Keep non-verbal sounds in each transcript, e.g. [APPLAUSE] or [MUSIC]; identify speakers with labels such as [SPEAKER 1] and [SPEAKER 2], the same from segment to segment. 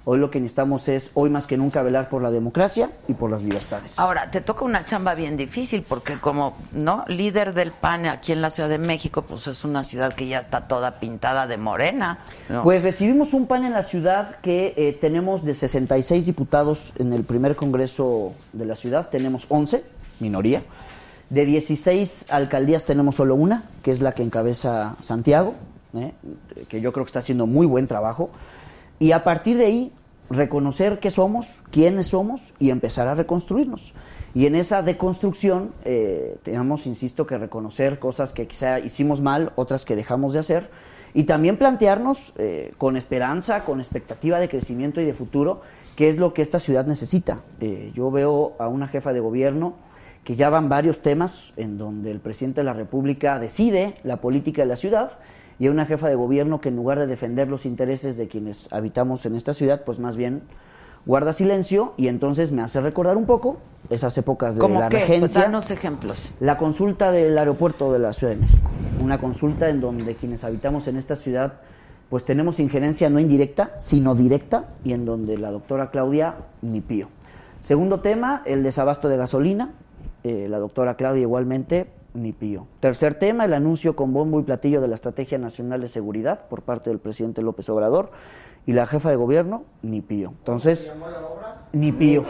[SPEAKER 1] hoy lo que necesitamos es, hoy más que nunca, velar por la democracia y por las libertades.
[SPEAKER 2] Ahora, te toca una chamba bien difícil porque como, ¿no? Líder del PAN aquí en la Ciudad de México, pues es una ciudad que ya está toda pintada de morena. ¿no?
[SPEAKER 1] Pues recibimos un pan en la ciudad que eh, tenemos de 66 diputados en el primer congreso de la ciudad, tenemos 11, minoría. De 16 alcaldías tenemos solo una, que es la que encabeza Santiago, ¿eh? que yo creo que está haciendo muy buen trabajo. Y a partir de ahí, reconocer qué somos, quiénes somos y empezar a reconstruirnos. Y en esa deconstrucción eh, tenemos, insisto, que reconocer cosas que quizá hicimos mal, otras que dejamos de hacer, y también plantearnos eh, con esperanza, con expectativa de crecimiento y de futuro, qué es lo que esta ciudad necesita. Eh, yo veo a una jefa de gobierno que ya van varios temas en donde el presidente de la República decide la política de la ciudad y hay una jefa de gobierno que en lugar de defender los intereses de quienes habitamos en esta ciudad, pues más bien guarda silencio y entonces me hace recordar un poco esas épocas de
[SPEAKER 2] ¿Cómo
[SPEAKER 1] la
[SPEAKER 2] qué? Pues
[SPEAKER 1] regencia.
[SPEAKER 2] danos ejemplos.
[SPEAKER 1] La consulta del aeropuerto de la Ciudad de México. Una consulta en donde quienes habitamos en esta ciudad, pues tenemos injerencia no indirecta, sino directa, y en donde la doctora Claudia ni pío. Segundo tema, el desabasto de gasolina. Eh, la doctora Claudia igualmente ni pío. Tercer tema, el anuncio con bombo y platillo de la Estrategia Nacional de Seguridad por parte del presidente López Obrador. Y la jefa de gobierno, ni pío. Entonces, ni pío.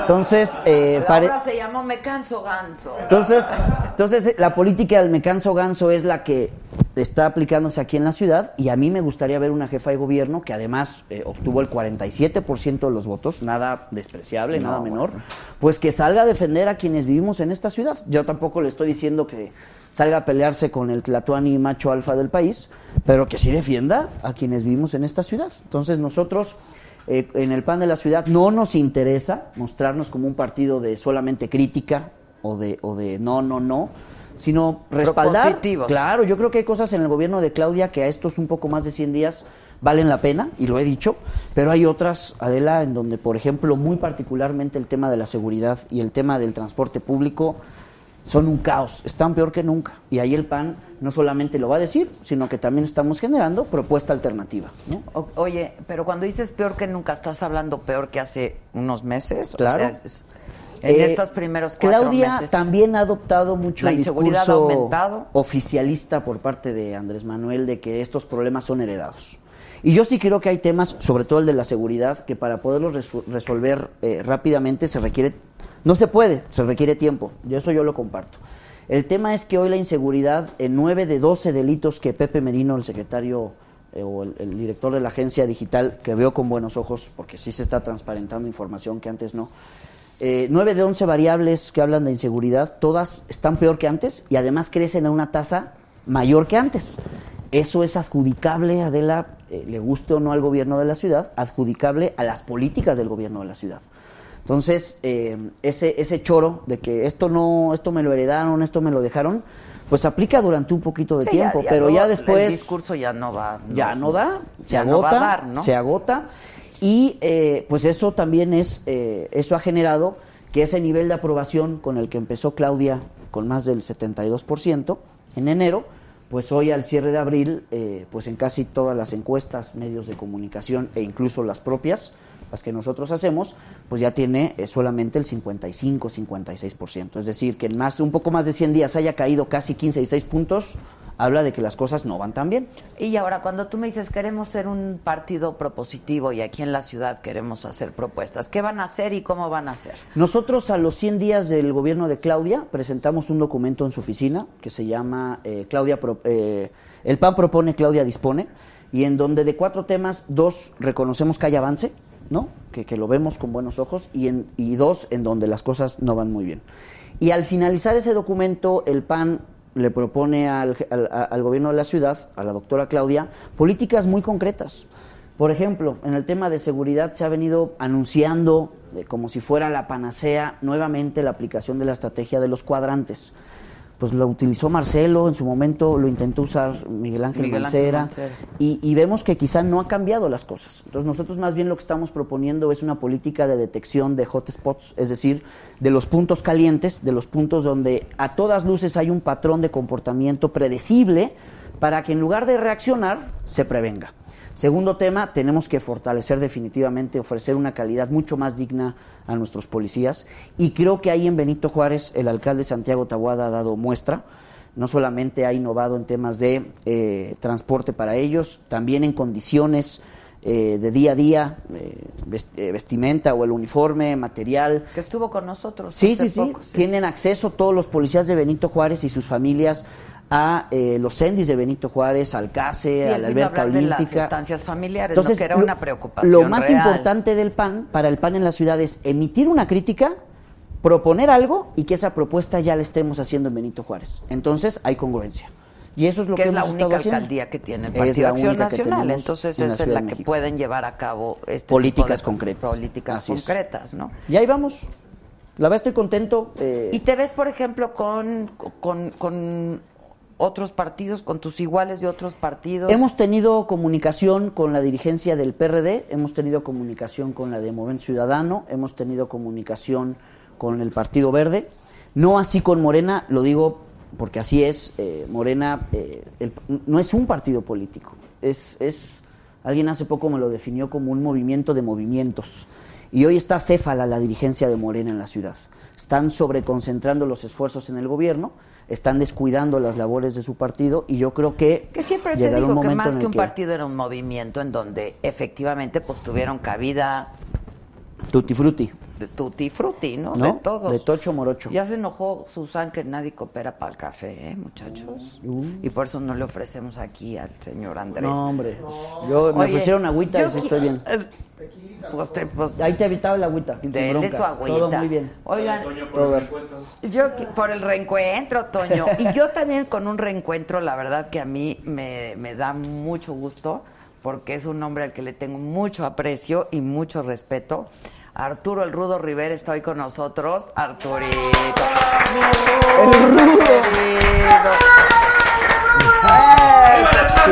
[SPEAKER 1] Entonces, eh, pare-
[SPEAKER 2] Ahora se llamó Me Canso Ganso.
[SPEAKER 1] entonces, entonces eh, la política del me canso ganso es la que está aplicándose aquí en la ciudad y a mí me gustaría ver una jefa de gobierno que además eh, obtuvo el 47% de los votos, nada despreciable,
[SPEAKER 2] No,
[SPEAKER 1] nada menor,
[SPEAKER 2] bueno.
[SPEAKER 1] pues que salga a defender a quienes vivimos en esta ciudad. Yo tampoco le estoy diciendo que salga a pelearse con el tlatoani macho alfa del país, pero que sí defienda a quienes vivimos en esta ciudad. Entonces nosotros... eh, en el pan de la ciudad no nos interesa mostrarnos como un partido de solamente crítica o de, o de no, no, no, sino respaldar.
[SPEAKER 2] Propositivos.
[SPEAKER 1] Claro, yo creo que hay cosas en el gobierno de Claudia que a estos un poco más de 100 días valen la pena, y lo he dicho, pero hay otras, Adela, en donde, por ejemplo, muy particularmente el tema de la seguridad y el tema del transporte público son un caos, están peor que nunca. Y ahí el PAN no solamente lo va a decir, sino que también estamos generando propuesta alternativa. ¿no?
[SPEAKER 2] O- oye, pero cuando dices peor que nunca, ¿estás hablando peor que hace unos meses? O
[SPEAKER 1] Claro.
[SPEAKER 2] sea, es- es- en
[SPEAKER 1] Eh,
[SPEAKER 2] estos primeros cuatro
[SPEAKER 1] Claudia
[SPEAKER 2] meses.
[SPEAKER 1] también ha adoptado mucho
[SPEAKER 2] La
[SPEAKER 1] el
[SPEAKER 2] inseguridad ha
[SPEAKER 1] discurso
[SPEAKER 2] aumentado.
[SPEAKER 1] oficialista por parte de Andrés Manuel de que estos problemas son heredados. Y yo sí creo que hay temas, sobre todo el de la seguridad, que para poderlos resu- resolver eh, rápidamente se requiere, no se puede, se requiere tiempo. Y eso yo lo comparto. El tema es que hoy la inseguridad en 9 de 12 delitos que Pepe Merino, el secretario eh, o el, el director de la agencia digital, que veo con buenos ojos, porque sí se está transparentando información que antes no, eh, 9 de 11 variables que hablan de inseguridad, todas están peor que antes y además crecen a una tasa mayor que antes. Eso es adjudicable, Adela, eh, le guste o no al gobierno de la ciudad, adjudicable a las políticas del gobierno de la ciudad. Entonces, eh, ese, ese choro de que esto no, esto me lo heredaron, esto me lo dejaron, pues aplica durante un poquito de
[SPEAKER 2] Sí, ya-
[SPEAKER 1] tiempo, pero
[SPEAKER 2] luego
[SPEAKER 1] ya después
[SPEAKER 2] El discurso ya no va.
[SPEAKER 1] ya no da, se
[SPEAKER 2] ya
[SPEAKER 1] agota,
[SPEAKER 2] no va a dar, ¿no?
[SPEAKER 1] se agota y eh, pues eso también es, eh, eso ha generado que ese nivel de aprobación con el que empezó Claudia con más del 72% en enero, pues hoy al cierre de abril, eh, pues en casi todas las encuestas, medios de comunicación e incluso las propias, las que nosotros hacemos, pues ya tiene eh, solamente el 55-56%. Es decir, que en más, un poco más de 100 días haya caído casi 15 y 6 puntos, habla de que las cosas no van tan bien.
[SPEAKER 2] Y ahora, cuando tú me dices, queremos ser un partido propositivo y aquí en la ciudad queremos hacer propuestas, ¿qué van a hacer y cómo van a hacer?
[SPEAKER 1] Nosotros a los 100 días del gobierno de Claudia presentamos un documento en su oficina que se llama eh, Claudia Pro- eh, El PAN propone, Claudia dispone, y en donde de cuatro temas, dos reconocemos que hay avance, ¿no? Que, que lo vemos con buenos ojos, y, en, y dos en donde las cosas no van muy bien. Y al finalizar ese documento, el PAN le propone al, je- al- a- al gobierno de la ciudad, a la doctora Claudia, políticas muy concretas. Por ejemplo, en el tema de seguridad se ha venido anunciando eh, como si fuera la panacea nuevamente la aplicación de la estrategia de los cuadrantes. pues lo utilizó Marcelo en su momento, lo intentó usar Miguel Ángel
[SPEAKER 2] Miguel Ángel
[SPEAKER 1] Mancera,
[SPEAKER 2] Mancera.
[SPEAKER 1] Y, y vemos que quizá no ha cambiado las cosas. Entonces nosotros más bien lo que estamos proponiendo es una política de detección de hotspots, es decir, de los puntos calientes, de los puntos donde a todas luces hay un patrón de comportamiento predecible para que en lugar de reaccionar, se prevenga. Segundo tema, tenemos que fortalecer definitivamente, ofrecer una calidad mucho más digna a nuestros policías. Y creo que ahí en Benito Juárez el alcalde Santiago Taboada ha dado muestra. No solamente ha innovado en temas de eh, transporte para ellos, también en condiciones eh, de día a día, eh, vest- eh, vestimenta o el uniforme, material,
[SPEAKER 2] Que estuvo con nosotros.
[SPEAKER 1] Sí, sí,
[SPEAKER 2] hace
[SPEAKER 1] sí.
[SPEAKER 2] poco,
[SPEAKER 1] Tienen acceso todos los policías de Benito Juárez y sus familias a eh, los sendis de Benito Juárez, al CASE,
[SPEAKER 2] Sí,
[SPEAKER 1] a
[SPEAKER 2] él
[SPEAKER 1] la
[SPEAKER 2] vino a
[SPEAKER 1] alberca
[SPEAKER 2] hablar de
[SPEAKER 1] olímpica.
[SPEAKER 2] las estancias familiares, ¿no?
[SPEAKER 1] Entonces,
[SPEAKER 2] que era
[SPEAKER 1] lo-
[SPEAKER 2] una preocupación
[SPEAKER 1] Lo más
[SPEAKER 2] real.
[SPEAKER 1] importante del PAN, para el PAN en la ciudad, es emitir una crítica, proponer algo y que esa propuesta ya la estemos haciendo en Benito Juárez. Entonces, hay congruencia. Y eso es lo que,
[SPEAKER 2] que es la
[SPEAKER 1] hemos estado
[SPEAKER 2] única
[SPEAKER 1] haciendo.
[SPEAKER 2] alcaldía que tiene el
[SPEAKER 1] Es
[SPEAKER 2] Partido
[SPEAKER 1] la
[SPEAKER 2] Acción
[SPEAKER 1] única que
[SPEAKER 2] Nacional,
[SPEAKER 1] tenemos
[SPEAKER 2] entonces
[SPEAKER 1] en la
[SPEAKER 2] esa es
[SPEAKER 1] Ciudad
[SPEAKER 2] la
[SPEAKER 1] de
[SPEAKER 2] que
[SPEAKER 1] México.
[SPEAKER 2] pueden llevar a cabo este
[SPEAKER 1] Políticas
[SPEAKER 2] tipo de
[SPEAKER 1] concretas.
[SPEAKER 2] políticas
[SPEAKER 1] Así es.
[SPEAKER 2] concretas, ¿no?
[SPEAKER 1] Y ahí vamos. La verdad estoy contento. eh,
[SPEAKER 2] Y te ves, por ejemplo, con, con, con otros partidos, con tus iguales de otros partidos.
[SPEAKER 1] Hemos tenido comunicación con la dirigencia del PRD, hemos tenido comunicación con la de Movimiento Ciudadano, hemos tenido comunicación con el Partido Verde, no así con Morena, lo digo porque así es, eh, Morena eh, el- no es un partido político, es, es, alguien hace poco me lo definió como un movimiento de movimientos. Y hoy está céfala la dirigencia de Morena en la ciudad. Están sobreconcentrando los esfuerzos en el gobierno, están descuidando las labores de su partido y yo creo que...
[SPEAKER 2] que siempre se
[SPEAKER 1] llegará
[SPEAKER 2] dijo que
[SPEAKER 1] momento
[SPEAKER 2] más
[SPEAKER 1] en el
[SPEAKER 2] que un partido era un movimiento en donde efectivamente pues tuvieron cabida
[SPEAKER 1] Tutti frutti.
[SPEAKER 2] de tutti frutti, ¿no?
[SPEAKER 1] ¿No?
[SPEAKER 2] De todos.
[SPEAKER 1] De tocho morocho.
[SPEAKER 2] Ya se enojó Susan que nadie coopera para el café, ¿eh, muchachos? Y por eso no le ofrecemos aquí al señor Andrés.
[SPEAKER 1] No, hombre. Yo me
[SPEAKER 2] Oye,
[SPEAKER 1] ofrecieron agüita y
[SPEAKER 2] yo
[SPEAKER 1] les
[SPEAKER 2] qui-
[SPEAKER 1] estoy bien.
[SPEAKER 2] eh, Pues te, pues,
[SPEAKER 1] Ahí te evitaba el agüita. sin
[SPEAKER 2] dele
[SPEAKER 1] bronca.
[SPEAKER 2] su agüita.
[SPEAKER 1] Todo muy bien.
[SPEAKER 2] Oigan,
[SPEAKER 3] Toño,
[SPEAKER 1] Todo
[SPEAKER 3] por
[SPEAKER 1] bien.
[SPEAKER 3] el encuentro.
[SPEAKER 2] Yo qui- por el reencuentro,
[SPEAKER 1] [LAUGHS]
[SPEAKER 2] Toño. Y yo también con un reencuentro, la verdad que a mí me, me da mucho gusto, porque es un hombre al que le tengo mucho aprecio y mucho respeto. Arturo el Rudo Rivera está hoy con nosotros. Arturito.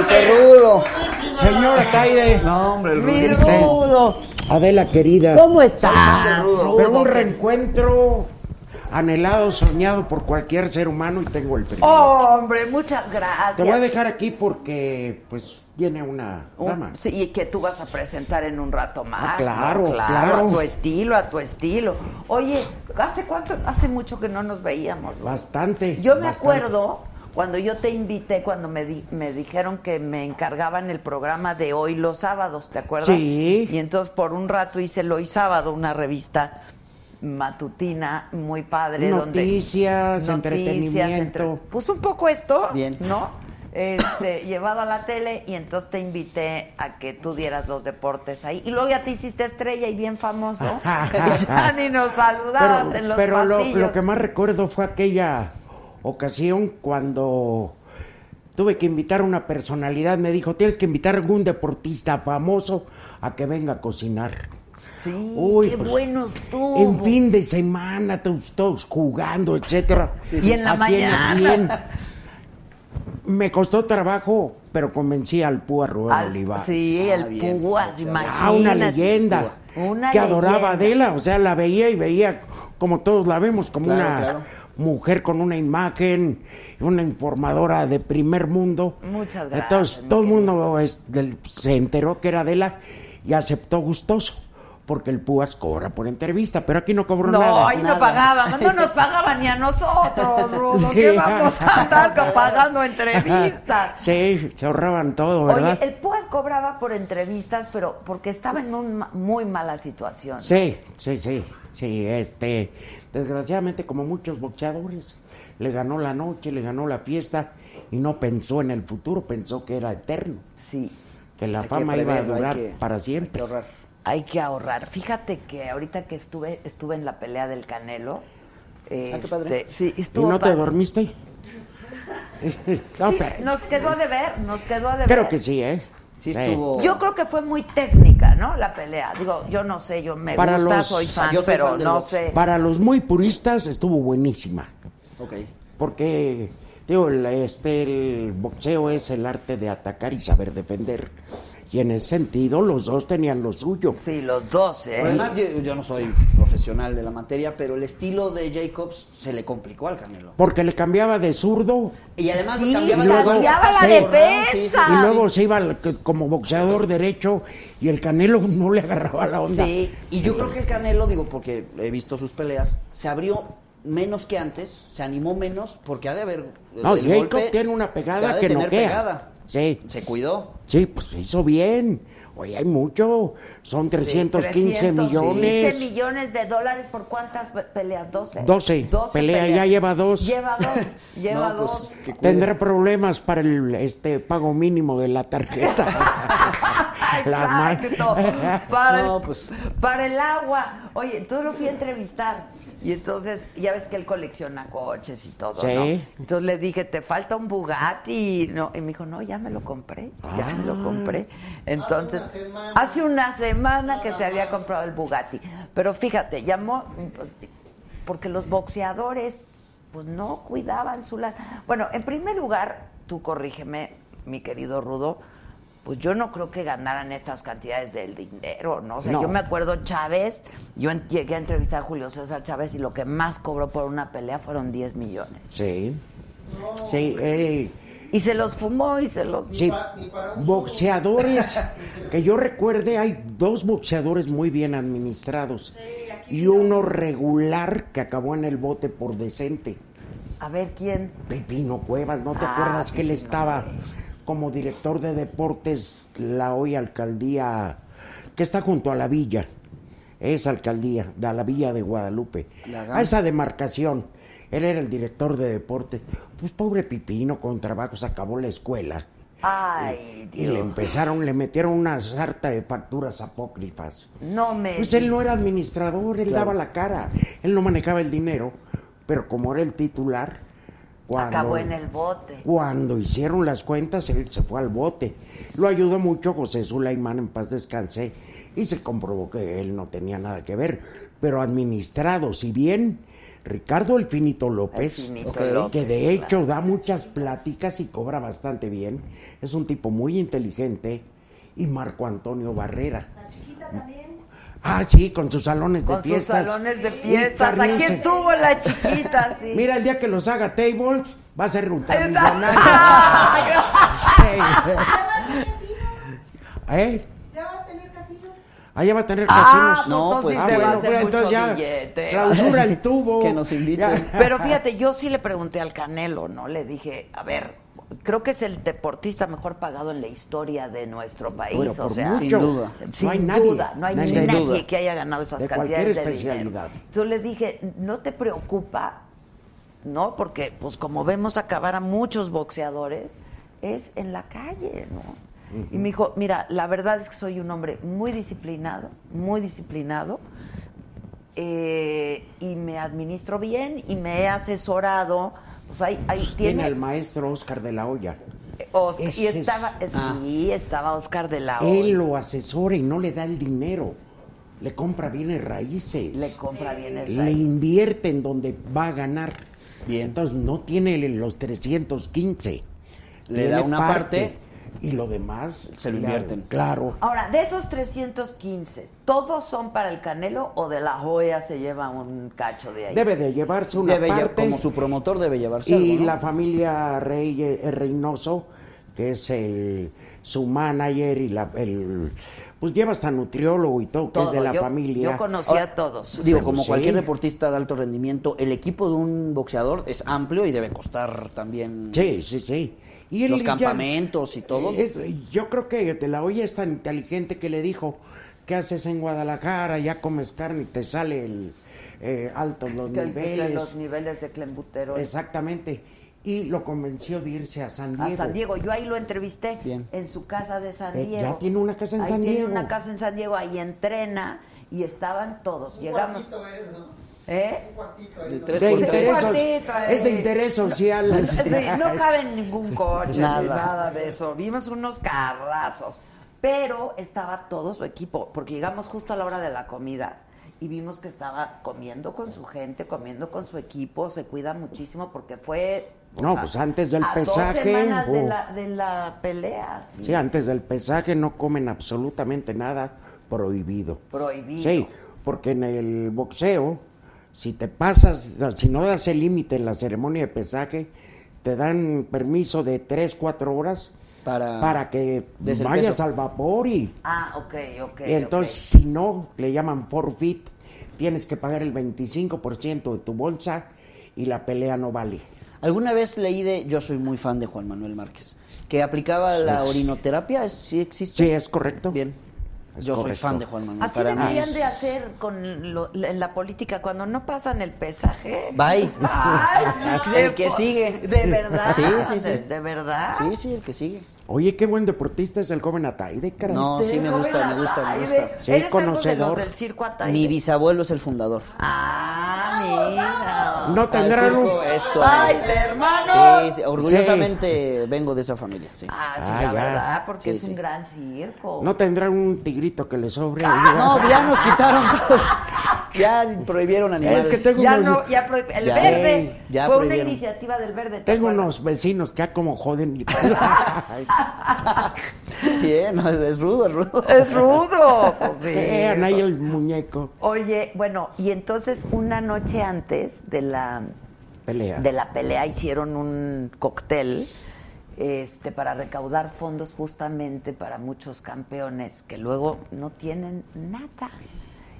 [SPEAKER 2] El
[SPEAKER 1] rudo!
[SPEAKER 4] Señora Taide,
[SPEAKER 1] No, hombre, el
[SPEAKER 2] Mi
[SPEAKER 4] Dice-
[SPEAKER 2] Rudo.
[SPEAKER 4] Adela querida.
[SPEAKER 2] ¿Cómo estás?
[SPEAKER 4] Pero
[SPEAKER 2] Rudo?
[SPEAKER 4] un reencuentro anhelado, soñado por cualquier ser humano y tengo el premio.
[SPEAKER 2] Oh. Hombre, muchas
[SPEAKER 4] Te voy a
[SPEAKER 2] gracias.
[SPEAKER 4] dejar aquí porque pues viene una
[SPEAKER 2] Un-
[SPEAKER 4] dama.
[SPEAKER 2] Oh, sí, y que tú vas a presentar en un rato más.
[SPEAKER 4] Ah,
[SPEAKER 2] ¿no?
[SPEAKER 4] claro,
[SPEAKER 2] A
[SPEAKER 4] claro.
[SPEAKER 2] tu estilo, a tu estilo. Oye, ¿hace cuánto? Hace mucho que no nos veíamos. ¿no?
[SPEAKER 4] Bastante.
[SPEAKER 2] Yo me
[SPEAKER 4] bastante.
[SPEAKER 2] acuerdo cuando yo te invité, cuando me, di- me dijeron que me encargaban el programa de hoy los sábados, ¿te acuerdas?
[SPEAKER 4] Sí.
[SPEAKER 2] Y entonces por un rato hice el hoy sábado, una revista matutina muy padre. donde-
[SPEAKER 4] Noticias, entretenimiento.
[SPEAKER 2] pues un poco esto,
[SPEAKER 1] Bien.
[SPEAKER 2] ¿no? Este, [CLEARS THROAT] llevado a la tele y entonces te invité a que tú dieras los deportes ahí. Y luego ya te hiciste estrella y bien
[SPEAKER 4] [LAUGHS]
[SPEAKER 2] famoso. [LAUGHS] y ya ni nos saludabas
[SPEAKER 4] Pero,
[SPEAKER 2] en los
[SPEAKER 4] pero lo,
[SPEAKER 2] pasillos.
[SPEAKER 4] lo que más recuerdo fue aquella ocasión cuando tuve que invitar a una personalidad. Me dijo, tienes que invitar a algún deportista famoso a que venga a cocinar.
[SPEAKER 2] Sí,
[SPEAKER 4] Uy,
[SPEAKER 2] qué
[SPEAKER 4] pues,
[SPEAKER 2] bueno estuvo.
[SPEAKER 4] En fin de semana, todos, todos jugando, etcétera.
[SPEAKER 2] Y en la
[SPEAKER 4] ¿A quién,
[SPEAKER 2] mañana?
[SPEAKER 4] a quién? Me costó trabajo, pero convencí al Púa Rubén
[SPEAKER 2] Al-
[SPEAKER 4] Olivares.
[SPEAKER 2] sí,
[SPEAKER 1] Ah,
[SPEAKER 2] el Púas, imagínate.
[SPEAKER 4] Ah, una leyenda.
[SPEAKER 2] Una
[SPEAKER 4] que adoraba a
[SPEAKER 2] leyenda.
[SPEAKER 4] Adela, o sea, la veía y veía como todos la vemos, como
[SPEAKER 1] Claro,
[SPEAKER 4] una
[SPEAKER 1] claro.
[SPEAKER 4] mujer con una imagen, una informadora de primer mundo.
[SPEAKER 2] Muchas gracias, mi
[SPEAKER 4] Entonces, todo el
[SPEAKER 2] querido.
[SPEAKER 4] mundo es- del- se enteró que era Adela y aceptó gustoso, porque el Púas cobra por entrevista, pero aquí no cobró
[SPEAKER 2] No,
[SPEAKER 4] nada.
[SPEAKER 2] ahí no pagábamos, no nos pagaban ni a
[SPEAKER 4] [LAUGHS]
[SPEAKER 2] nosotros, Rudo.
[SPEAKER 4] Sí.
[SPEAKER 2] ¿Qué vamos a andar con- pagando
[SPEAKER 4] [LAUGHS]
[SPEAKER 2] entrevistas?
[SPEAKER 4] Sí, se ahorraban todo, ¿verdad?
[SPEAKER 2] Oye, el Púas cobraba por entrevistas, pero porque estaba en una muy mala situación.
[SPEAKER 4] Sí, sí, sí, sí, este, desgraciadamente como muchos boxeadores, le ganó la noche, le ganó la fiesta y no pensó en el futuro, pensó que era eterno,
[SPEAKER 2] Sí,
[SPEAKER 4] que la
[SPEAKER 1] Hay que
[SPEAKER 4] fama iba a
[SPEAKER 1] preverlo, hay
[SPEAKER 4] durar
[SPEAKER 1] que-
[SPEAKER 4] para
[SPEAKER 1] hay que
[SPEAKER 4] siempre.
[SPEAKER 1] ahorrar.
[SPEAKER 2] hay que ahorrar. Fíjate que ahorita que estuve estuve en la pelea del Canelo.
[SPEAKER 1] Ah, qué padre.
[SPEAKER 2] este, sí,
[SPEAKER 4] ¿Y
[SPEAKER 2] estuvo
[SPEAKER 4] no te
[SPEAKER 1] [LAUGHS]
[SPEAKER 2] padre.
[SPEAKER 4] dormiste? no,
[SPEAKER 2] Sí,
[SPEAKER 4] pero-
[SPEAKER 2] nos quedó de ver, nos quedó de ver.
[SPEAKER 4] creo que sí, ¿eh?
[SPEAKER 1] Sí estuvo-
[SPEAKER 2] Yo creo que fue muy técnica, ¿no? La pelea. Digo, yo no sé, yo me
[SPEAKER 4] Para
[SPEAKER 2] gusta,
[SPEAKER 4] los- ah,
[SPEAKER 2] soy fan,
[SPEAKER 1] yo soy
[SPEAKER 2] pero
[SPEAKER 1] fan del
[SPEAKER 2] no
[SPEAKER 1] box.
[SPEAKER 2] sé. Eh,
[SPEAKER 4] Para los muy puristas estuvo buenísima.
[SPEAKER 1] Ok.
[SPEAKER 4] porque digo, el, este, el boxeo es el arte de atacar y saber defender. Y en ese sentido los dos tenían lo suyo.
[SPEAKER 2] Sí, los dos, ¿eh?
[SPEAKER 1] Además, yo, yo no soy profesional de la materia, pero el estilo de Jacobs se le complicó al Canelo.
[SPEAKER 4] Porque le cambiaba de zurdo
[SPEAKER 1] Y además
[SPEAKER 2] Sí,
[SPEAKER 1] cambiaba,
[SPEAKER 4] luego-
[SPEAKER 2] cambiaba la
[SPEAKER 4] sí.
[SPEAKER 2] defensa.
[SPEAKER 4] y luego se iba al- como boxeador derecho y el Canelo [LAUGHS] no le agarraba la onda.
[SPEAKER 1] Sí, y yo creo que el Canelo, digo, porque he visto sus peleas, se abrió menos que antes, se animó menos, porque ha de haber. el-
[SPEAKER 4] No,
[SPEAKER 1] el
[SPEAKER 4] Jacob
[SPEAKER 1] golpe
[SPEAKER 4] tiene una pegada
[SPEAKER 1] ha de
[SPEAKER 4] que
[SPEAKER 1] tener
[SPEAKER 4] noquea.
[SPEAKER 1] pegada.
[SPEAKER 4] Sí.
[SPEAKER 1] Se cuidó.
[SPEAKER 4] Sí, pues hizo bien. Oye, hay mucho. Son 315 millones.
[SPEAKER 2] 15 millones de dólares por cuántas pe- peleas? 12.
[SPEAKER 4] 12. Pelea, ya lleva dos.
[SPEAKER 2] Lleva
[SPEAKER 4] [LAUGHS]
[SPEAKER 2] dos. Lleva
[SPEAKER 1] No, pues,
[SPEAKER 2] dos.
[SPEAKER 1] que cuide.
[SPEAKER 4] Tendrá problemas para el este pago mínimo de
[SPEAKER 1] [LAUGHS]
[SPEAKER 4] la tarjeta. La ma-
[SPEAKER 2] Exacto. Para,
[SPEAKER 1] No,
[SPEAKER 2] el,
[SPEAKER 1] pues.
[SPEAKER 2] para el agua. Oye, entonces lo fui a entrevistar. Y entonces, ya ves que él colecciona coches y todo, ¿no?
[SPEAKER 4] Sí.
[SPEAKER 2] Entonces le dije, te falta un Bugatti. No, y me dijo, no, ya me lo compré. Ya me lo compré. Entonces, hace una semana, que se había comprado el Bugatti. Pero fíjate, llamó porque los boxeadores pues no cuidaban su lana. Bueno, en primer lugar, tú corrígeme, mi querido Rudo, pues yo no creo que ganaran estas cantidades del dinero, ¿no? O sea,
[SPEAKER 4] No.
[SPEAKER 2] yo me acuerdo Chávez, yo en- llegué a entrevistar a Julio César Chávez y lo que más cobró por una pelea fueron 10 millones.
[SPEAKER 4] Sí. Sí, eh,
[SPEAKER 2] Y se los fumó y se los...
[SPEAKER 4] sí. Boxeadores, que yo recuerde, hay dos boxeadores muy bien administrados y uno regular que acabó en el bote por decente.
[SPEAKER 2] A ver quién...
[SPEAKER 4] Pepino Cuevas, ¿no te
[SPEAKER 2] Ah,
[SPEAKER 4] acuerdas que él
[SPEAKER 2] Pepino,
[SPEAKER 4] estaba
[SPEAKER 2] hombre.
[SPEAKER 4] como director de deportes la hoy alcaldía que está junto a la villa? Es alcaldía de la villa de Guadalupe.
[SPEAKER 1] La
[SPEAKER 4] A esa demarcación. Él era el director de deportes. Pues pobre Pipino con trabajos acabó la escuela.
[SPEAKER 2] Ay,
[SPEAKER 4] Y le
[SPEAKER 2] Dios.
[SPEAKER 4] empezaron, le metieron una sarta de facturas apócrifas.
[SPEAKER 2] No me...
[SPEAKER 4] Pues él no era administrador, él daba la cara, él no manejaba el dinero, pero como era el titular, cuando,
[SPEAKER 2] Acabó en el bote.
[SPEAKER 4] cuando hicieron las cuentas, él se fue al bote. Lo ayudó mucho José Sulaimán en paz descanse y se comprobó que él no tenía nada que ver, pero administrado, si bien Ricardo El Finito López,
[SPEAKER 2] El Finito
[SPEAKER 4] ok,
[SPEAKER 2] López,
[SPEAKER 4] que de
[SPEAKER 2] claro.
[SPEAKER 4] hecho da muchas pláticas y cobra bastante bien, es un tipo muy inteligente, y Marco Antonio Barrera. Ah, sí, con sus salones de
[SPEAKER 2] Con sus
[SPEAKER 4] fiestas.
[SPEAKER 2] salones de
[SPEAKER 4] Y
[SPEAKER 2] fiestas. Aquí
[SPEAKER 4] carnice.
[SPEAKER 2] estuvo la chiquita, sí.
[SPEAKER 4] [LAUGHS] Mira, el día que los haga tables, va a ser un
[SPEAKER 2] [LAUGHS] Exacto.
[SPEAKER 4] Sí. ¿Eh?
[SPEAKER 5] ¿Ya va a tener casinos?
[SPEAKER 4] Allá ¿Eh? va a tener
[SPEAKER 2] Ah,
[SPEAKER 4] casinos.
[SPEAKER 1] No,
[SPEAKER 2] no,
[SPEAKER 1] pues,
[SPEAKER 2] pues
[SPEAKER 1] ah,
[SPEAKER 2] sí se va a
[SPEAKER 1] bueno,
[SPEAKER 2] hacer
[SPEAKER 4] pues,
[SPEAKER 2] mucho
[SPEAKER 4] entonces ya
[SPEAKER 2] billete.
[SPEAKER 4] clausura el
[SPEAKER 2] [LAUGHS]
[SPEAKER 4] tubo.
[SPEAKER 1] Que nos inviten.
[SPEAKER 4] Ya.
[SPEAKER 2] Pero fíjate, yo sí le pregunté al Canelo, ¿no? Le dije, a ver, creo que es el deportista mejor pagado en la historia de nuestro país.
[SPEAKER 4] Bueno,
[SPEAKER 2] o
[SPEAKER 4] por
[SPEAKER 2] sea,
[SPEAKER 4] mucho.
[SPEAKER 1] Sin duda.
[SPEAKER 2] Sin
[SPEAKER 4] No hay nadie.
[SPEAKER 2] duda, no hay
[SPEAKER 4] Nadie.
[SPEAKER 2] nadie,
[SPEAKER 4] Sin duda.
[SPEAKER 2] que haya ganado esas
[SPEAKER 4] De cualquier
[SPEAKER 2] cantidades de
[SPEAKER 4] especialidad.
[SPEAKER 2] dinero. Yo le dije, ¿no te preocupa? ¿No? Porque, pues, como vemos acabar a muchos boxeadores, es en la calle, ¿no? Y me dijo, mira, la verdad es que soy un hombre muy disciplinado, muy disciplinado, eh, y me administro bien y me he asesorado. O sea, ahí, ahí
[SPEAKER 4] Pues, Tiene al
[SPEAKER 2] tiene...
[SPEAKER 4] maestro Oscar de la Hoya.
[SPEAKER 2] Oscar- y
[SPEAKER 4] Ese es-
[SPEAKER 2] estaba, sí, estaba Oscar de la
[SPEAKER 4] Él
[SPEAKER 2] Hoya.
[SPEAKER 4] lo asesora y no le da el dinero. Le compra bienes raíces.
[SPEAKER 2] Le compra bienes
[SPEAKER 4] le
[SPEAKER 2] raíces.
[SPEAKER 4] invierte en donde va a ganar.
[SPEAKER 1] Bien.
[SPEAKER 4] Entonces no tiene los 315.
[SPEAKER 1] Le
[SPEAKER 4] Tiene
[SPEAKER 1] da una parte.
[SPEAKER 4] y lo demás
[SPEAKER 1] Se lo
[SPEAKER 4] le-
[SPEAKER 1] invierten.
[SPEAKER 4] Claro.
[SPEAKER 2] Ahora, de esos 315, ¿todos son para el Canelo o de la Joya se lleva un cacho de ahí?
[SPEAKER 4] Debe de llevarse una
[SPEAKER 1] Debe lle-
[SPEAKER 4] parte.
[SPEAKER 1] como su promotor debe llevarse
[SPEAKER 4] y
[SPEAKER 1] algo, ¿no?
[SPEAKER 4] la familia Rey, eh, Reynoso, que es el su manager y la el pues lleva hasta nutriólogo y todo, que
[SPEAKER 2] Todo.
[SPEAKER 4] es de la
[SPEAKER 2] yo,
[SPEAKER 4] familia.
[SPEAKER 2] Yo conocí a todos.
[SPEAKER 1] Digo,
[SPEAKER 4] Pero
[SPEAKER 1] como
[SPEAKER 4] sí.
[SPEAKER 1] cualquier deportista de alto rendimiento, el equipo de un boxeador es amplio y debe costar también.
[SPEAKER 4] Sí, sí, sí. Y él
[SPEAKER 1] Los
[SPEAKER 4] ya-
[SPEAKER 1] campamentos y todo.
[SPEAKER 4] Es- yo creo que de la olla es tan inteligente que le dijo, ¿qué haces en Guadalajara? Ya comes carne y te sale el eh, altos los
[SPEAKER 2] Que- que
[SPEAKER 4] niveles.
[SPEAKER 2] los niveles de Clembutero.
[SPEAKER 4] Exactamente. Y lo convenció de irse a San Diego.
[SPEAKER 2] A San Diego, yo ahí lo entrevisté
[SPEAKER 1] Bien.
[SPEAKER 2] en su casa de San
[SPEAKER 4] pues. Eh,
[SPEAKER 2] Diego.
[SPEAKER 4] ya tiene una casa en
[SPEAKER 2] Ahí
[SPEAKER 4] San
[SPEAKER 2] Tiene
[SPEAKER 4] Diego.
[SPEAKER 2] una casa en San Diego, ahí entrena y estaban todos. Llegamos. [LAUGHS] ¿Eh?
[SPEAKER 1] de tres
[SPEAKER 4] De
[SPEAKER 1] por tres.
[SPEAKER 4] interesos-
[SPEAKER 2] cuartito, eh.
[SPEAKER 4] es de interés social.
[SPEAKER 2] [LAUGHS] Sí, no cabe en ningún coche
[SPEAKER 1] Nada.
[SPEAKER 2] nada. ni nada de eso. Vimos unos carrazos. Pero estaba todo su equipo, porque llegamos justo a la hora de la comida. y vimos que estaba comiendo con su gente, comiendo con su equipo, se cuida muchísimo porque fue... o
[SPEAKER 4] No, pues antes del
[SPEAKER 2] a
[SPEAKER 4] pesaje,
[SPEAKER 2] Dos semanas de
[SPEAKER 4] uf.
[SPEAKER 2] la, de la pelea. sí,
[SPEAKER 4] Sí, antes del pesaje no comen absolutamente nada prohibido.
[SPEAKER 2] Prohibido.
[SPEAKER 4] Sí, porque en el boxeo, si te pasas, si no das el límite en la ceremonia de pesaje, te dan permiso de 3, 4 horas
[SPEAKER 1] Para-
[SPEAKER 4] para que
[SPEAKER 1] Des el
[SPEAKER 4] vayas
[SPEAKER 1] Ah, peso.
[SPEAKER 4] al vapor y,
[SPEAKER 2] Ah, ok, ok.
[SPEAKER 4] y entonces,
[SPEAKER 2] ok.
[SPEAKER 4] si no, le llaman forfeit, tienes que pagar el 25% de tu bolsa y la pelea no vale.
[SPEAKER 1] Alguna vez leí de, yo soy muy fan de Juan Manuel Márquez, que aplicaba la orinoterapia, ¿es- ¿sí existe?
[SPEAKER 4] Sí, es correcto.
[SPEAKER 1] Bien.
[SPEAKER 4] Es
[SPEAKER 1] yo
[SPEAKER 4] correcto.
[SPEAKER 1] soy fan de Juan Manuel.
[SPEAKER 2] Así
[SPEAKER 1] para mí
[SPEAKER 2] deberían
[SPEAKER 1] es-
[SPEAKER 2] de hacer con lo- la- en la política cuando no pasan el pesaje.
[SPEAKER 1] Bye. [LAUGHS]
[SPEAKER 2] Ay,
[SPEAKER 1] Así,
[SPEAKER 2] de
[SPEAKER 1] el que
[SPEAKER 2] po-
[SPEAKER 1] sigue.
[SPEAKER 2] De verdad.
[SPEAKER 1] Sí, sí, sí.
[SPEAKER 2] De, de verdad.
[SPEAKER 1] Sí, sí, el que sigue.
[SPEAKER 4] Oye, qué buen deportista es el joven Ataide, caray.
[SPEAKER 1] No, sí, me gusta, me gusta, me gusta.
[SPEAKER 2] Eres
[SPEAKER 4] Sí,
[SPEAKER 2] algo de los
[SPEAKER 4] conocedor.
[SPEAKER 2] del circo Ataide.
[SPEAKER 1] Mi bisabuelo es el fundador.
[SPEAKER 2] Ah, mira.
[SPEAKER 4] No tendrán
[SPEAKER 1] Al eh.
[SPEAKER 4] un...
[SPEAKER 1] circo, Eso.
[SPEAKER 2] Ay, de hermano.
[SPEAKER 1] Sí, sí, orgullosamente vengo de esa familia, sí.
[SPEAKER 2] Ah, sí,
[SPEAKER 4] Ah,
[SPEAKER 2] la
[SPEAKER 4] ya.
[SPEAKER 2] verdad, porque
[SPEAKER 1] Sí,
[SPEAKER 2] es un
[SPEAKER 1] sí.
[SPEAKER 2] gran circo.
[SPEAKER 4] No tendrán un tigrito que le sobre.
[SPEAKER 1] [LAUGHS] No, ya nos quitaron todo. Ya prohibieron animales.
[SPEAKER 4] es que tengo,
[SPEAKER 2] ya
[SPEAKER 4] unos,
[SPEAKER 2] no, ya pro- el
[SPEAKER 1] Ya.
[SPEAKER 2] verde
[SPEAKER 1] Ya
[SPEAKER 2] fue una
[SPEAKER 1] prohibieron.
[SPEAKER 2] iniciativa del verde. ¿te
[SPEAKER 4] tengo
[SPEAKER 2] acuerdas?
[SPEAKER 4] unos vecinos que ah, como joden.
[SPEAKER 1] Bien, no, es, es rudo, es rudo.
[SPEAKER 2] Es rudo.
[SPEAKER 1] [LAUGHS]
[SPEAKER 2] pues, [LAUGHS]
[SPEAKER 4] [LAUGHS]
[SPEAKER 2] sí.
[SPEAKER 4] Vean ahí el muñeco.
[SPEAKER 2] Oye, bueno, y entonces una noche antes de la
[SPEAKER 4] Pelea.
[SPEAKER 2] de la pelea hicieron un cóctel este para recaudar fondos justamente para muchos campeones que luego no tienen nada.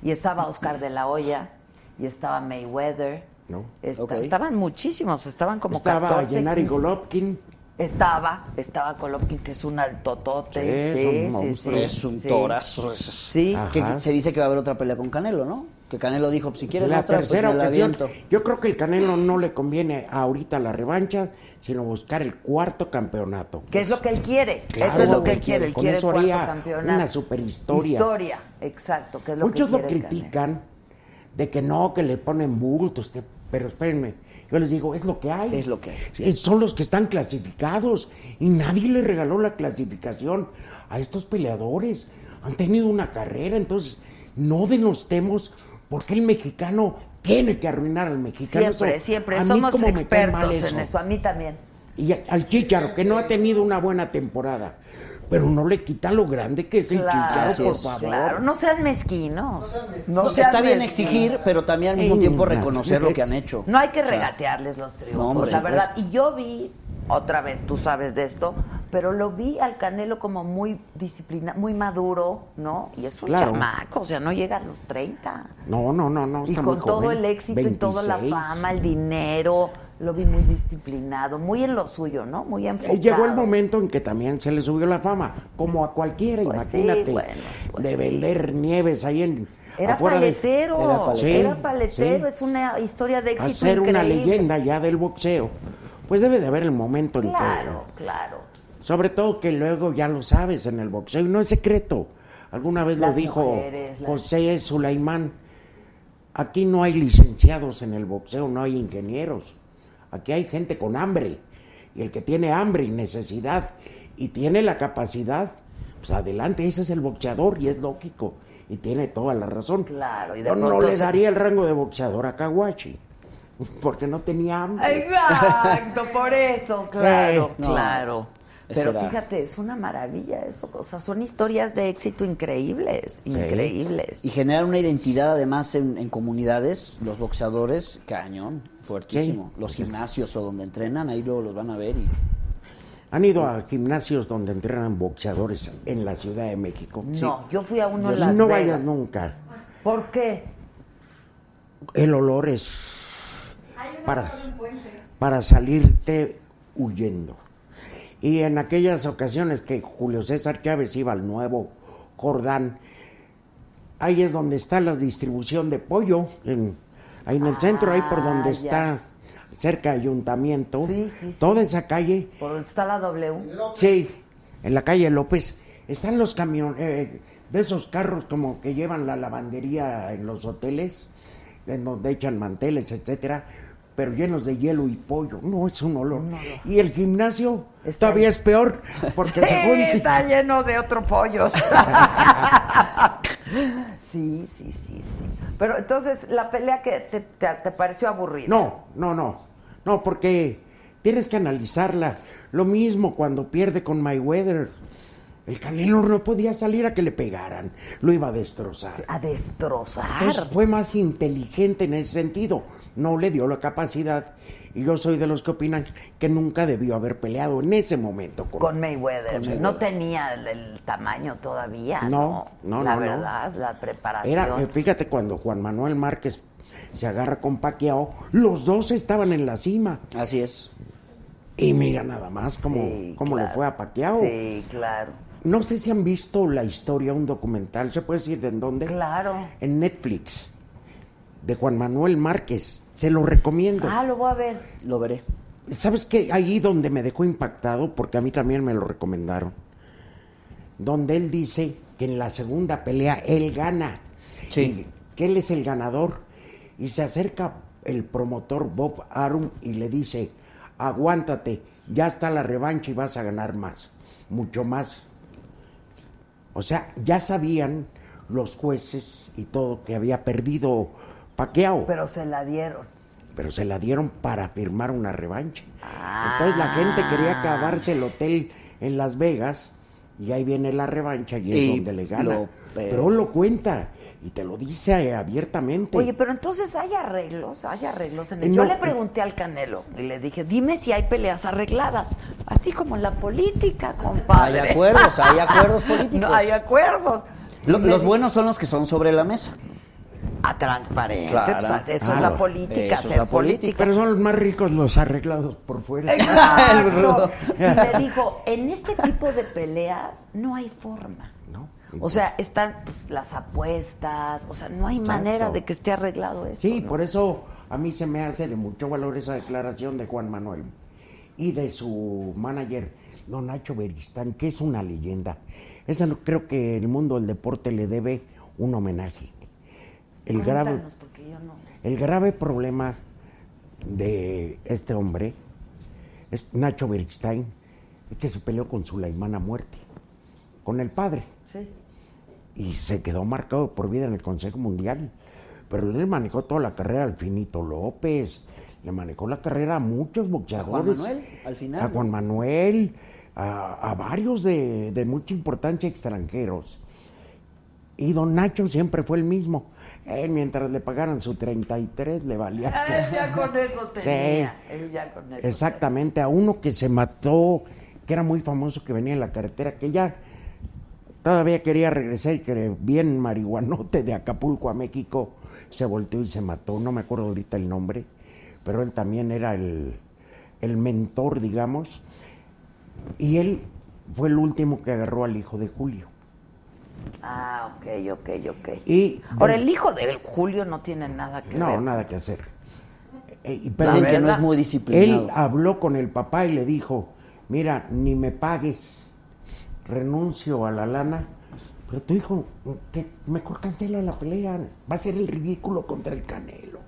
[SPEAKER 2] Y estaba Oscar de la Hoya y estaba Mayweather.
[SPEAKER 4] No.
[SPEAKER 2] Esta-
[SPEAKER 1] Ok.
[SPEAKER 2] Estaban muchísimos, estaban como
[SPEAKER 4] Estaba
[SPEAKER 2] 14.
[SPEAKER 4] Gennady
[SPEAKER 2] 15.
[SPEAKER 4] Golovkin.
[SPEAKER 2] Estaba, estaba Golovkin, que es un altotote.
[SPEAKER 4] Sí,
[SPEAKER 2] Sí,
[SPEAKER 4] es un
[SPEAKER 2] sí,
[SPEAKER 4] monstruo.
[SPEAKER 2] sí,
[SPEAKER 1] Es un
[SPEAKER 2] sí.
[SPEAKER 1] torazo. es-
[SPEAKER 2] Sí.
[SPEAKER 4] Ajá.
[SPEAKER 1] Que se dice que va a haber otra pelea con Canelo, ¿no? Que Canelo dijo, si quieres
[SPEAKER 4] La
[SPEAKER 1] otra, pues
[SPEAKER 4] tercera
[SPEAKER 1] me la
[SPEAKER 4] ocasión.
[SPEAKER 1] aviento.
[SPEAKER 4] Yo creo que el Canelo no le conviene ahorita la revancha, sino buscar el cuarto campeonato.
[SPEAKER 2] Que es lo que él quiere.
[SPEAKER 4] Claro,
[SPEAKER 2] eso es lo que él
[SPEAKER 4] güey,
[SPEAKER 2] quiere. Él
[SPEAKER 4] con
[SPEAKER 2] quiere
[SPEAKER 4] eso
[SPEAKER 2] cuarto
[SPEAKER 4] haría
[SPEAKER 2] campeonato.
[SPEAKER 4] una superhistoria.
[SPEAKER 2] Historia, exacto. Que es lo
[SPEAKER 4] Muchos
[SPEAKER 2] que
[SPEAKER 4] lo
[SPEAKER 2] quiere el Canelo.
[SPEAKER 4] critican de que no, que le ponen bultos, que- pero espérenme, yo les digo, es lo que hay.
[SPEAKER 1] Es lo que hay.
[SPEAKER 4] Sí, Eh, Son los que están clasificados y nadie le regaló la clasificación a estos peleadores. Han tenido una carrera, entonces no denostemos porque el mexicano tiene que arruinar al mexicano.
[SPEAKER 2] Siempre,
[SPEAKER 4] Eso, a
[SPEAKER 2] siempre.
[SPEAKER 4] mí
[SPEAKER 2] Somos
[SPEAKER 4] como me cae mal
[SPEAKER 2] expertos en
[SPEAKER 4] eso.
[SPEAKER 2] eso. A mí también.
[SPEAKER 4] Y a- al Chicharo, que no ha tenido una buena temporada, pero no le quita lo grande que es el
[SPEAKER 2] Claro, pues,
[SPEAKER 4] Chicharo, por
[SPEAKER 1] es,
[SPEAKER 4] favor.
[SPEAKER 2] claro. No sean mezquinos. No sean
[SPEAKER 1] Está bien
[SPEAKER 2] mezquinos.
[SPEAKER 1] exigir, pero también al mismo
[SPEAKER 4] Sí,
[SPEAKER 1] tiempo
[SPEAKER 4] no,
[SPEAKER 1] reconocer
[SPEAKER 4] sí,
[SPEAKER 1] lo que
[SPEAKER 4] es-
[SPEAKER 1] han hecho.
[SPEAKER 2] No hay que regatearles los
[SPEAKER 1] no,
[SPEAKER 2] triunfos,
[SPEAKER 1] hombre,
[SPEAKER 4] pues.
[SPEAKER 2] la verdad. Y yo vi, otra vez tú sabes de esto, pero lo vi al Canelo como muy disciplinado, muy maduro, ¿no? Y es un
[SPEAKER 4] Claro.
[SPEAKER 2] chamaco, o sea, no llega a los 30.
[SPEAKER 4] No, no, no, no.
[SPEAKER 2] Y
[SPEAKER 4] está
[SPEAKER 2] con
[SPEAKER 4] muy
[SPEAKER 2] todo
[SPEAKER 4] joven.
[SPEAKER 2] el éxito y toda la
[SPEAKER 4] 26.
[SPEAKER 2] fama, el dinero, lo vi muy disciplinado, muy en lo suyo, ¿no? Muy enfocado.
[SPEAKER 4] Eh, Llegó el momento en que también se le subió la fama, como a cualquiera,
[SPEAKER 2] Pues sí,
[SPEAKER 4] imagínate,
[SPEAKER 2] bueno, pues
[SPEAKER 4] de
[SPEAKER 2] sí.
[SPEAKER 4] vender nieves ahí en
[SPEAKER 2] Era
[SPEAKER 4] afuera de-
[SPEAKER 2] paletero,
[SPEAKER 1] Era
[SPEAKER 2] era
[SPEAKER 1] paletero.
[SPEAKER 2] paletero,
[SPEAKER 4] Sí, sí.
[SPEAKER 2] es una historia de éxito
[SPEAKER 4] hacer
[SPEAKER 2] increíble.
[SPEAKER 4] una leyenda ya del boxeo. Pues debe de haber el momento en
[SPEAKER 2] Claro, claro.
[SPEAKER 4] que, sobre todo que luego ya lo sabes en el boxeo y no es secreto. Alguna vez lo
[SPEAKER 2] Las
[SPEAKER 4] dijo
[SPEAKER 2] mujeres, las-
[SPEAKER 4] José Sulaimán. Aquí no hay licenciados en el boxeo, no hay ingenieros. Aquí hay gente con hambre. Y el que tiene hambre y necesidad y tiene la capacidad, pues adelante, ese es el boxeador y es lógico. Y tiene toda la razón.
[SPEAKER 2] Claro, y de
[SPEAKER 4] Yo no
[SPEAKER 2] pronto
[SPEAKER 4] le
[SPEAKER 2] se-
[SPEAKER 4] daría el rango de boxeador a Kawachi, [LAUGHS] porque no tenía hambre.
[SPEAKER 2] Exacto, [LAUGHS] por
[SPEAKER 4] Eh,
[SPEAKER 2] eso, claro,
[SPEAKER 1] no.
[SPEAKER 2] claro.
[SPEAKER 1] Eso
[SPEAKER 2] Pero
[SPEAKER 1] era-
[SPEAKER 2] fíjate, es una maravilla eso. O sea, son historias de éxito increíbles, increíbles.
[SPEAKER 1] Y generar una identidad además en, en comunidades, los boxeadores, cañón, fuertísimo.
[SPEAKER 4] Sí.
[SPEAKER 1] Los gimnasios o donde entrenan, ahí luego los van a ver y
[SPEAKER 4] Han ido a gimnasios donde entrenan boxeadores en la Ciudad de México.
[SPEAKER 2] No, yo fui a uno en
[SPEAKER 4] Pues
[SPEAKER 2] Las
[SPEAKER 4] no
[SPEAKER 2] Vegas.
[SPEAKER 4] vayas nunca.
[SPEAKER 2] ¿Por qué?
[SPEAKER 4] El olor es
[SPEAKER 6] Hay una
[SPEAKER 4] para,
[SPEAKER 6] por un puente.
[SPEAKER 4] para salirte huyendo. Y en aquellas ocasiones que Julio César Chávez iba al nuevo Jordán, ahí es donde está la distribución de pollo, en- ahí en el
[SPEAKER 2] Ah,
[SPEAKER 4] centro, ahí por donde
[SPEAKER 2] ya.
[SPEAKER 4] está cerca ayuntamiento,
[SPEAKER 2] Sí, sí, sí.
[SPEAKER 4] toda esa calle,
[SPEAKER 2] ¿Por dónde está la W?
[SPEAKER 4] sí, en la calle López, están los camiones, de esos carros como que llevan la lavandería en los hoteles, en donde echan manteles, etcétera, pero llenos de hielo y pollo, no es un olor. Y el gimnasio
[SPEAKER 2] Está
[SPEAKER 4] todavía
[SPEAKER 2] ahí. [LAUGHS] Eh,
[SPEAKER 4] es peor, porque
[SPEAKER 2] Sí,
[SPEAKER 4] según [LAUGHS]
[SPEAKER 2] está lleno de otro pollos. Sí, sí, sí, sí. Pero entonces, la pelea que te, te- te pareció aburrida.
[SPEAKER 4] No, no, no. No, porque tienes que analizarla. Lo mismo cuando pierde con Mayweather. El Canelo no podía salir a que le pegaran. Lo iba a destrozar.
[SPEAKER 2] A destrozar.
[SPEAKER 4] Entonces fue más inteligente en ese sentido. No le dio la capacidad. Y yo soy de los que opinan que nunca debió haber peleado en ese momento. con-
[SPEAKER 2] Con Mayweather.
[SPEAKER 4] Con Mayweather.
[SPEAKER 2] No tenía el, el tamaño todavía. No,
[SPEAKER 4] No, no,
[SPEAKER 2] La
[SPEAKER 4] no, no.
[SPEAKER 2] verdad, la preparación.
[SPEAKER 4] Era, eh, fíjate, cuando Juan Manuel Márquez se agarra con Pacquiao, los dos estaban en la cima.
[SPEAKER 1] Así es.
[SPEAKER 4] Y mira nada más cómo,
[SPEAKER 2] Sí,
[SPEAKER 4] cómo
[SPEAKER 2] claro.
[SPEAKER 4] le fue a Pacquiao.
[SPEAKER 2] Sí, claro.
[SPEAKER 4] No sé si han visto la historia, un documental, ¿se puede decir de en dónde?
[SPEAKER 2] Claro.
[SPEAKER 4] En Netflix, de Juan Manuel Márquez. Se lo recomiendo.
[SPEAKER 2] Ah, lo voy a ver.
[SPEAKER 1] Lo veré.
[SPEAKER 4] ¿Sabes qué? Ahí donde me dejó impactado, porque a mí también me lo recomendaron, donde él dice que en la segunda pelea él gana.
[SPEAKER 1] Sí.
[SPEAKER 4] Y que él es el ganador. Y se acerca el promotor Bob Arum y le dice, aguántate, ya está la revancha y vas a ganar más, mucho más. O sea, ya sabían los jueces y todo que había perdido Paqueao
[SPEAKER 2] Pero se la dieron.
[SPEAKER 4] pero se la dieron para firmar una revancha.
[SPEAKER 2] Ah.
[SPEAKER 4] Entonces la gente quería acabarse el hotel en Las Vegas y ahí viene la revancha y es
[SPEAKER 1] Y
[SPEAKER 4] donde le gana.
[SPEAKER 1] lo- pero-
[SPEAKER 4] Pero él lo cuenta y te lo dice eh, abiertamente.
[SPEAKER 2] Oye, pero entonces hay arreglos, hay arreglos. En el...
[SPEAKER 4] No.
[SPEAKER 2] Yo le pregunté al Canelo y le dije, dime si hay peleas arregladas, así como en la política, compadre.
[SPEAKER 1] Hay
[SPEAKER 2] [LAUGHS]
[SPEAKER 1] acuerdos, hay acuerdos políticos.
[SPEAKER 2] No, hay acuerdos.
[SPEAKER 1] Lo-
[SPEAKER 2] Y me
[SPEAKER 1] los
[SPEAKER 2] di-
[SPEAKER 1] buenos son los que son sobre la mesa.
[SPEAKER 2] A transparente,
[SPEAKER 1] Claro.
[SPEAKER 2] pues, eso es
[SPEAKER 4] Claro.
[SPEAKER 2] la política,
[SPEAKER 1] Eso es
[SPEAKER 2] ser
[SPEAKER 1] la política.
[SPEAKER 2] política.
[SPEAKER 4] Pero son los más ricos los arreglados por fuera.
[SPEAKER 1] [LAUGHS]
[SPEAKER 2] [LAUGHS]
[SPEAKER 1] El
[SPEAKER 2] Exacto.
[SPEAKER 1] rudo.
[SPEAKER 2] Y le dijo, en este tipo de peleas no hay forma.
[SPEAKER 4] No.
[SPEAKER 2] O sea, están pues, las apuestas, o sea, no hay
[SPEAKER 4] Exacto.
[SPEAKER 2] manera de que esté arreglado eso.
[SPEAKER 4] Sí,
[SPEAKER 2] ¿no?
[SPEAKER 4] por eso a mí se me hace de mucho valor esa declaración de Juan Manuel y de su manager, don Nacho Beristán, que es una leyenda. Esa no- creo que el mundo del deporte le debe un homenaje. El grave,
[SPEAKER 2] Cuéntanos, porque yo no.
[SPEAKER 4] el grave problema de este hombre, es Nacho Beristán, es que se peleó con Sulaimán a muerte, con el padre
[SPEAKER 2] Sí.
[SPEAKER 4] y se quedó marcado por vida en el Consejo Mundial. Pero él manejó toda la carrera al Finito López, le manejó la carrera a muchos boxeadores.
[SPEAKER 1] Manuel, al final,
[SPEAKER 4] A
[SPEAKER 1] ¿no?
[SPEAKER 4] Juan Manuel, a, a varios de, de mucha importancia extranjeros. Y don Nacho siempre fue el mismo. Él, mientras le pagaran su 33,
[SPEAKER 1] [LAUGHS]
[SPEAKER 4] le valía.
[SPEAKER 2] [LAUGHS] Ah, él ya con eso tenía. Él ya con eso
[SPEAKER 4] Exactamente, a uno que se mató, que era muy famoso, que venía en la carretera, que ya todavía quería regresar y que bien marihuanote de Acapulco a México, se volteó y se mató. No me acuerdo ahorita el nombre, pero él también era el, el mentor, digamos. Y él fue el último que agarró al hijo de Julio.
[SPEAKER 2] tenía. Ah, ok, ok, ok.
[SPEAKER 4] Y
[SPEAKER 2] Ahora,
[SPEAKER 4] des-
[SPEAKER 2] el hijo de Julio no tiene nada que ver.
[SPEAKER 4] No, nada que hacer. Eh, y-
[SPEAKER 1] Dicen que no
[SPEAKER 2] verdad,
[SPEAKER 1] es muy
[SPEAKER 4] Él
[SPEAKER 1] disciplinado.
[SPEAKER 4] habló con el papá y le dijo, mira, ni me pagues, renuncio a la lana, pero tu hijo, que mejor cancela la pelea, va a ser el ridículo contra el Canelo.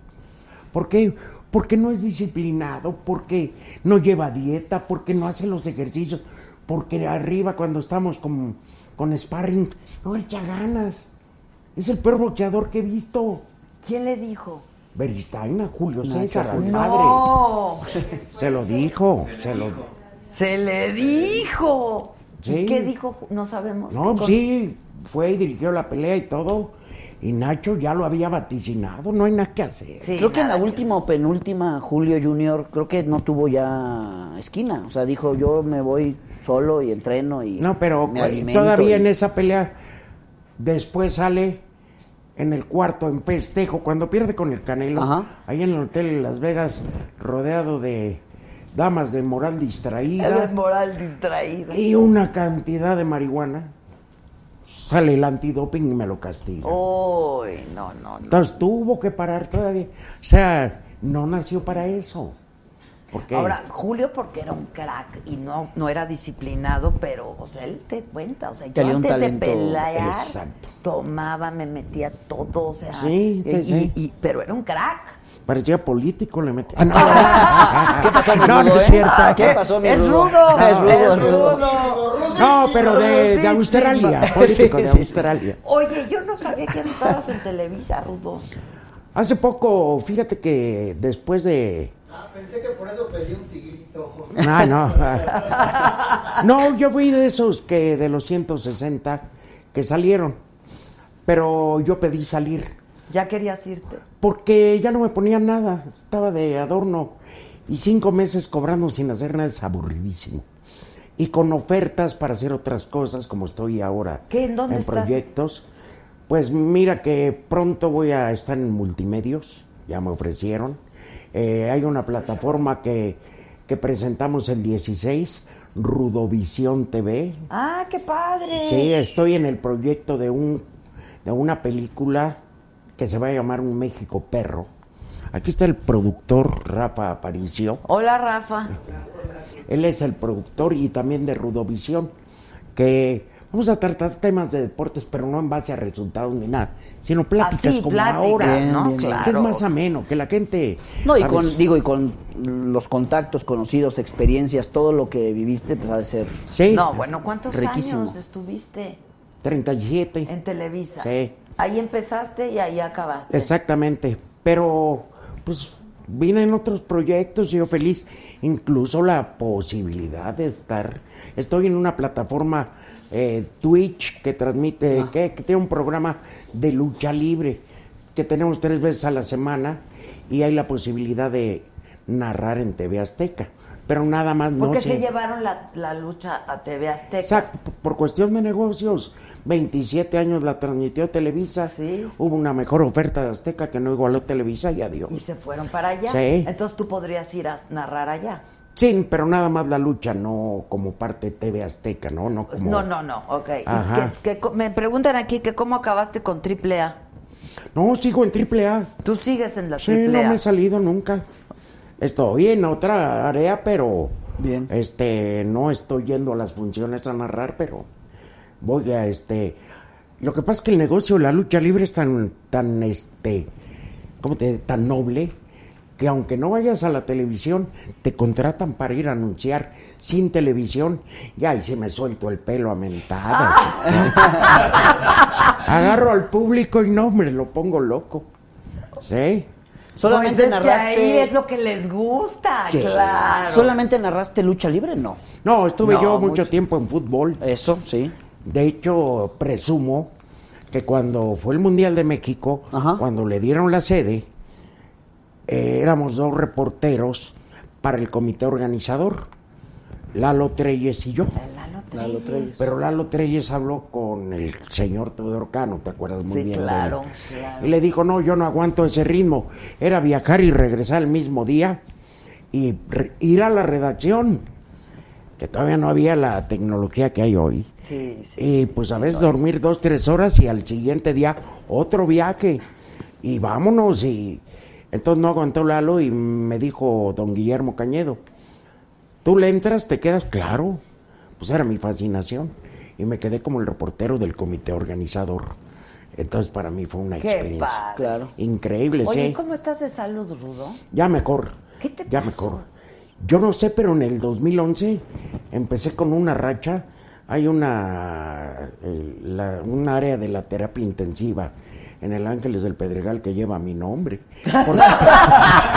[SPEAKER 4] ¿Por qué? Porque no es disciplinado, porque no lleva dieta, porque no hace los ejercicios, porque arriba cuando estamos con, con sparring, no le echa ganas. Es el peor boxeador que he visto.
[SPEAKER 2] ¿Quién le dijo?
[SPEAKER 4] Beristain a Julio
[SPEAKER 1] Nacho
[SPEAKER 4] César, al
[SPEAKER 1] Julio.
[SPEAKER 4] padre.
[SPEAKER 2] ¡No!
[SPEAKER 4] Se lo dijo, se lo
[SPEAKER 2] ¡Se le dijo! ¿Y
[SPEAKER 4] Sí.
[SPEAKER 2] qué dijo? Ju- No sabemos.
[SPEAKER 4] No,
[SPEAKER 2] Con-
[SPEAKER 4] sí, fue y dirigió la pelea y todo. Y Nacho ya lo había vaticinado, no hay nada que hacer.
[SPEAKER 2] Sí,
[SPEAKER 1] creo que en la
[SPEAKER 2] nada
[SPEAKER 1] última o penúltima, Julio Junior, creo que no tuvo ya esquina. O sea, dijo, yo me voy solo y entreno y
[SPEAKER 4] No, pero
[SPEAKER 1] me
[SPEAKER 4] cu-
[SPEAKER 1] alimento
[SPEAKER 4] todavía
[SPEAKER 1] y- [LAUGHS]
[SPEAKER 4] en esa pelea, después sale en el cuarto, en festejo, cuando pierde con el Canelo,
[SPEAKER 1] Ajá.
[SPEAKER 4] ahí en el hotel en Las Vegas, rodeado de damas de moral
[SPEAKER 2] que hacer. Él
[SPEAKER 4] distraída
[SPEAKER 2] es moral distraída.
[SPEAKER 4] y una cantidad de marihuana. Sale el antidoping y me lo castiga.
[SPEAKER 2] Uy, no, no, no.
[SPEAKER 4] Entonces tuvo que parar todavía. O sea, no nació para eso. Porque
[SPEAKER 2] Ahora, Julio porque era un crack y no, no era disciplinado, pero, o sea, él te cuenta, o sea, yo
[SPEAKER 1] Tenía un
[SPEAKER 2] antes
[SPEAKER 1] talento,
[SPEAKER 2] de pelear,
[SPEAKER 4] exacto.
[SPEAKER 2] tomaba, me metía todo, o sea,
[SPEAKER 4] Sí, sí,
[SPEAKER 2] y-
[SPEAKER 4] sí.
[SPEAKER 2] y- y- pero era un crack.
[SPEAKER 4] Parecía político, le metí. Ah, [LAUGHS] no. ¿Qué pasó, No, no es cierto.
[SPEAKER 1] Ah, ¿eh? ¿Qué pasó, mi
[SPEAKER 2] Es
[SPEAKER 1] rudo?
[SPEAKER 2] rudo.
[SPEAKER 1] Ah, Es rudo,
[SPEAKER 2] Es
[SPEAKER 1] es rudo.
[SPEAKER 4] No, pero de, de Australia, político de
[SPEAKER 1] Sí, sí.
[SPEAKER 4] Australia.
[SPEAKER 2] Oye, yo no sabía que estabas en Televisa, Rudo.
[SPEAKER 4] Hace poco, fíjate que después de... Ah, no. No, yo fui de esos que de los 160 que salieron, pero yo pedí salir
[SPEAKER 2] Ya querías irte.
[SPEAKER 4] porque ya no me ponían nada, estaba de adorno y cinco meses cobrando sin hacer nada es aburridísimo. Y con ofertas para hacer otras cosas como estoy ahora
[SPEAKER 2] ¿Qué? ¿En dónde estás?
[SPEAKER 4] proyectos. Pues mira que pronto voy a estar en multimedios, ya me ofrecieron. Eh, hay una plataforma que, que presentamos el 16, Rudovisión TV,
[SPEAKER 2] Ah, qué padre.
[SPEAKER 4] Sí, eh. estoy en el proyecto de un de una película que se va a llamar Un México Perro. Aquí está el productor Rafa Aparicio.
[SPEAKER 2] Hola, Rafa.
[SPEAKER 4] Él es el productor y también de Rudovisión, que vamos a tratar temas de deportes, pero no en base a resultados ni nada, sino pláticas
[SPEAKER 2] Así,
[SPEAKER 4] como
[SPEAKER 2] plática,
[SPEAKER 4] ahora,
[SPEAKER 2] ¿no?
[SPEAKER 4] que
[SPEAKER 2] Claro.
[SPEAKER 4] es más ameno, que la gente
[SPEAKER 1] No, y
[SPEAKER 4] a
[SPEAKER 1] con,
[SPEAKER 4] veces-
[SPEAKER 1] digo, y con los contactos, conocidos, experiencias, todo lo que viviste, pues ha de ser.
[SPEAKER 4] sí,
[SPEAKER 2] No, bueno, ¿cuántos
[SPEAKER 1] Riquísimo.
[SPEAKER 2] años estuviste
[SPEAKER 4] 37.
[SPEAKER 2] en Televisa?
[SPEAKER 4] Sí.
[SPEAKER 2] Ahí empezaste y ahí acabaste.
[SPEAKER 4] Exactamente. Pero, pues, vine en otros proyectos, yo feliz. Incluso la posibilidad de estar. Estoy en una plataforma eh, Twitch que transmite, que, que tiene un programa de lucha libre que tenemos tres veces a la semana y hay la posibilidad de narrar en TV Azteca. Pero nada más no
[SPEAKER 2] Porque se
[SPEAKER 4] siempre.
[SPEAKER 2] llevaron la, la lucha a TV Azteca.
[SPEAKER 4] Exacto, p- por cuestión de negocios. 27 años la transmitió Televisa.
[SPEAKER 2] Sí.
[SPEAKER 4] Hubo una mejor oferta de Azteca que no igualó Televisa y adiós.
[SPEAKER 2] Y se fueron para allá.
[SPEAKER 4] Sí.
[SPEAKER 2] Entonces tú podrías ir a narrar allá.
[SPEAKER 4] Sí, pero nada más la lucha, no como parte de TV Azteca, ¿no? No, como...
[SPEAKER 2] Pues No, no, no, ok. ¿Y
[SPEAKER 4] Ajá.
[SPEAKER 2] qué- qué co- me preguntan aquí que cómo acabaste con Triple A.
[SPEAKER 4] No, sigo en Triple A.
[SPEAKER 2] Tú sigues en la
[SPEAKER 4] Sí,
[SPEAKER 2] Triple
[SPEAKER 4] no
[SPEAKER 2] A.
[SPEAKER 4] me he salido nunca. Estoy en otra área, pero.
[SPEAKER 1] Bien.
[SPEAKER 4] Este, no estoy yendo a las funciones a narrar, pero voy a este. Lo que pasa es que el negocio de la lucha libre es tan, tan este, ¿cómo te diré? tan noble que aunque no vayas a la televisión, te contratan para ir a anunciar sin televisión. Y ahí se me suelto el pelo a mentadas.
[SPEAKER 2] Ah.
[SPEAKER 4] Agarro al público y no, hombre, lo pongo loco. ¿Sí?
[SPEAKER 1] Solamente
[SPEAKER 2] Pues es que
[SPEAKER 1] narraste.
[SPEAKER 2] ahí es lo que les gusta,
[SPEAKER 4] Sí.
[SPEAKER 2] claro.
[SPEAKER 1] ¿Solamente narraste lucha libre? No.
[SPEAKER 4] No, estuve
[SPEAKER 1] No,
[SPEAKER 4] yo mucho,
[SPEAKER 1] mucho.
[SPEAKER 4] tiempo en fútbol.
[SPEAKER 1] Eso, sí.
[SPEAKER 4] De hecho, presumo que cuando fue el Mundial de México,
[SPEAKER 1] Ajá.
[SPEAKER 4] cuando le dieron la sede, eh, éramos dos reporteros para el comité organizador, Lalo Treyes y yo.
[SPEAKER 2] El Lalo Treyes.
[SPEAKER 1] Lalo Treyes.
[SPEAKER 4] Pero Lalo Treyes habló con el señor Teodoro Cano, ¿te acuerdas muy
[SPEAKER 2] Sí,
[SPEAKER 4] bien? de él?
[SPEAKER 2] claro, claro.
[SPEAKER 4] Y le dijo, no, yo no aguanto ese ritmo. Era viajar y regresar el mismo día y re- ir a la redacción, que todavía no había la tecnología que hay hoy.
[SPEAKER 2] Sí, sí.
[SPEAKER 4] Y pues a veces dormir dos, tres horas y al siguiente día otro viaje. Y vámonos. Y entonces no aguantó Lalo y me dijo don Guillermo Cañedo, tú le entras, te quedas claro. Pues era mi fascinación. Y me quedé como el reportero del comité organizador. Entonces para mí fue una
[SPEAKER 2] Qué
[SPEAKER 4] experiencia
[SPEAKER 2] padre.
[SPEAKER 1] Claro.
[SPEAKER 4] increíble.
[SPEAKER 2] Oye,
[SPEAKER 4] sí.
[SPEAKER 2] ¿y ¿cómo estás de salud, Rudo?
[SPEAKER 4] Ya mejor.
[SPEAKER 2] ¿Qué te
[SPEAKER 4] ya
[SPEAKER 2] pasó?
[SPEAKER 4] mejor. Yo no sé, pero en el 2011 empecé con una racha. Hay una eh, la- un área de la terapia intensiva en el Ángeles del Pedregal que lleva mi nombre.
[SPEAKER 2] [LAUGHS]
[SPEAKER 4] Por,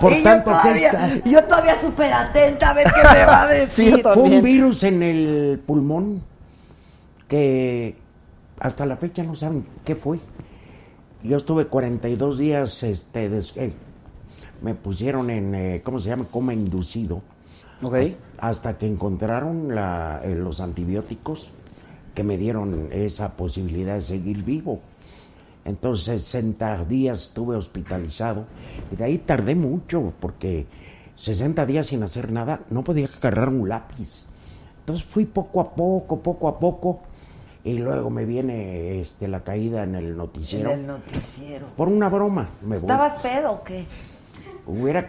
[SPEAKER 4] por
[SPEAKER 2] Y yo
[SPEAKER 4] tanto que
[SPEAKER 2] todavía-
[SPEAKER 4] está-
[SPEAKER 2] Yo todavía súper atenta a ver qué me
[SPEAKER 4] [LAUGHS]
[SPEAKER 2] va a decir.
[SPEAKER 1] yo
[SPEAKER 4] fue un
[SPEAKER 1] también.
[SPEAKER 4] virus en el pulmón que hasta la fecha no saben qué fue. Yo estuve 42 días, este, des- eh, me pusieron en, eh, ¿cómo se llama? Coma inducido.
[SPEAKER 1] Ok.
[SPEAKER 4] hasta que encontraron la- eh, los antibióticos que me dieron esa posibilidad de seguir vivo. Entonces 60 días estuve hospitalizado y de ahí tardé mucho porque 60 días sin hacer nada no podía agarrar un lápiz. Entonces fui poco a poco, poco a poco y luego me viene este, la caída en el
[SPEAKER 2] En
[SPEAKER 4] noticiero.
[SPEAKER 2] el noticiero.
[SPEAKER 4] Por una broma, me voy.
[SPEAKER 2] ¿Estabas pedo o qué?
[SPEAKER 4] Hubiera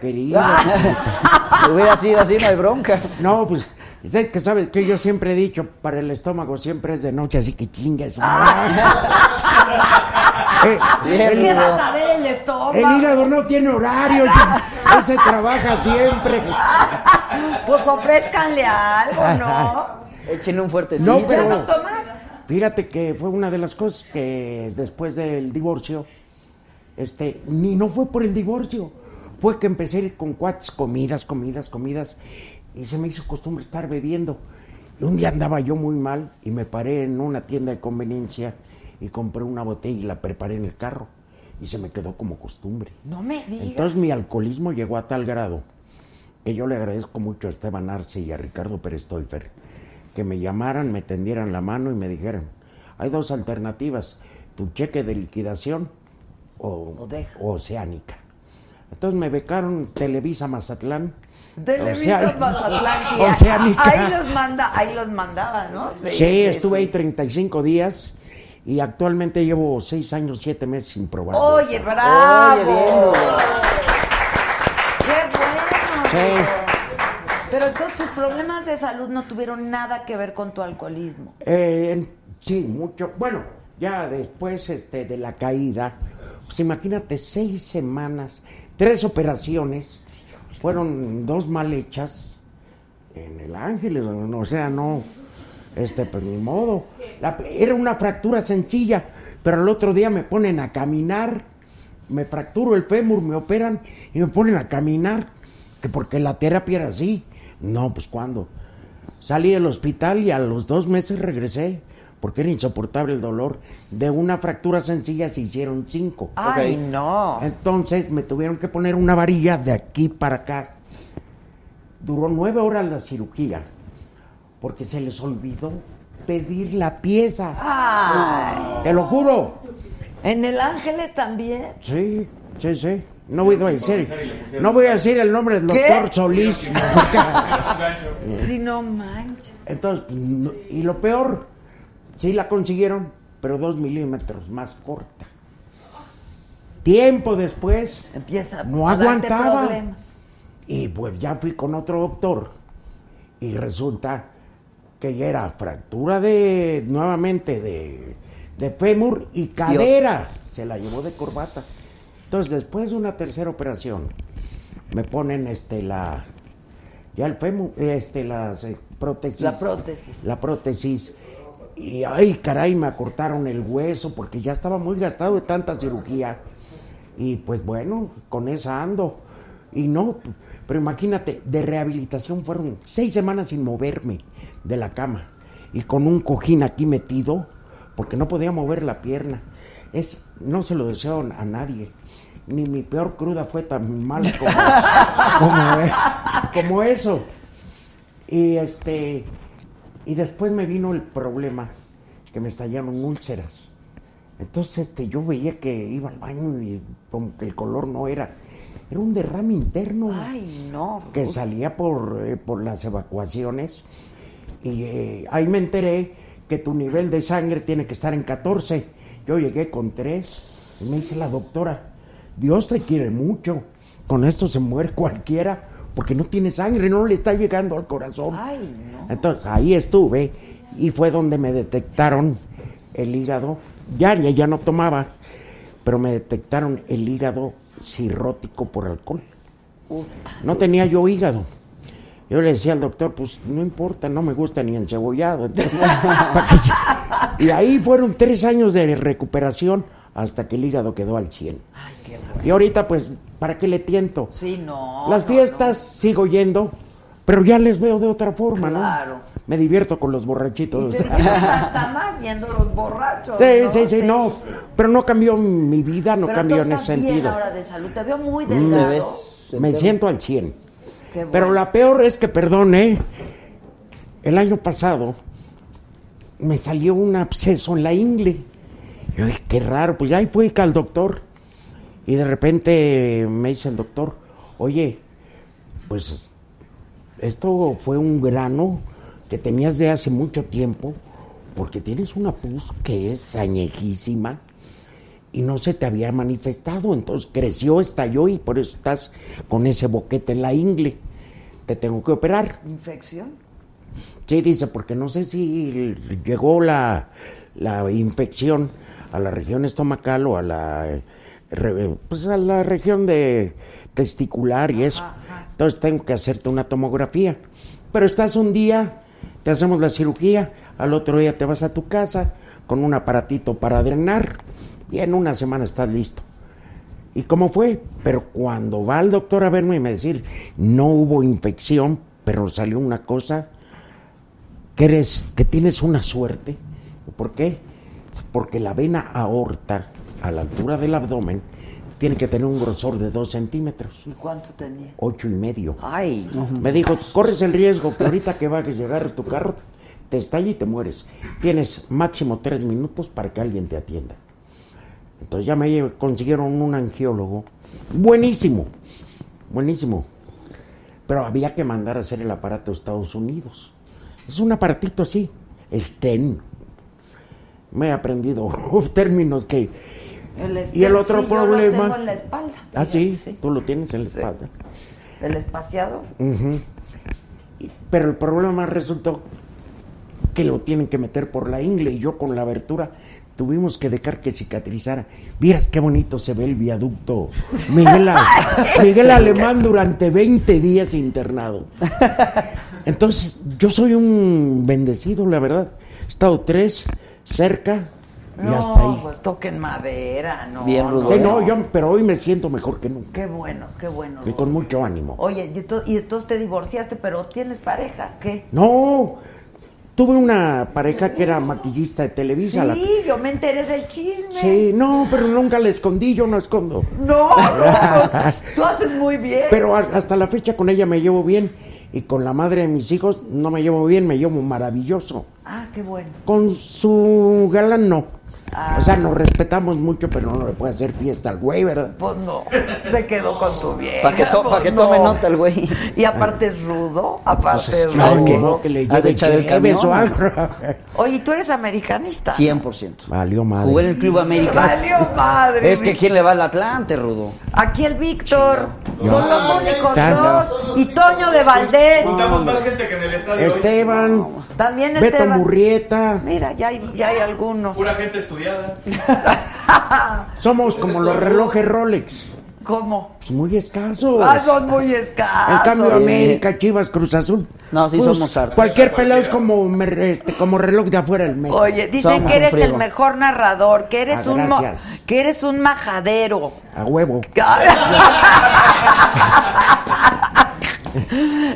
[SPEAKER 2] [LAUGHS]
[SPEAKER 4] querido.
[SPEAKER 1] [LAUGHS] Hubiera sido así, no hay bronca.
[SPEAKER 4] No, pues, es que sabes que yo siempre he dicho, para el estómago siempre es de noche, así que chingues.
[SPEAKER 1] Bien,
[SPEAKER 2] ¿Qué
[SPEAKER 1] Rudo.
[SPEAKER 2] vas a ver el estómago.
[SPEAKER 4] Eh, El hígado no tiene horario, [LAUGHS] ya- ese trabaja siempre.
[SPEAKER 2] Pues ofrézcanle algo, ¿no?
[SPEAKER 1] Échenle un fuerte
[SPEAKER 4] No,
[SPEAKER 2] ¿Ya
[SPEAKER 4] pero-
[SPEAKER 2] no tomas?
[SPEAKER 4] Fíjate que fue una de las cosas que después del divorcio, este, ni no fue por el divorcio, fue que empecé a ir con cuates, comidas, comidas, comidas, y se me hizo costumbre estar bebiendo. Y un día andaba yo muy mal y me paré en una tienda de conveniencia y compré una botella y la preparé en el carro. Y se me quedó como costumbre.
[SPEAKER 2] No me digas.
[SPEAKER 4] Entonces mi alcoholismo llegó a tal grado que yo le agradezco mucho a Esteban Arce y a Ricardo Pérez Toifer que me llamaran, me tendieran la mano y me dijeran, hay dos alternativas, tu cheque de liquidación o,
[SPEAKER 2] O deja.
[SPEAKER 4] o Oceánica. Entonces me becaron Televisa Mazatlán.
[SPEAKER 2] Televisa
[SPEAKER 4] Oceánica.
[SPEAKER 2] Mazatlán, sí,
[SPEAKER 4] Oceánica.
[SPEAKER 2] Ahí los manda, ahí los mandaba, ¿no?
[SPEAKER 4] Sí, estuve ahí 35 días y actualmente llevo 6 años, 7 meses sin probar.
[SPEAKER 2] Oye, bravo.
[SPEAKER 1] bien, güey.
[SPEAKER 2] Qué bueno.
[SPEAKER 4] Sí.
[SPEAKER 2] Pero entonces tus problemas de salud no tuvieron nada que ver con tu alcoholismo.
[SPEAKER 4] Eh, en- sí, mucho. Bueno, ya después este, de la caída, pues imagínate, seis semanas, tres operaciones, fueron dos mal hechas en el Ángel, en- o sea, no, este, pues ni modo. La- era una fractura sencilla, pero el otro día me ponen a caminar, me fracturo el fémur, me operan y me ponen a caminar, que porque la terapia era así. No, pues cuando. Salí del hospital y a los dos meses regresé, porque era insoportable el dolor. De una fractura sencilla se hicieron cinco.
[SPEAKER 2] Ay, no.
[SPEAKER 4] Entonces me tuvieron que poner una varilla de aquí para acá. Duró nueve horas la cirugía, porque se les olvidó pedir la pieza.
[SPEAKER 2] Ay.
[SPEAKER 4] Te lo juro.
[SPEAKER 2] En el Ángeles también.
[SPEAKER 4] Sí, sí, sí. No voy a decir, no voy a decir el nombre del
[SPEAKER 2] ¿Qué?
[SPEAKER 4] doctor Solís. [LAUGHS] porque-
[SPEAKER 2] Si no manches.
[SPEAKER 4] Entonces, pues, no- y lo peor, sí la consiguieron, pero dos milímetros más corta. Tiempo después,
[SPEAKER 2] Empieza a
[SPEAKER 4] No
[SPEAKER 2] darte
[SPEAKER 4] aguantaba.
[SPEAKER 2] problemas.
[SPEAKER 4] y pues ya fui con otro doctor. Y resulta que ya era fractura de, nuevamente, de, de fémur y cadera. Se la llevó de corbata. Entonces, después de una tercera operación, me ponen este la, ya el fémur, este, las eh, prótesis.
[SPEAKER 2] La prótesis.
[SPEAKER 4] La prótesis. Y ay, caray, me acortaron el hueso porque ya estaba muy gastado de tanta cirugía. Y pues bueno, con esa ando. Y no, p- pero imagínate, de rehabilitación fueron seis semanas sin moverme de la cama y con un cojín aquí metido porque no podía mover la pierna. Es, no se lo deseo a nadie. Ni mi peor cruda fue tan mala
[SPEAKER 2] [LAUGHS]
[SPEAKER 4] como, como, eh, como eso. Y este y después me vino el problema que me estallaron úlceras. Entonces este, yo veía que iba al baño y como que el color no era. Era un derrame interno
[SPEAKER 2] Ay, no.
[SPEAKER 4] que salía por, eh, por las evacuaciones. Y eh, ahí me enteré que tu nivel de sangre tiene que estar en 14. Yo llegué con 3 y me dice la doctora, Dios te quiere mucho. Con esto se muere cualquiera porque no tiene sangre, no le está llegando al corazón.
[SPEAKER 2] Ay, no.
[SPEAKER 4] Entonces ahí estuve y fue donde me detectaron el hígado. Ya, ya, ya no tomaba, pero me detectaron el hígado cirrótico por alcohol. No tenía yo hígado. Yo le decía al doctor, pues no importa, no me gusta ni encebollado. Entonces, [LAUGHS] ¿pa' qué yo? y ahí fueron tres años de recuperación hasta que el hígado quedó al 100.
[SPEAKER 2] Ay, qué bueno.
[SPEAKER 4] Y ahorita, pues, ¿para qué le tiento?
[SPEAKER 2] Sí, no.
[SPEAKER 4] Las
[SPEAKER 2] Oh, no,
[SPEAKER 4] fiestas sigo yendo, pero ya les veo de otra forma,
[SPEAKER 2] Claro.
[SPEAKER 4] ¿no? Me divierto con los
[SPEAKER 2] no. Y
[SPEAKER 4] [LAUGHS] borrachitos.
[SPEAKER 2] te diviertes hasta más viendo los borrachos.
[SPEAKER 4] Sí,
[SPEAKER 2] ¿no?
[SPEAKER 4] sí, sí, no. Pero no cambió mi vida, no
[SPEAKER 2] Pero
[SPEAKER 4] cambió
[SPEAKER 2] tú
[SPEAKER 4] en ese
[SPEAKER 2] estás bien
[SPEAKER 4] sentido.
[SPEAKER 2] ahora de salud. Te veo muy
[SPEAKER 1] Te
[SPEAKER 2] delgado.
[SPEAKER 1] ves
[SPEAKER 4] Me
[SPEAKER 1] entero.
[SPEAKER 4] siento al 100.
[SPEAKER 2] Qué bueno.
[SPEAKER 4] Pero la peor es que, perdón, ¿eh? El año pasado me salió un absceso en la ingle. Yo dije, qué raro, pues ya ahí fui al doctor. Y de repente me dice el doctor, oye, pues esto fue un grano que tenías de hace mucho tiempo, porque tienes una pus que es añejísima y no se te había manifestado. Entonces creció, estalló y por eso estás con ese boquete en la ingle. Te tengo que operar.
[SPEAKER 2] ¿Infección?
[SPEAKER 4] Sí, dice, porque no sé si l- llegó la, la infección a la región estomacal o a la eh, re- pues a la región de testicular y eso. Entonces tengo que hacerte una tomografía. Pero estás un día, te hacemos la cirugía, al otro día te vas a tu casa con un aparatito para drenar y en una semana estás listo. ¿Y cómo fue? Pero cuando va el doctor a verme y me decir, no hubo infección, pero salió una cosa, que eres, que tienes una suerte. ¿Por qué? Porque la vena aorta, a la altura del abdomen, tiene que tener un grosor de dos centímetros,
[SPEAKER 2] ¿Y cuánto tenía?
[SPEAKER 4] ocho y medio.
[SPEAKER 2] Ay,
[SPEAKER 4] Me dijo, corres el riesgo que ahorita que va a llegar tu carro, te estalla y te mueres. Tienes máximo tres minutos para que alguien te atienda. Entonces ya me lle- consiguieron un angiólogo. Buenísimo, buenísimo. Pero había que mandar a hacer el aparato a Estados Unidos. Es un aparatito así, estén. Me he aprendido [LAUGHS] términos que... y el otro
[SPEAKER 2] este, sí, yo lo
[SPEAKER 4] problema...
[SPEAKER 2] tengo en la espalda.
[SPEAKER 4] Ah, sí,
[SPEAKER 2] fíjate, sí.
[SPEAKER 4] tú lo tienes en la espalda.
[SPEAKER 2] El espaciado.
[SPEAKER 4] Mm, Pero el problema resultó que lo tienen que meter por la ingle y yo con la abertura tuvimos que dejar que cicatrizara. Vieras qué bonito se ve el viaducto.
[SPEAKER 2] [LAUGHS]
[SPEAKER 4] Miguel, A- Miguel Alemán durante 20 días internado. Entonces, yo soy un bendecido, la verdad. He estado tres cerca y
[SPEAKER 2] no,
[SPEAKER 4] hasta ahí.
[SPEAKER 2] pues toquen madera, no.
[SPEAKER 1] Bien rudo.
[SPEAKER 4] Sí, no, yo- pero hoy me siento mejor que nunca
[SPEAKER 2] Qué bueno, qué bueno.
[SPEAKER 4] y con mucho ánimo.
[SPEAKER 2] Oye, y, ento- y entonces te divorciaste, pero tienes pareja, ¿qué?
[SPEAKER 4] No, tuve una pareja que era maquillista de Televisa. la-
[SPEAKER 2] Sí, yo me enteré del chisme.
[SPEAKER 4] Sí, no, pero nunca la escondí, yo no escondo.
[SPEAKER 2] No, no,
[SPEAKER 4] [LAUGHS]
[SPEAKER 2] tú haces muy bien.
[SPEAKER 4] Pero a- hasta la fecha con ella me llevo bien y con la madre de mis hijos no me llevo bien, me llevo maravilloso.
[SPEAKER 2] Ah, qué bueno.
[SPEAKER 4] Con su galán no.
[SPEAKER 2] Ah.
[SPEAKER 4] O sea, nos respetamos mucho, pero no le puede hacer fiesta al güey, ¿verdad?
[SPEAKER 2] Pues no, se quedó con tu vieja.
[SPEAKER 1] Para que, to-
[SPEAKER 2] pues
[SPEAKER 1] pa' que
[SPEAKER 2] no.
[SPEAKER 1] tome nota el güey.
[SPEAKER 2] Y aparte es rudo, aparte
[SPEAKER 4] Pues,
[SPEAKER 2] es
[SPEAKER 4] claro,
[SPEAKER 1] es que-
[SPEAKER 2] rudo.
[SPEAKER 4] no, que le
[SPEAKER 1] has de
[SPEAKER 4] lleve
[SPEAKER 1] echar el
[SPEAKER 4] cheves o
[SPEAKER 1] camión.
[SPEAKER 4] algo. [LAUGHS]
[SPEAKER 2] Oye, tú eres americanista.
[SPEAKER 1] 100%.
[SPEAKER 4] Valió madre.
[SPEAKER 1] Jugué en el Club América.
[SPEAKER 2] Valió madre.
[SPEAKER 1] Es que
[SPEAKER 2] Vic.
[SPEAKER 1] ¿quién le va al Atlante, Rudo?
[SPEAKER 2] aquí el Víctor.
[SPEAKER 4] Yo.
[SPEAKER 2] Son los únicos
[SPEAKER 4] Tan-
[SPEAKER 2] dos. Y Toño de Valdés.
[SPEAKER 3] Juntamos más gente que en el estadio. hoy.
[SPEAKER 4] Este- Esteban,
[SPEAKER 2] También
[SPEAKER 4] Beto
[SPEAKER 2] Esteban.
[SPEAKER 4] Murrieta,
[SPEAKER 2] Mira, ya hay, ya hay algunos.
[SPEAKER 3] Pura gente estudiada.
[SPEAKER 4] somos como los relojes Rolex.
[SPEAKER 2] ¿Cómo?
[SPEAKER 4] Pues muy escasos.
[SPEAKER 2] Ah, son muy
[SPEAKER 4] En
[SPEAKER 2] escasos.
[SPEAKER 4] cambio,
[SPEAKER 1] sí.
[SPEAKER 4] América, Chivas, Cruz Azul. Pues,
[SPEAKER 1] No, sí somos hartos.
[SPEAKER 4] Cualquier pelado es como, mer- este, como reloj de afuera del metro.
[SPEAKER 2] Oye, dicen
[SPEAKER 1] Somos
[SPEAKER 2] que eres
[SPEAKER 1] un friego.
[SPEAKER 2] el mejor narrador, que eres
[SPEAKER 4] Ah,
[SPEAKER 2] un mo-
[SPEAKER 4] gracias.
[SPEAKER 2] que eres un
[SPEAKER 4] [LAUGHS]
[SPEAKER 2] majadero.
[SPEAKER 4] A huevo.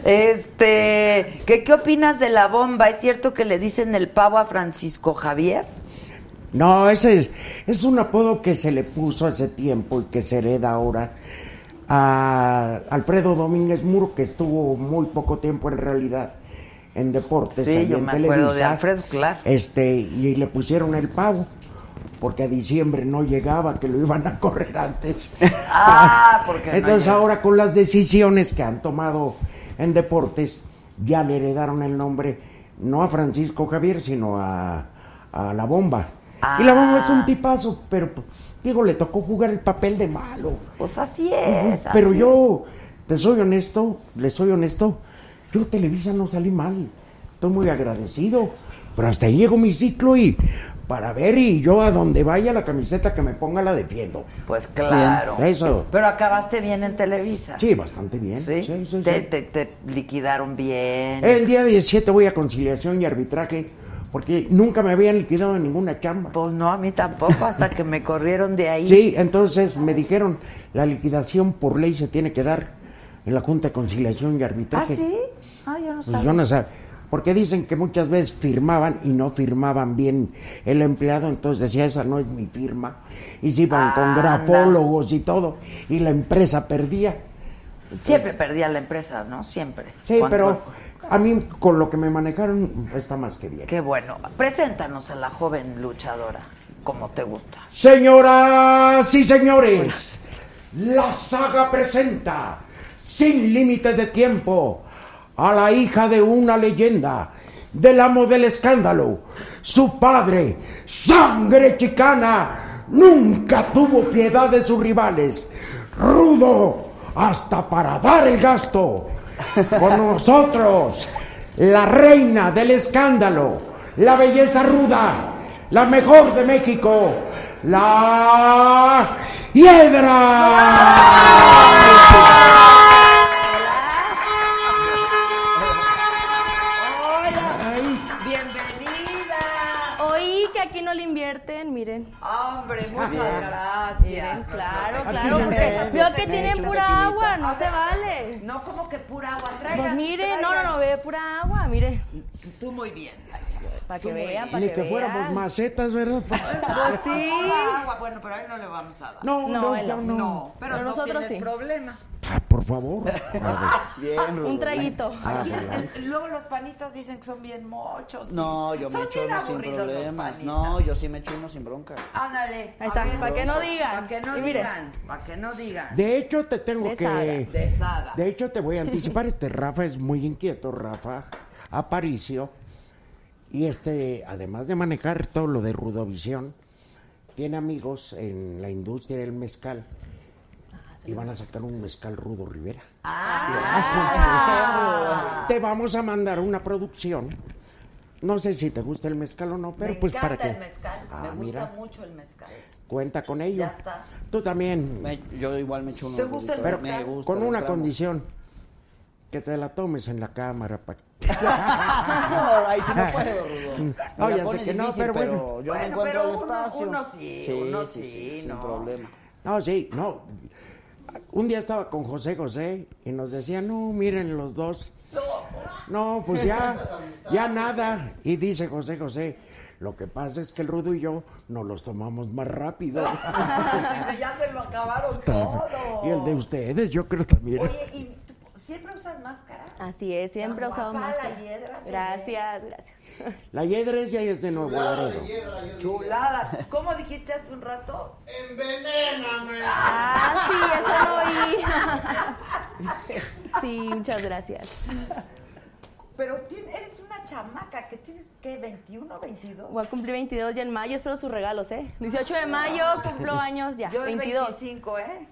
[SPEAKER 2] Este, ¿qué, ¿qué opinas de la bomba? ¿Es cierto que le dicen el pavo a Francisco Javier?
[SPEAKER 4] No, ese es, es un apodo que se le puso hace tiempo y que se hereda ahora a Alfredo Domínguez Muro, que estuvo muy poco tiempo en realidad en deportes.
[SPEAKER 2] Sí,
[SPEAKER 4] ahí
[SPEAKER 2] yo
[SPEAKER 4] en
[SPEAKER 2] me acuerdo de
[SPEAKER 4] Pues Televisa.
[SPEAKER 2] Alfredo, claro.
[SPEAKER 4] Este, y le pusieron el pavo, porque a diciembre no llegaba, que lo iban a correr
[SPEAKER 2] [LAUGHS]
[SPEAKER 4] antes. [LAUGHS]
[SPEAKER 2] Ah, porque no
[SPEAKER 4] Entonces
[SPEAKER 2] llega.
[SPEAKER 4] ahora con las decisiones que han tomado en deportes, ya le heredaron el nombre no a Francisco Javier, sino a, a La Bomba. Y La Bomba
[SPEAKER 2] Ah.
[SPEAKER 4] es un tipazo, pero pues, digo, le tocó jugar el papel de malo.
[SPEAKER 2] pues así es.
[SPEAKER 4] pero
[SPEAKER 2] así
[SPEAKER 4] yo, te soy honesto, le soy honesto, yo Televisa no salí mal. Estoy muy agradecido. Pero hasta ahí llegó mi ciclo y para ver y yo a donde vaya la camiseta que me ponga la defiendo.
[SPEAKER 2] es. Pues claro.
[SPEAKER 4] Eso.
[SPEAKER 2] Pero acabaste bien en Televisa.
[SPEAKER 4] Sí, bastante bien.
[SPEAKER 2] ¿Sí?
[SPEAKER 4] Sí, sí,
[SPEAKER 2] Te,
[SPEAKER 4] sí.
[SPEAKER 2] te- te liquidaron bien.
[SPEAKER 4] El día 17 voy a conciliación y arbitraje porque nunca me habían liquidado de ninguna chamba.
[SPEAKER 2] Pues no, a mí tampoco, hasta que me corrieron de ahí.
[SPEAKER 4] Sí, entonces me dijeron, la liquidación por ley se tiene que dar en la Junta de Conciliación y
[SPEAKER 2] ¿Ah,
[SPEAKER 4] Arbitraje.
[SPEAKER 2] sí? Ah, yo no
[SPEAKER 4] Pues
[SPEAKER 2] sabía.
[SPEAKER 4] yo no sé, porque dicen que muchas veces firmaban y no firmaban bien el empleado, entonces decía, esa no es mi firma. Y se iban con
[SPEAKER 2] Anda.
[SPEAKER 4] grafólogos y todo, y la empresa perdía.
[SPEAKER 2] Siempre perdía la empresa, ¿no? Siempre.
[SPEAKER 4] Sí,
[SPEAKER 2] Cuando-
[SPEAKER 4] pero a mí con lo que me manejaron está más que bien.
[SPEAKER 2] Qué bueno. Preséntanos a la joven luchadora, como te gusta.
[SPEAKER 4] Señoras y señores, la saga presenta, sin límite de tiempo, a la hija de una leyenda, del amo del escándalo. Su padre, sangre chicana, nunca tuvo piedad de sus rivales. Rudo, hasta para dar el gasto. Con nosotros, la reina del escándalo, la belleza ruda, la mejor de México, la Hiedra.
[SPEAKER 2] ¡Hola! ¡Bienvenida!
[SPEAKER 5] Oí que aquí no le invierten, miren.
[SPEAKER 2] Hombre, muchas gracias.
[SPEAKER 5] Miren, claro,
[SPEAKER 2] Aquí
[SPEAKER 5] claro.
[SPEAKER 2] ya
[SPEAKER 5] porque
[SPEAKER 2] ves.
[SPEAKER 5] Veo que tienen pura agua, no se vale.
[SPEAKER 2] No, como que pura agua. Traigan,
[SPEAKER 5] Pues miren, no, no,
[SPEAKER 2] traigan.
[SPEAKER 5] no, ve pura agua, mire.
[SPEAKER 2] Tú muy bien.
[SPEAKER 5] Para que vean, para
[SPEAKER 4] Ni
[SPEAKER 5] que,
[SPEAKER 4] que fuéramos
[SPEAKER 5] vean.
[SPEAKER 4] macetas, ¿verdad?
[SPEAKER 2] Pues sí. agua, bueno, pero ahí no le vamos a dar.
[SPEAKER 4] No,
[SPEAKER 5] No,
[SPEAKER 4] no,
[SPEAKER 5] el-
[SPEAKER 4] yo no.
[SPEAKER 2] No, pero,
[SPEAKER 5] Pero
[SPEAKER 2] no
[SPEAKER 5] nosotros
[SPEAKER 2] tienes
[SPEAKER 5] sí.
[SPEAKER 2] problema.
[SPEAKER 4] Ah, por favor. A
[SPEAKER 5] Un traguito.
[SPEAKER 4] Ah,
[SPEAKER 2] Aquí,
[SPEAKER 4] adelante.
[SPEAKER 2] luego los panistas dicen que son bien mochos.
[SPEAKER 1] No, yo me
[SPEAKER 2] Son
[SPEAKER 1] echo
[SPEAKER 2] bien
[SPEAKER 1] uno sin
[SPEAKER 2] aburridos los
[SPEAKER 1] problemas.
[SPEAKER 2] panistas.
[SPEAKER 1] No, yo sí me echo uno sin bronca.
[SPEAKER 2] Ándale.
[SPEAKER 5] Ahí está, para que no digan.
[SPEAKER 2] Para que no
[SPEAKER 5] Y mire.
[SPEAKER 2] digan. Para que no
[SPEAKER 4] ver.
[SPEAKER 2] digan.
[SPEAKER 4] De hecho, te tengo
[SPEAKER 5] De
[SPEAKER 4] que...
[SPEAKER 5] saga.
[SPEAKER 2] Desada.
[SPEAKER 4] De hecho, te voy a anticipar, este Rafa es muy inquieto, Rafa Aparicio. Y este, además de manejar todo lo de Rudovisión, tiene amigos en la industria del mezcal. Y van a sacar un mezcal Rudo Rivera.
[SPEAKER 2] Ah.
[SPEAKER 4] Te vamos a mandar una producción. No sé si te gusta el mezcal o no, pero
[SPEAKER 2] me
[SPEAKER 4] pues
[SPEAKER 2] encanta
[SPEAKER 4] para que...
[SPEAKER 2] el mezcal.
[SPEAKER 4] Ah,
[SPEAKER 2] me gusta
[SPEAKER 4] mira,
[SPEAKER 2] mucho el mezcal.
[SPEAKER 4] cuenta con ello.
[SPEAKER 2] Ya estás.
[SPEAKER 4] Tú también.
[SPEAKER 1] Me- yo igual me echo uno.
[SPEAKER 2] ¿Te gusta el
[SPEAKER 1] rudito,
[SPEAKER 2] mezcal?
[SPEAKER 1] me gusta,
[SPEAKER 4] con
[SPEAKER 1] lo
[SPEAKER 4] una
[SPEAKER 1] tramo.
[SPEAKER 4] condición. Que te la tomes en la cámara para
[SPEAKER 1] [LAUGHS] No, ahí
[SPEAKER 4] [LAUGHS]
[SPEAKER 1] sí no puedo, Rudo. Me
[SPEAKER 4] No,
[SPEAKER 1] la
[SPEAKER 4] ya
[SPEAKER 1] pones
[SPEAKER 4] sé que no,
[SPEAKER 1] difícil,
[SPEAKER 4] pero bueno.
[SPEAKER 1] yo
[SPEAKER 2] Bueno,
[SPEAKER 1] me encuentro
[SPEAKER 2] pero
[SPEAKER 1] el
[SPEAKER 2] uno-
[SPEAKER 1] espacio.
[SPEAKER 2] uno sí, uno sí,
[SPEAKER 1] sin
[SPEAKER 2] no.
[SPEAKER 1] problema.
[SPEAKER 4] No, sí, no. Un día estaba con José José y nos decía, no, miren los dos. No, pues ya, ya nada. Y dice José José, lo que pasa es que el Rudo y yo nos los tomamos más rápido.
[SPEAKER 2] [LAUGHS] ya se lo acabaron todo.
[SPEAKER 4] y el de ustedes, yo creo también.
[SPEAKER 2] Oye, ¿y tú siempre usas máscara?
[SPEAKER 5] Así es, siempre he
[SPEAKER 2] Tan
[SPEAKER 5] usado
[SPEAKER 2] guapa
[SPEAKER 5] más.
[SPEAKER 2] la hiedra, se
[SPEAKER 5] Gracias, gracias.
[SPEAKER 4] La hiedra es ya es de Nuevo Laredo.
[SPEAKER 2] Chulada. ¿Cómo dijiste hace un rato?
[SPEAKER 5] Ah,
[SPEAKER 2] [LAUGHS]
[SPEAKER 5] sí, eso lo oí. Sí, muchas gracias.
[SPEAKER 2] Pero ti- eres una chamaca que tienes, ¿qué? ¿21, 22?
[SPEAKER 5] Voy a cumplir 22 ya en mayo, espero sus regalos, ¿eh? 18 de mayo, cumplo años ya,
[SPEAKER 2] Yo el
[SPEAKER 5] 22.
[SPEAKER 2] 25, ¿eh?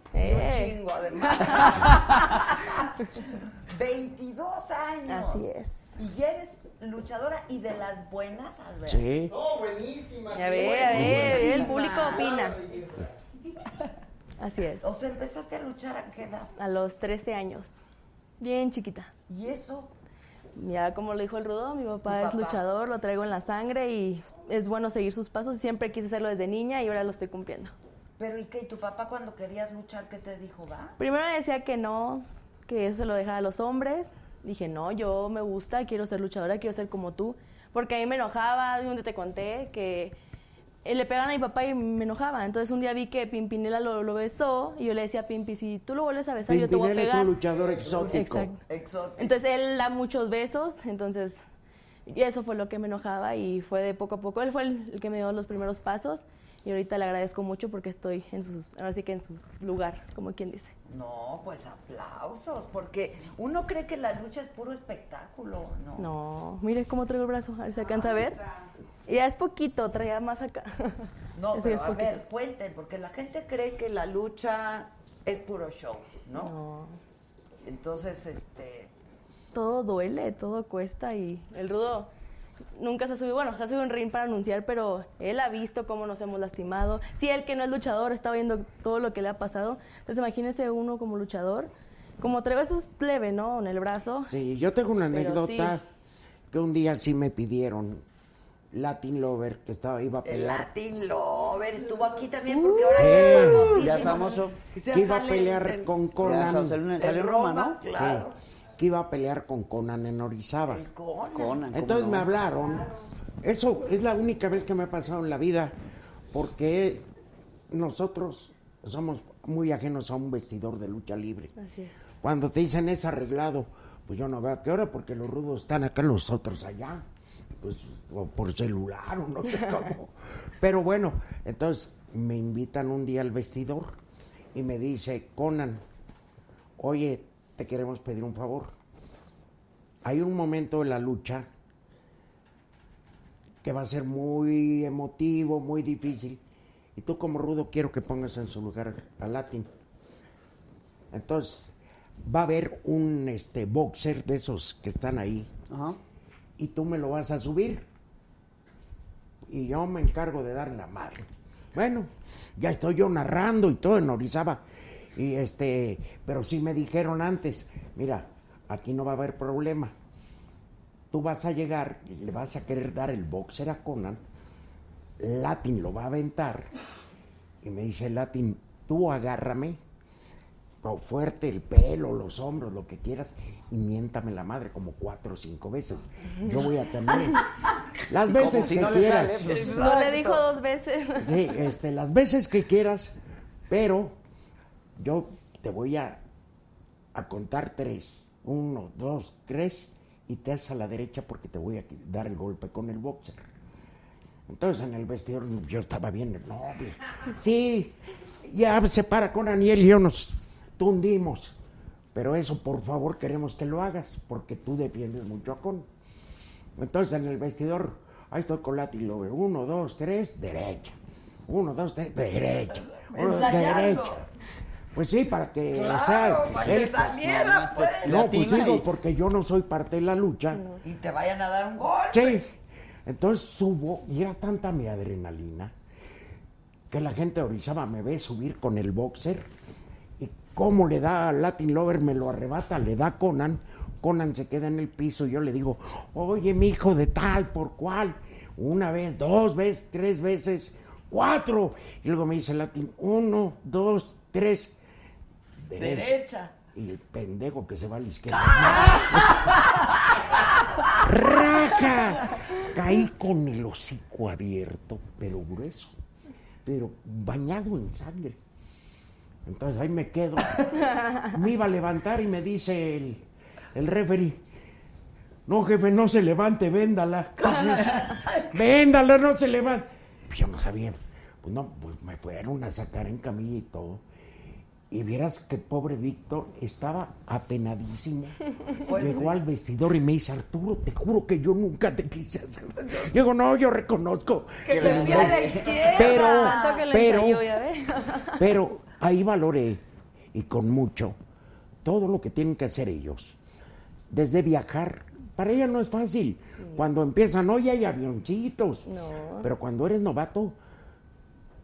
[SPEAKER 2] Un
[SPEAKER 5] Eh.
[SPEAKER 2] chingo,
[SPEAKER 5] [LAUGHS]
[SPEAKER 2] además. 22 años.
[SPEAKER 5] Así es.
[SPEAKER 2] Y ya eres luchadora y de las buenas, ¿verdad?
[SPEAKER 4] Sí.
[SPEAKER 5] Ya ve, a ver, el público opina. Así es,
[SPEAKER 2] O sea, empezaste a luchar a qué edad.
[SPEAKER 5] a los 13 años, bien chiquita.
[SPEAKER 2] Y eso,
[SPEAKER 5] Ya como lo dijo el Rudo, mi papá
[SPEAKER 2] Tu
[SPEAKER 5] es
[SPEAKER 2] papá.
[SPEAKER 5] luchador, lo traigo en la sangre y es bueno seguir sus pasos. Siempre quise hacerlo desde niña y ahora lo estoy cumpliendo.
[SPEAKER 2] pero ¿y qué? ¿Y tu papá cuando querías luchar, qué te dijo, va?
[SPEAKER 5] Primero me decía que no, que eso lo dejaba a los hombres. Dije, no, yo me gusta, quiero ser luchadora, quiero ser como tú. Porque a mí me enojaba, un día te conté que eh, le pegan a mi papá y me enojaba. Entonces un día vi que Pimpinela lo, lo besó y yo le decía a Pimpi, si tú lo vuelves a besar, yo te voy a
[SPEAKER 4] Pimpinel es
[SPEAKER 5] pegar.
[SPEAKER 4] un luchador exótico.
[SPEAKER 5] Exacto.
[SPEAKER 2] Exótico.
[SPEAKER 5] Entonces él da muchos besos, entonces y eso fue lo que me enojaba y fue de poco a poco. Él fue el, el que me dio los primeros pasos y ahorita le agradezco mucho porque estoy en sus, ahora sí que en su lugar, como quien dice.
[SPEAKER 2] No, pues aplausos, porque uno cree que la lucha es puro espectáculo, ¿no?
[SPEAKER 5] No, mire cómo traigo el brazo, a ver si alcanza a ver. Ya es poquito, traía más acá.
[SPEAKER 2] No, pero
[SPEAKER 5] Eso [LAUGHS] ya es
[SPEAKER 2] a
[SPEAKER 5] poquito.
[SPEAKER 2] ver, cuenten, porque la gente cree que la lucha es puro show, ¿no?
[SPEAKER 5] No,
[SPEAKER 2] Entonces, este,
[SPEAKER 5] todo duele, todo cuesta y el rudo nunca se ha subido, bueno, se ha subido un ring para anunciar, pero él ha visto cómo nos hemos lastimado. Si él que no es luchador está viendo todo lo que le ha pasado, entonces imagínese uno como luchador, como traigo eso es plebe, ¿no? En el brazo.
[SPEAKER 4] Sí, yo tengo una
[SPEAKER 5] Pero
[SPEAKER 4] anécdota
[SPEAKER 5] sí.
[SPEAKER 4] que un día sí me pidieron Latin Lover que estaba iba a
[SPEAKER 2] el
[SPEAKER 4] pelar
[SPEAKER 2] Latin Lover estuvo aquí también porque ahora
[SPEAKER 4] Sí.
[SPEAKER 2] ya
[SPEAKER 1] Ya
[SPEAKER 2] es famosísimo.
[SPEAKER 1] es famoso.
[SPEAKER 2] Y se
[SPEAKER 4] que iba a
[SPEAKER 2] sale
[SPEAKER 4] pelear
[SPEAKER 2] en-
[SPEAKER 4] con
[SPEAKER 1] Ya
[SPEAKER 4] Conan.
[SPEAKER 1] salió en-
[SPEAKER 2] en
[SPEAKER 1] salió en Roma, ¿no?
[SPEAKER 4] Sí,
[SPEAKER 2] Claro.
[SPEAKER 4] que iba a pelear con Conan en Orizaba.
[SPEAKER 2] el Conan.
[SPEAKER 1] Conan, ¿cómo
[SPEAKER 4] Entonces
[SPEAKER 1] no?
[SPEAKER 4] me hablaron. Eso es la única vez que me ha pasado en la vida, porque nosotros somos muy ajenos a un vestidor de lucha libre.
[SPEAKER 5] Así es.
[SPEAKER 4] Cuando te dicen es arreglado, pues yo no veo a qué hora, porque los rudos están acá, los otros allá. Pues, o por celular, o no sé cómo. Pero bueno, entonces me invitan un día al vestidor y me dice, Conan, oye, te queremos pedir un favor. Hay un momento en la lucha que va a ser muy emotivo, muy difícil. Y tú como rudo quiero que pongas en su lugar a Latin. Entonces, va a haber un este, boxer de esos que están ahí
[SPEAKER 1] Ajá.
[SPEAKER 4] y tú me lo vas a subir. Y yo me encargo de dar la madre. Bueno, ya estoy yo narrando y todo en Orizaba. Y este, pero sí me dijeron antes, mira, aquí no va a haber problema. Tú vas a llegar, le vas a querer dar el boxer a Conan, Latin lo va a aventar, y me dice Latin, tú agárrame, con fuerte el pelo, los hombros, lo que quieras, y miéntame la madre como cuatro o cinco veces. Yo voy a tener las veces que quieras.
[SPEAKER 2] pues,
[SPEAKER 5] No le dijo dos veces.
[SPEAKER 4] Sí, este, las veces que quieras, pero yo te voy a, a contar tres. Uno, dos, tres, y te haces a la derecha porque te voy a qui- dar el golpe con el boxer. Entonces en el vestidor yo estaba bien, no, pues, sí, ya se para con Aniel y yo nos tundimos. Pero eso, por favor, queremos que lo hagas, porque tú defiendes mucho a Con. Entonces en el vestidor, ahí estoy con Lati Lover. Uno, dos, tres, derecha. Uno, dos, tres, derecha. Uno, dos, derecha. Pues sí, para que, o sea, él-
[SPEAKER 2] saliera, pues.
[SPEAKER 4] no, pues
[SPEAKER 1] Latina
[SPEAKER 4] digo,
[SPEAKER 1] y-
[SPEAKER 4] porque yo no soy parte de la lucha.
[SPEAKER 2] Y te vayan a dar un gol.
[SPEAKER 4] Sí. Entonces subo y era tanta mi adrenalina que la gente de Orizaba me ve subir con el boxer y cómo le da a Latin Lover, me lo arrebata, le da a Conan, Conan se queda en el piso y yo le digo, oye mi hijo de tal, por cual, una vez, dos veces, tres veces, cuatro. Y luego me dice Latin, uno, dos, tres.
[SPEAKER 2] Derecha.
[SPEAKER 4] Y el pendejo que se va a la izquierda. ¡Raja! [LAUGHS] Caí con el hocico abierto, pero grueso, pero bañado en sangre. Entonces ahí me quedo. Me iba a levantar y me dice el, el referee. No, jefe, no se levante, véndala. Entonces, véndala, no se levante. Pues yo no sabía. Pues no, pues me fueron a sacar en camilla y todo. Y vieras que pobre Víctor estaba apenadísimo. Llegó al vestidor y me dice, Arturo, te juro que yo nunca te quise hacer. Yo Digo, no, yo reconozco. Que
[SPEAKER 2] le fui a la izquierda. Ah,
[SPEAKER 5] Tanto que
[SPEAKER 4] Pero,
[SPEAKER 5] lo
[SPEAKER 4] pero,
[SPEAKER 5] ensayó, ya ve. [LAUGHS]
[SPEAKER 4] pero ahí valoré, y con mucho, todo lo que tienen que hacer ellos. Desde viajar, para ella no es fácil. Cuando empiezan, hoy hay avioncitos.
[SPEAKER 5] No.
[SPEAKER 4] Pero cuando eres novato,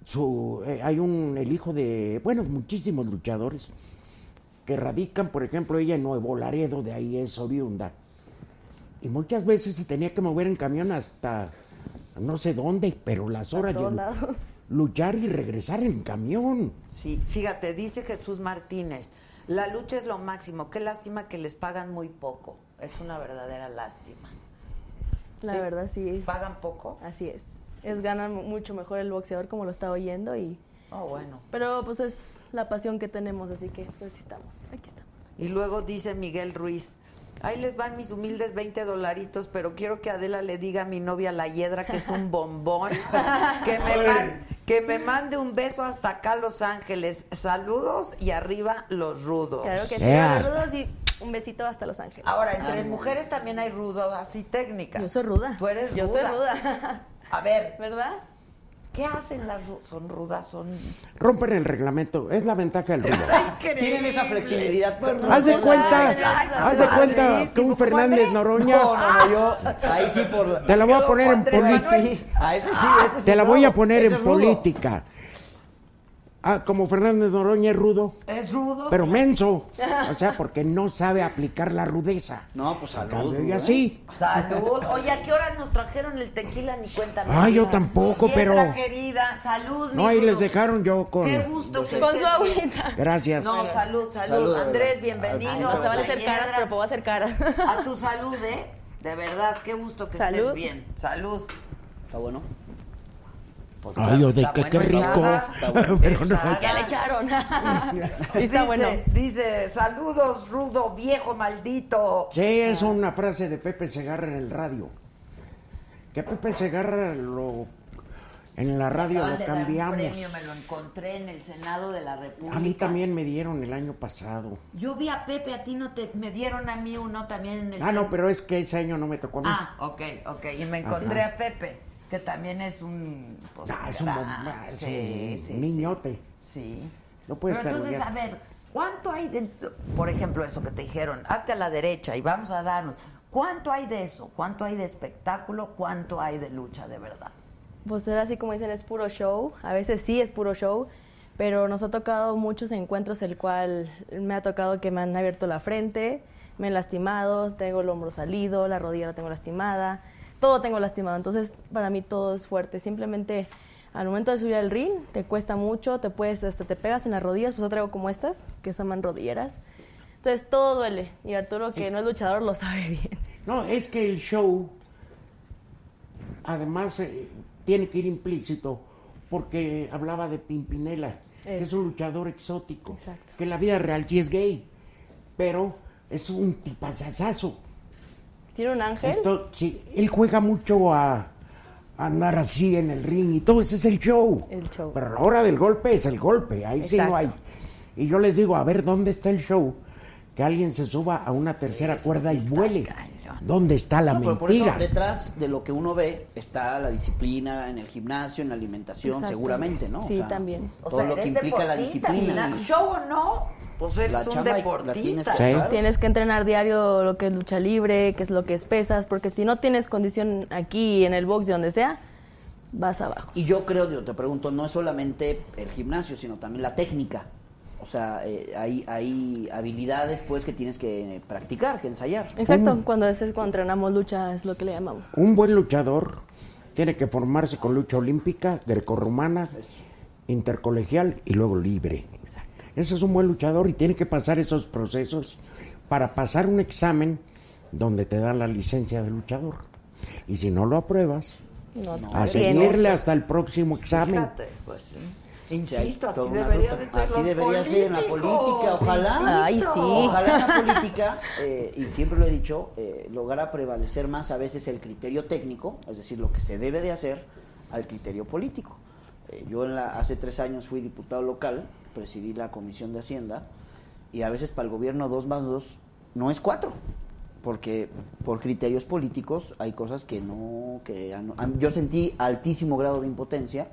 [SPEAKER 4] su- eh, hay un, el hijo de, bueno, muchísimos luchadores que radican, por ejemplo, ella en Nuevo Laredo, de ahí es oriunda. Y muchas veces se tenía que mover en camión hasta no sé dónde, pero las horas
[SPEAKER 5] todos
[SPEAKER 4] lu-
[SPEAKER 5] lados.
[SPEAKER 4] luchar y regresar en camión.
[SPEAKER 2] Sí, fíjate, dice Jesús Martínez, la lucha es lo máximo, qué lástima que les pagan muy poco, es una verdadera lástima.
[SPEAKER 5] La
[SPEAKER 2] Sí.
[SPEAKER 5] verdad, sí.
[SPEAKER 2] ¿Pagan poco?
[SPEAKER 5] Así es. Es ganar mu- mucho mejor el boxeador como lo está oyendo y...
[SPEAKER 2] Oh, bueno.
[SPEAKER 5] Pero pues es la pasión que tenemos, así que pues así estamos. Aquí estamos.
[SPEAKER 2] Y luego dice Miguel Ruiz, ahí les van mis humildes 20 dolaritos, pero quiero que Adela le diga a mi novia la hiedra que es
[SPEAKER 5] [LAUGHS]
[SPEAKER 2] un bombón, que me, man- que me mande un beso hasta acá a Los Ángeles. Saludos y arriba los rudos.
[SPEAKER 5] Claro que sí.
[SPEAKER 4] sea.
[SPEAKER 5] Saludos y un besito hasta Los Ángeles.
[SPEAKER 2] Ahora, entre mujeres también hay rudas y técnicas.
[SPEAKER 5] Yo soy ruda.
[SPEAKER 2] Tú eres
[SPEAKER 5] Yo soy
[SPEAKER 2] ruda.
[SPEAKER 5] ruda. [LAUGHS]
[SPEAKER 2] A ver,
[SPEAKER 5] ¿Verdad?
[SPEAKER 2] ¿Qué hacen las ru- son rudas? Son
[SPEAKER 4] Rompen el reglamento, es la ventaja del rudo.
[SPEAKER 1] Tienen esa flexibilidad. pero-
[SPEAKER 4] Haz de
[SPEAKER 5] Ay,
[SPEAKER 4] cuenta,
[SPEAKER 5] ay,
[SPEAKER 4] haz de
[SPEAKER 2] ay,
[SPEAKER 4] cuenta
[SPEAKER 2] padrísimo.
[SPEAKER 4] que un Fernández
[SPEAKER 2] Padre.
[SPEAKER 4] Noroña,
[SPEAKER 1] No, no, no, yo ahí sí por...
[SPEAKER 4] te la voy a poner en
[SPEAKER 2] Andrés Manuel.
[SPEAKER 4] política. Ah,
[SPEAKER 1] A eso sí, Ah, ese sí
[SPEAKER 4] Te la
[SPEAKER 1] es
[SPEAKER 4] voy a
[SPEAKER 1] rudo,
[SPEAKER 4] poner
[SPEAKER 1] ese es
[SPEAKER 4] en
[SPEAKER 1] rudo.
[SPEAKER 4] política. Ah, como Fernández Noroña es rudo,
[SPEAKER 2] es rudo.
[SPEAKER 1] [LAUGHS]
[SPEAKER 4] pero menso. O sea, porque no sabe aplicar la rudeza.
[SPEAKER 1] No, pues
[SPEAKER 4] En
[SPEAKER 1] al
[SPEAKER 4] cambio,
[SPEAKER 1] rudo,
[SPEAKER 4] ella
[SPEAKER 1] ¿eh?
[SPEAKER 4] sí.
[SPEAKER 2] Salud. Oye, ¿a qué hora nos trajeron el tequila? Ni cuéntame.
[SPEAKER 4] Ah, yo tampoco, pero-
[SPEAKER 2] querida, salud. mi
[SPEAKER 4] No, ahí
[SPEAKER 2] rudo.
[SPEAKER 4] les dejaron yo con.
[SPEAKER 2] Qué gusto Pues que
[SPEAKER 5] Con
[SPEAKER 2] estés
[SPEAKER 5] su
[SPEAKER 2] bien.
[SPEAKER 5] agüita.
[SPEAKER 4] Gracias.
[SPEAKER 2] No, salud, salud.
[SPEAKER 1] Salud, Adela.
[SPEAKER 2] Andrés,
[SPEAKER 5] Ay,
[SPEAKER 2] bienvenido.
[SPEAKER 5] no se van a hacer
[SPEAKER 2] Piedra.
[SPEAKER 5] caras, pero puedo hacer caras.
[SPEAKER 2] A tu salud, ¿eh? De verdad, qué gusto que estés
[SPEAKER 5] Salud.
[SPEAKER 2] bien. Salud.
[SPEAKER 1] Está bueno.
[SPEAKER 2] Pues,
[SPEAKER 4] Ay,
[SPEAKER 2] claro,
[SPEAKER 4] yo de
[SPEAKER 2] está
[SPEAKER 4] qué, qué
[SPEAKER 2] bueno,
[SPEAKER 4] rico.
[SPEAKER 2] Saga.
[SPEAKER 4] Pero no.
[SPEAKER 2] Saga.
[SPEAKER 5] [LAUGHS] Ya le echaron. [LAUGHS] Y
[SPEAKER 2] Dice,
[SPEAKER 5] está bueno.
[SPEAKER 2] dice, saludos, rudo, viejo, maldito.
[SPEAKER 4] Sí, es una frase de Pepe Segarra en el radio. Que Pepe Segarra lo. En la radio
[SPEAKER 2] Acaban
[SPEAKER 4] lo
[SPEAKER 2] de dar un
[SPEAKER 4] cambiamos.
[SPEAKER 2] premio, me lo encontré en el Senado de la República.
[SPEAKER 4] A mí también me dieron el año pasado.
[SPEAKER 2] Yo vi a Pepe, a ti no te... Me dieron a mí uno también en el...
[SPEAKER 4] Ah, no,
[SPEAKER 2] Sen-
[SPEAKER 4] pero es que ese año no me tocó a mí.
[SPEAKER 2] Ah, ok, ok. Y me encontré
[SPEAKER 4] Ajá.
[SPEAKER 2] a Pepe, que también es un... pues,
[SPEAKER 4] Ah, es un
[SPEAKER 2] ah,
[SPEAKER 4] bomba- es un
[SPEAKER 2] sí,
[SPEAKER 4] niñote.
[SPEAKER 2] Sí.
[SPEAKER 4] No puedes
[SPEAKER 2] Pero entonces, a
[SPEAKER 4] estar
[SPEAKER 2] ver, ¿cuánto hay de... Por ejemplo, eso que te dijeron, hazte a la derecha y vamos a darnos... ¿Cuánto hay de eso? ¿Cuánto hay de espectáculo? ¿Cuánto hay de lucha de verdad?
[SPEAKER 5] Pues era así como dicen, es puro show. A veces sí es puro show, pero nos ha tocado muchos encuentros el cual me ha tocado que me han abierto la frente, me han lastimado, tengo el hombro salido, la rodilla la tengo lastimada, todo tengo lastimado. Entonces, para mí todo es fuerte. Simplemente al momento de subir al ring te cuesta mucho, te puedes hasta te pegas en las rodillas, pues yo traigo como estas, que se llaman rodilleras. Entonces, todo duele y Arturo que no es luchador lo sabe [LAUGHS] bien.
[SPEAKER 4] No, es que el show, además, eh, tiene que ir implícito, porque hablaba de Pimpinela,
[SPEAKER 5] Eh.
[SPEAKER 4] que es un luchador exótico,
[SPEAKER 5] Exacto.
[SPEAKER 4] que en la vida real sí es gay, pero es un tipazazazo.
[SPEAKER 5] Tiene un ángel.
[SPEAKER 4] Entonces, sí, él juega mucho a, a andar así en el ring y todo, ese es el show.
[SPEAKER 5] El show.
[SPEAKER 4] Pero a la hora del golpe es el golpe, ahí sí
[SPEAKER 5] Exacto.
[SPEAKER 4] no hay. Y yo les digo, a ver, ¿dónde está el show? Que alguien se suba a una tercera cuerda y vuele. ¿Dónde está [LAUGHS] la
[SPEAKER 1] No, pero por eso
[SPEAKER 4] mentira?
[SPEAKER 1] detrás de lo que uno ve está la disciplina en el gimnasio, en la alimentación,
[SPEAKER 5] Exacto.
[SPEAKER 1] seguramente, ¿no?
[SPEAKER 5] Sí, también.
[SPEAKER 2] O
[SPEAKER 1] todo
[SPEAKER 2] sea,
[SPEAKER 1] lo que
[SPEAKER 2] eres
[SPEAKER 1] implica la
[SPEAKER 2] deportista,
[SPEAKER 1] disciplina.
[SPEAKER 2] Lina.
[SPEAKER 1] y-
[SPEAKER 2] Show o no, pues eres
[SPEAKER 1] La
[SPEAKER 2] un
[SPEAKER 1] chamba hay- la
[SPEAKER 2] deportista.
[SPEAKER 1] tienes
[SPEAKER 4] Sí.
[SPEAKER 1] que llevar.
[SPEAKER 5] Tienes que entrenar diario lo que es lucha libre, que es lo que es pesas, porque si no tienes condición aquí, en el box, de donde sea, vas abajo.
[SPEAKER 1] Y yo creo, yo te pregunto, no es solamente el gimnasio, sino también la técnica. O sea, eh, hay, hay habilidades pues que tienes que practicar, que ensayar.
[SPEAKER 5] Exacto, cuando, es, cuando entrenamos lucha es lo que le llamamos.
[SPEAKER 4] Un buen luchador tiene que formarse con lucha olímpica, grecorromana, intercolegial y luego libre.
[SPEAKER 5] Exacto.
[SPEAKER 4] Ese es un buen luchador y tiene que pasar esos procesos para pasar un examen donde te dan la licencia de luchador. Y si no lo apruebas,
[SPEAKER 5] No,
[SPEAKER 4] a
[SPEAKER 5] tienes-
[SPEAKER 4] seguirle hasta el próximo examen.
[SPEAKER 2] Fíjate, pues, sí.
[SPEAKER 1] Sí, hay
[SPEAKER 2] Insisto, así
[SPEAKER 1] toda una
[SPEAKER 2] debería
[SPEAKER 1] ruta.
[SPEAKER 2] de ser
[SPEAKER 1] Así
[SPEAKER 2] los
[SPEAKER 1] debería ser en la política,
[SPEAKER 2] políticos,
[SPEAKER 1] ojalá.
[SPEAKER 5] Ay,
[SPEAKER 2] insisto.
[SPEAKER 5] sí.
[SPEAKER 1] Ojalá en la
[SPEAKER 5] [LAUGHS]
[SPEAKER 1] política, eh, y siempre lo he dicho, eh, lograra prevalecer más a veces el criterio técnico, es decir, lo que se debe de hacer al criterio político. Eh, yo en la- hace tres años fui diputado local, presidí la Comisión de Hacienda, y a veces para el gobierno dos más dos no es cuatro, porque por criterios políticos hay cosas que no... que a- no- a- Yo sentí altísimo grado de impotencia,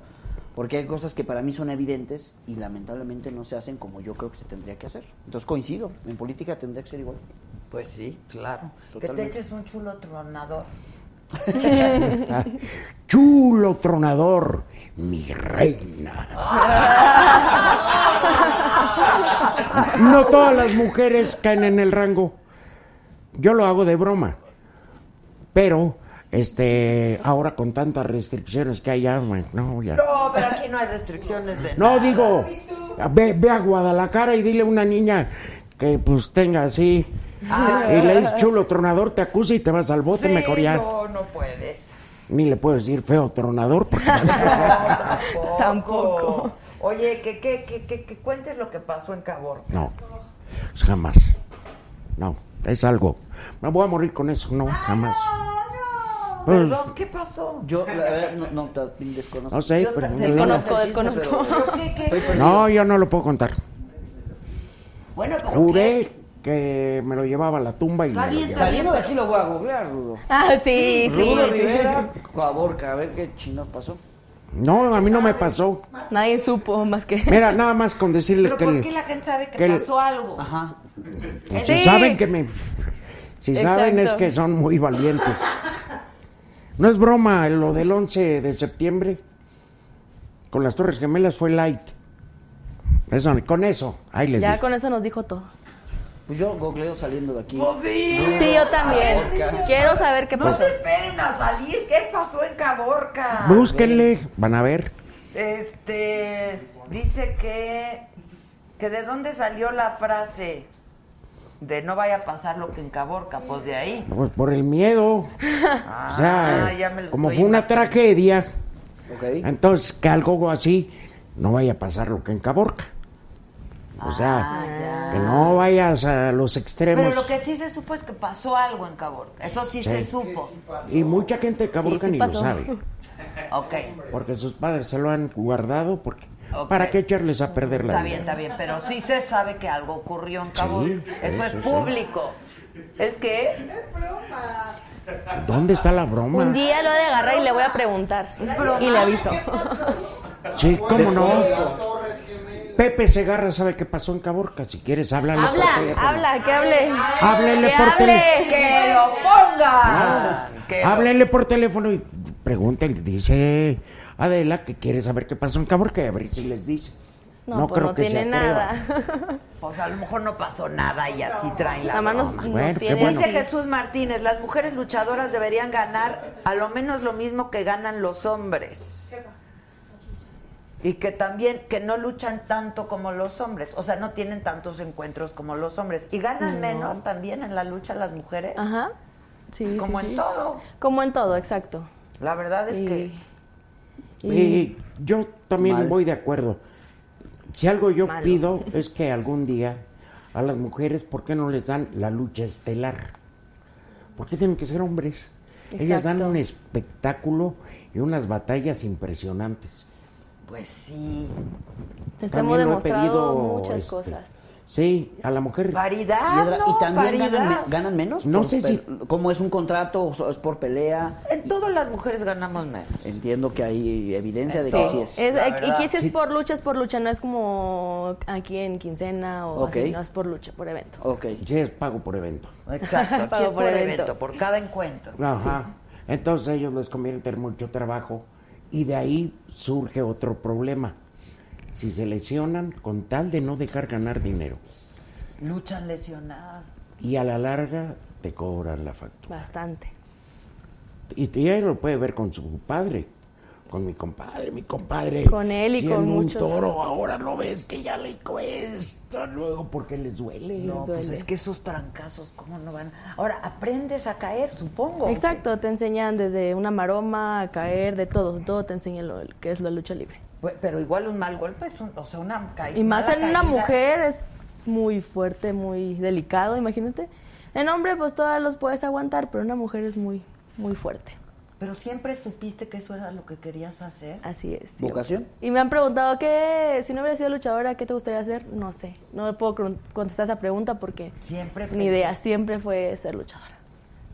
[SPEAKER 1] porque hay cosas que para mí son evidentes y lamentablemente no se hacen como yo creo que se tendría que hacer. Entonces coincido, en política tendría que ser igual.
[SPEAKER 2] Pues sí, claro. Que te
[SPEAKER 1] Totalmente.
[SPEAKER 2] eches un chulo tronador.
[SPEAKER 4] Chulo tronador, mi reina. No todas las mujeres caen en el rango. Yo lo hago de broma. Pero, este, ahora con tantas restricciones que hay, ya, man, no, ya.
[SPEAKER 2] No, pero aquí no hay restricciones de
[SPEAKER 4] No, digo, ve, ve a Guadalajara y dile a una niña que pues tenga así. Y le dices chulo tronador, te acusa y te vas al bote,
[SPEAKER 2] Sí,
[SPEAKER 4] mejor ya.
[SPEAKER 2] No, no [LAUGHS] puedes.
[SPEAKER 4] Ni le puedo decir feo tronador. porque-
[SPEAKER 2] No,
[SPEAKER 5] Tampoco.
[SPEAKER 2] Oye, que, que, que, que, que cuentes lo que pasó en Cabor.
[SPEAKER 4] No, Pues jamás. No, es algo. Me voy a morir con eso, no, jamás. Pues,
[SPEAKER 2] Perdón, ¿qué pasó?
[SPEAKER 1] Yo, la verdad, no, no, ta- desconozco.
[SPEAKER 4] no sé,
[SPEAKER 2] Yo
[SPEAKER 4] pero-
[SPEAKER 2] también
[SPEAKER 5] Desconozco,
[SPEAKER 1] El chiste,
[SPEAKER 5] desconozco.
[SPEAKER 1] pero-
[SPEAKER 2] ¿Pero qué, qué?
[SPEAKER 1] Estoy perdido.
[SPEAKER 4] No, yo no lo puedo contar.
[SPEAKER 2] Bueno, pero
[SPEAKER 4] Juré que me lo llevaba a la tumba y
[SPEAKER 2] Está
[SPEAKER 4] me lo
[SPEAKER 2] bien,
[SPEAKER 4] llevaba.
[SPEAKER 1] Saliendo de aquí lo voy a googlear, Rudo.
[SPEAKER 5] Ah, sí, sí.
[SPEAKER 1] Rudo
[SPEAKER 5] sí.
[SPEAKER 1] Rivera, Coaborca, a ver qué chinos pasó.
[SPEAKER 4] No, a mí no me pasó.
[SPEAKER 5] Nadie supo más que...
[SPEAKER 4] Mira, nada más con decirle
[SPEAKER 2] ¿Pero
[SPEAKER 4] que...
[SPEAKER 2] por
[SPEAKER 4] el-
[SPEAKER 2] qué la gente sabe que,
[SPEAKER 4] que Ah, el-
[SPEAKER 2] pasó algo?
[SPEAKER 1] Ajá.
[SPEAKER 4] Pues
[SPEAKER 5] Sí.
[SPEAKER 4] Si saben que me. Si saben es
[SPEAKER 5] Exacto.
[SPEAKER 4] que son muy valientes. No es broma, lo del 11 de septiembre con las Torres Gemelas fue light. Eso, con eso, ahí les
[SPEAKER 5] Ya
[SPEAKER 4] dije.
[SPEAKER 5] con eso nos dijo todo.
[SPEAKER 1] Pues yo googleo saliendo de aquí.
[SPEAKER 2] Pues
[SPEAKER 5] Sí, yo también. Quiero saber qué
[SPEAKER 2] No
[SPEAKER 4] pues,
[SPEAKER 5] pasó.
[SPEAKER 2] se esperen a salir. ¿Qué pasó en Caborca?
[SPEAKER 4] Búsquenle, van a ver.
[SPEAKER 2] Este dice que que de dónde salió la frase de no vaya a pasar lo que en Caborca, pues de ahí.
[SPEAKER 4] Pues por el miedo. o sea,
[SPEAKER 2] Ah, ya me lo
[SPEAKER 4] como
[SPEAKER 2] estoy
[SPEAKER 4] fue una
[SPEAKER 2] imaginando.
[SPEAKER 4] tragedia,
[SPEAKER 1] Ok.
[SPEAKER 4] entonces que algo así no vaya a pasar lo que en Caborca. O sea, que no vayas a los extremos.
[SPEAKER 2] Ah, Pero lo que sí se supo es que pasó algo en Caborca. Eso sí, se supo.
[SPEAKER 4] Y mucha gente de Caborca
[SPEAKER 5] Sí, sí
[SPEAKER 4] ni
[SPEAKER 5] pasó.
[SPEAKER 4] lo sabe.
[SPEAKER 2] Ok.
[SPEAKER 4] Porque sus padres se lo han guardado porque
[SPEAKER 2] Ok.
[SPEAKER 4] para qué echarles a perder la
[SPEAKER 2] Está
[SPEAKER 4] vida?
[SPEAKER 2] bien, está bien, pero sí se sabe que algo ocurrió en
[SPEAKER 4] Sí,
[SPEAKER 2] Caborca.
[SPEAKER 4] sí,
[SPEAKER 2] Eso es
[SPEAKER 4] sí, sí.
[SPEAKER 2] público. Es que
[SPEAKER 4] ¿Dónde está la
[SPEAKER 5] Un
[SPEAKER 4] broma?
[SPEAKER 5] día lo he de agarrar y le voy a preguntar. Y le aviso.
[SPEAKER 4] Sí, cómo no. Pepe Segarra sabe qué pasó en Caborca. Si quieres, háblale por
[SPEAKER 5] [LAUGHS] Habla,
[SPEAKER 4] teléfono.
[SPEAKER 5] habla, que hable.
[SPEAKER 4] Háblele
[SPEAKER 5] que
[SPEAKER 4] por
[SPEAKER 5] hable.
[SPEAKER 4] teléfono.
[SPEAKER 2] que lo ponga.
[SPEAKER 4] Ah.
[SPEAKER 2] Ah,
[SPEAKER 4] Háblele por teléfono y pregúntale. Dice, Adela que quiere saber qué pasó en Caborca y a ver si les dice.
[SPEAKER 5] No,
[SPEAKER 4] No,
[SPEAKER 5] pues
[SPEAKER 4] creo
[SPEAKER 5] no
[SPEAKER 4] que
[SPEAKER 5] tiene
[SPEAKER 4] se atreva.
[SPEAKER 5] nada.
[SPEAKER 2] Pues a lo mejor no pasó nada y así traen la
[SPEAKER 5] Nada más nos,
[SPEAKER 2] broma.
[SPEAKER 5] nos
[SPEAKER 4] Bueno, qué
[SPEAKER 5] tiene
[SPEAKER 4] bueno.
[SPEAKER 2] Dice
[SPEAKER 5] así.
[SPEAKER 2] Jesús Martínez, las mujeres luchadoras deberían ganar a lo menos lo mismo que ganan los hombres. Y que también, que no luchan tanto como los hombres, o sea, no tienen tantos encuentros como los hombres. Y ganan menos también en la lucha las mujeres,
[SPEAKER 5] Ajá. Sí,
[SPEAKER 2] Pues
[SPEAKER 5] sí,
[SPEAKER 2] como en
[SPEAKER 5] sí.
[SPEAKER 2] todo.
[SPEAKER 5] Como en todo, exacto.
[SPEAKER 2] La verdad es
[SPEAKER 5] Y-
[SPEAKER 2] que...
[SPEAKER 5] y-
[SPEAKER 4] Y yo también
[SPEAKER 1] Mal.
[SPEAKER 4] voy de acuerdo. Si algo yo
[SPEAKER 2] Malos.
[SPEAKER 4] pido es que algún día a las mujeres, ¿por qué no les dan la lucha estelar? ¿Por qué tienen que ser hombres? Ellas dan
[SPEAKER 5] Exacto.
[SPEAKER 4] un espectáculo y unas batallas impresionantes.
[SPEAKER 2] Pues sí.
[SPEAKER 5] les hemos
[SPEAKER 4] También lo he
[SPEAKER 5] demostrado
[SPEAKER 4] pedido,
[SPEAKER 5] muchas
[SPEAKER 4] este,
[SPEAKER 5] cosas.
[SPEAKER 4] Sí, a la mujer.
[SPEAKER 2] Paridad.
[SPEAKER 1] Piedra,
[SPEAKER 2] no,
[SPEAKER 1] y también
[SPEAKER 2] paridad.
[SPEAKER 1] ganan, me- ganan menos.
[SPEAKER 4] Ah, No
[SPEAKER 1] por
[SPEAKER 4] sé si-
[SPEAKER 1] pel- Como es un contrato, o so- es por pelea.
[SPEAKER 2] En todas las mujeres
[SPEAKER 1] [LAUGHS]
[SPEAKER 2] ganamos menos.
[SPEAKER 1] Entiendo que hay evidencia de que
[SPEAKER 2] Eso.
[SPEAKER 1] sí es.
[SPEAKER 5] Es-
[SPEAKER 2] La
[SPEAKER 5] aquí-
[SPEAKER 2] verdad,
[SPEAKER 5] aquí sí es
[SPEAKER 4] sí.
[SPEAKER 5] por lucha, es por lucha, no es como aquí en quincena o
[SPEAKER 1] Ok.
[SPEAKER 5] así, no es por lucha, por evento.
[SPEAKER 1] Ok.
[SPEAKER 4] Sí, es pago por evento.
[SPEAKER 2] Exacto, aquí
[SPEAKER 5] Pago
[SPEAKER 2] es
[SPEAKER 5] por
[SPEAKER 2] por evento.
[SPEAKER 5] evento,
[SPEAKER 2] por cada encuentro.
[SPEAKER 4] Ajá. Entonces a ellos les conviene tener mucho trabajo y de ahí surge otro problema. Si se lesionan con tal de no dejar ganar dinero
[SPEAKER 2] Luchan lesionadas.
[SPEAKER 4] y a la larga te cobran la factura.
[SPEAKER 5] Bastante.
[SPEAKER 4] Y t- ella lo puede ver con su padre, con mi compadre, mi compadre.
[SPEAKER 5] Con él y
[SPEAKER 4] si
[SPEAKER 5] con
[SPEAKER 4] en
[SPEAKER 5] muchos.
[SPEAKER 4] un toro ahora lo ves que ya le cuesta luego porque les duele.
[SPEAKER 2] No, pues
[SPEAKER 5] duele.
[SPEAKER 2] es que esos trancazos, ¿cómo no van? Ahora, aprendes a caer, supongo.
[SPEAKER 5] Exacto, te enseñan desde una maroma a caer, de todo, de todo te enseñan lo que es la lucha libre.
[SPEAKER 2] Pe- Pero igual un mal golpe es, un- o sea, una caída.
[SPEAKER 5] Y más en una mujer es muy fuerte, muy delicado, imagínate. En hombre pues todas los puedes aguantar, pero una mujer es muy, muy fuerte.
[SPEAKER 2] Pero siempre supiste que eso era lo que querías hacer.
[SPEAKER 5] Así es. sí.
[SPEAKER 1] ¿Vocación?
[SPEAKER 5] Y me han preguntado que si no hubiera sido luchadora, ¿qué te gustaría hacer? No sé, no puedo cron- contestar esa pregunta porque
[SPEAKER 2] Siempre
[SPEAKER 5] mi idea
[SPEAKER 2] pensaste-
[SPEAKER 5] siempre fue ser luchadora.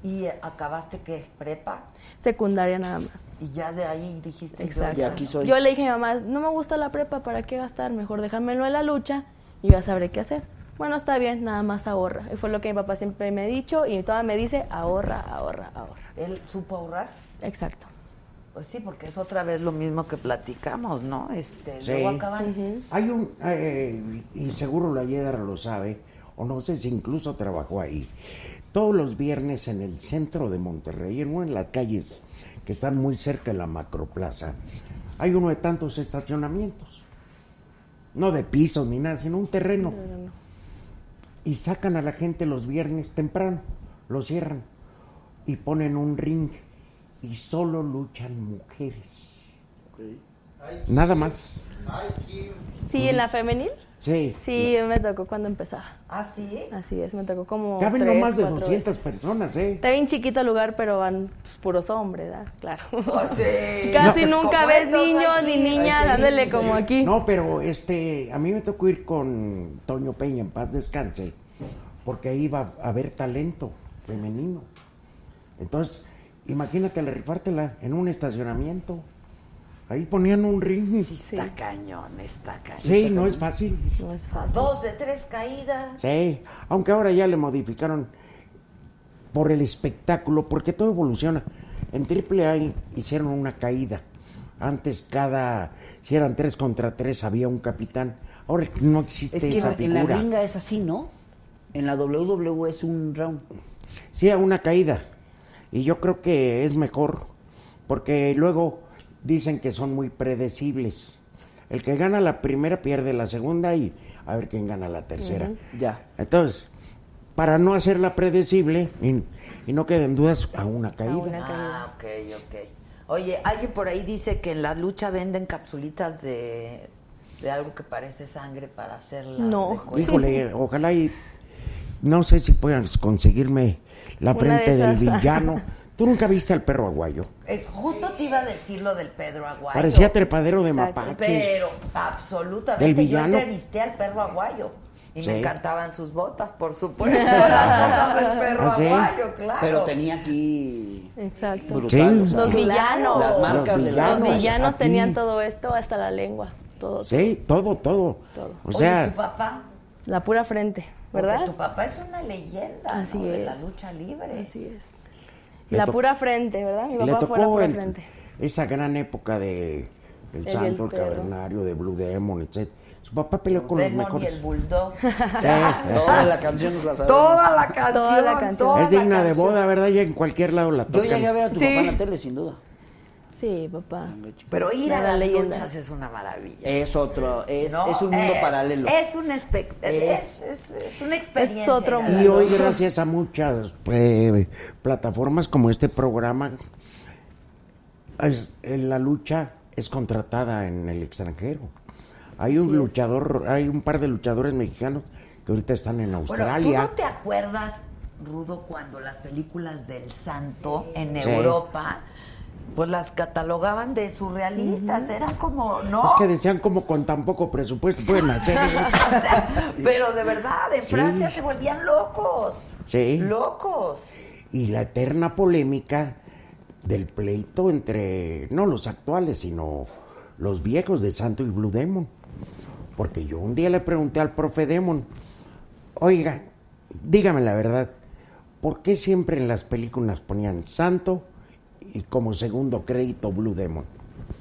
[SPEAKER 2] Y eh, acabaste que es prepa.
[SPEAKER 5] Secundaria nada más.
[SPEAKER 2] Y ya de ahí dijiste. yo-
[SPEAKER 5] Exacto.
[SPEAKER 1] Y aquí soy.
[SPEAKER 5] Yo le dije a mi mamá, no me gusta la prepa, ¿para qué gastar? Mejor dejármelo en la lucha y ya sabré qué hacer. Bueno, está bien, nada más ahorra. Y fue lo que mi papá siempre me ha dicho y todavía me dice, ahorra, ahorra, ahorra.
[SPEAKER 2] Él supo ahorrar.
[SPEAKER 5] Exacto.
[SPEAKER 2] Pues sí, porque es otra vez lo mismo que platicamos, ¿no? Este,
[SPEAKER 4] Sí.
[SPEAKER 2] luego acaban.
[SPEAKER 4] Hay un, eh, y seguro la Yedra lo sabe, o no sé si incluso trabajó ahí. Todos los viernes en el centro de Monterrey, en una de las calles que están muy cerca de la macroplaza, hay uno de tantos estacionamientos. No de pisos ni nada, sino un terreno. Y sacan a la gente los viernes temprano, lo cierran y ponen un ring y solo luchan mujeres. Nada más.
[SPEAKER 5] Sí, en la femenil.
[SPEAKER 4] Sí.
[SPEAKER 5] Sí, me tocó cuando empezaba.
[SPEAKER 2] ¿Ah, sí?
[SPEAKER 5] Así es, me tocó como.
[SPEAKER 4] Caben no
[SPEAKER 5] tres,
[SPEAKER 4] más de
[SPEAKER 5] cuatro
[SPEAKER 4] 200
[SPEAKER 5] veces.
[SPEAKER 4] personas, ¿eh?
[SPEAKER 5] Está bien chiquito el lugar, pero van pues, puros hombres, ¿verdad? Claro.
[SPEAKER 2] Pues sí.
[SPEAKER 5] [LAUGHS] Casi
[SPEAKER 2] No,
[SPEAKER 5] nunca
[SPEAKER 2] como
[SPEAKER 5] ves
[SPEAKER 2] estos
[SPEAKER 5] niños ni
[SPEAKER 2] aquí.
[SPEAKER 5] niñas dándole como aquí.
[SPEAKER 4] No, pero este, a mí me tocó ir con Toño Peña, en paz descanse, porque ahí iba a haber talento femenino. Entonces, imagínate rifártela en un estacionamiento. Ahí ponían un ring. Sí,
[SPEAKER 2] Está cañón, está cañón.
[SPEAKER 4] no es fácil.
[SPEAKER 5] No es
[SPEAKER 2] A
[SPEAKER 5] fácil.
[SPEAKER 2] Dos de tres caídas.
[SPEAKER 4] Sí, aunque ahora ya le modificaron por el espectáculo, porque todo evoluciona. En AAA hicieron una caída. Antes cada, si eran tres contra tres, había un capitán. Ahora no existe
[SPEAKER 1] Es que
[SPEAKER 4] esa
[SPEAKER 1] en, en la
[SPEAKER 4] figura.
[SPEAKER 1] gringa es así, ¿no? En la WWE es un round.
[SPEAKER 4] Sí, a una caída. Y yo creo que es mejor, porque luego dicen que son muy predecibles. El que gana la primera pierde la segunda y a ver quién gana la tercera.
[SPEAKER 1] Ya.
[SPEAKER 4] Entonces, para no hacerla predecible y, y no queden dudas, a una caída.
[SPEAKER 5] una
[SPEAKER 2] Ah, ok, ok. Oye, alguien por ahí dice que en la lucha venden capsulitas de, de algo que parece sangre para hacerla.
[SPEAKER 5] No.
[SPEAKER 4] Híjole, ojalá y no sé si puedas conseguirme la
[SPEAKER 5] Una
[SPEAKER 4] frente
[SPEAKER 5] de
[SPEAKER 4] del
[SPEAKER 5] esas. [LAUGHS]
[SPEAKER 4] villano. ¿Tú nunca viste al perro aguayo?
[SPEAKER 2] Es, justo te iba a decir lo del Pedro Aguayo.
[SPEAKER 4] Parecía trepadero de
[SPEAKER 5] Exacto.
[SPEAKER 4] mapaches.
[SPEAKER 2] Pero, absolutamente.
[SPEAKER 4] Del villano.
[SPEAKER 2] Yo entrevisté al perro Aguayo. Y me
[SPEAKER 4] Sí.
[SPEAKER 2] encantaban sus botas, por
[SPEAKER 5] [LAUGHS]
[SPEAKER 2] supuesto. Las botas del perro
[SPEAKER 4] ¿Ah, sí?
[SPEAKER 2] Aguayo, claro.
[SPEAKER 1] Pero tenía aquí.
[SPEAKER 5] Exacto.
[SPEAKER 1] Brutal.
[SPEAKER 4] Sí.
[SPEAKER 1] o sea,
[SPEAKER 5] Los villanos.
[SPEAKER 1] Las marcas
[SPEAKER 4] Los
[SPEAKER 1] de
[SPEAKER 5] Los
[SPEAKER 1] las
[SPEAKER 4] villanos.
[SPEAKER 5] villanos
[SPEAKER 4] aquí.
[SPEAKER 5] tenían todo esto, hasta la lengua, todo.
[SPEAKER 4] Sí, todo, todo.
[SPEAKER 5] Todo.
[SPEAKER 4] O
[SPEAKER 2] Oye,
[SPEAKER 4] sea,
[SPEAKER 2] tu papá.
[SPEAKER 5] La pura frente,
[SPEAKER 2] porque
[SPEAKER 5] ¿verdad?
[SPEAKER 2] tu papá es una leyenda
[SPEAKER 5] Así
[SPEAKER 2] ¿no? de la
[SPEAKER 5] es.
[SPEAKER 2] lucha libre.
[SPEAKER 5] Así es.
[SPEAKER 4] Le
[SPEAKER 5] La
[SPEAKER 4] to-
[SPEAKER 5] pura frente, ¿verdad? Mi
[SPEAKER 4] le
[SPEAKER 5] papá fue la
[SPEAKER 4] tocó
[SPEAKER 5] pura
[SPEAKER 4] en-
[SPEAKER 5] frente.
[SPEAKER 4] esa gran época de El
[SPEAKER 5] El
[SPEAKER 4] Santo, el
[SPEAKER 5] del perro.
[SPEAKER 4] Cavernario, de Blue Demon, etc. Su papá peleó con los
[SPEAKER 2] Demon y el
[SPEAKER 4] mejores.
[SPEAKER 2] bulldog.
[SPEAKER 4] Sí.
[SPEAKER 5] [LAUGHS]
[SPEAKER 1] Toda la canción nos la sabemos.
[SPEAKER 2] toda la canción.
[SPEAKER 5] Toda la canción.
[SPEAKER 2] toda
[SPEAKER 4] Es digna
[SPEAKER 2] la
[SPEAKER 4] de
[SPEAKER 2] canción.
[SPEAKER 4] boda, ¿verdad? Y en cualquier lado la
[SPEAKER 1] Yo
[SPEAKER 4] tocan.
[SPEAKER 1] llegué a ver a tu
[SPEAKER 5] Sí.
[SPEAKER 1] papá en la tele, sin duda.
[SPEAKER 5] Sí, papá.
[SPEAKER 2] Pero ir a
[SPEAKER 5] Era
[SPEAKER 2] las
[SPEAKER 5] leyenda.
[SPEAKER 2] luchas es una maravilla.
[SPEAKER 1] Es otro, es,
[SPEAKER 2] ¿no?
[SPEAKER 1] es un mundo
[SPEAKER 2] Es-
[SPEAKER 1] paralelo.
[SPEAKER 2] Es, un espect-
[SPEAKER 1] Es-
[SPEAKER 2] es, es- es una experiencia.
[SPEAKER 5] es otro
[SPEAKER 2] ir a
[SPEAKER 5] mundo.
[SPEAKER 4] Y
[SPEAKER 2] la- [LAUGHS]
[SPEAKER 4] hoy, gracias a muchas eh, plataformas como este programa, es- eh, la lucha es contratada en el extranjero. Hay un luchador, hay un par de luchadores mexicanos que ahorita están en
[SPEAKER 2] Bueno, ¿tú
[SPEAKER 4] Australia.
[SPEAKER 2] no te acuerdas, Rudo, cuando las películas del santo en
[SPEAKER 4] Sí.
[SPEAKER 2] Europa, pues las catalogaban de surrealistas? Eran como, no,
[SPEAKER 4] Es que decían como con tan poco presupuesto pueden hacer. eso.
[SPEAKER 2] [LAUGHS] O sea, pero de verdad, en
[SPEAKER 4] Sí.
[SPEAKER 2] Francia se volvían locos.
[SPEAKER 4] Sí.
[SPEAKER 2] Locos.
[SPEAKER 4] y la eterna polémica del pleito entre no los actuales, sino los viejos de Santo y Blue Demon. Porque yo un día le pregunté al profe Demon, oiga, dígame la verdad, ¿por qué siempre en las películas ponían Santo y como segundo crédito Blue Demon?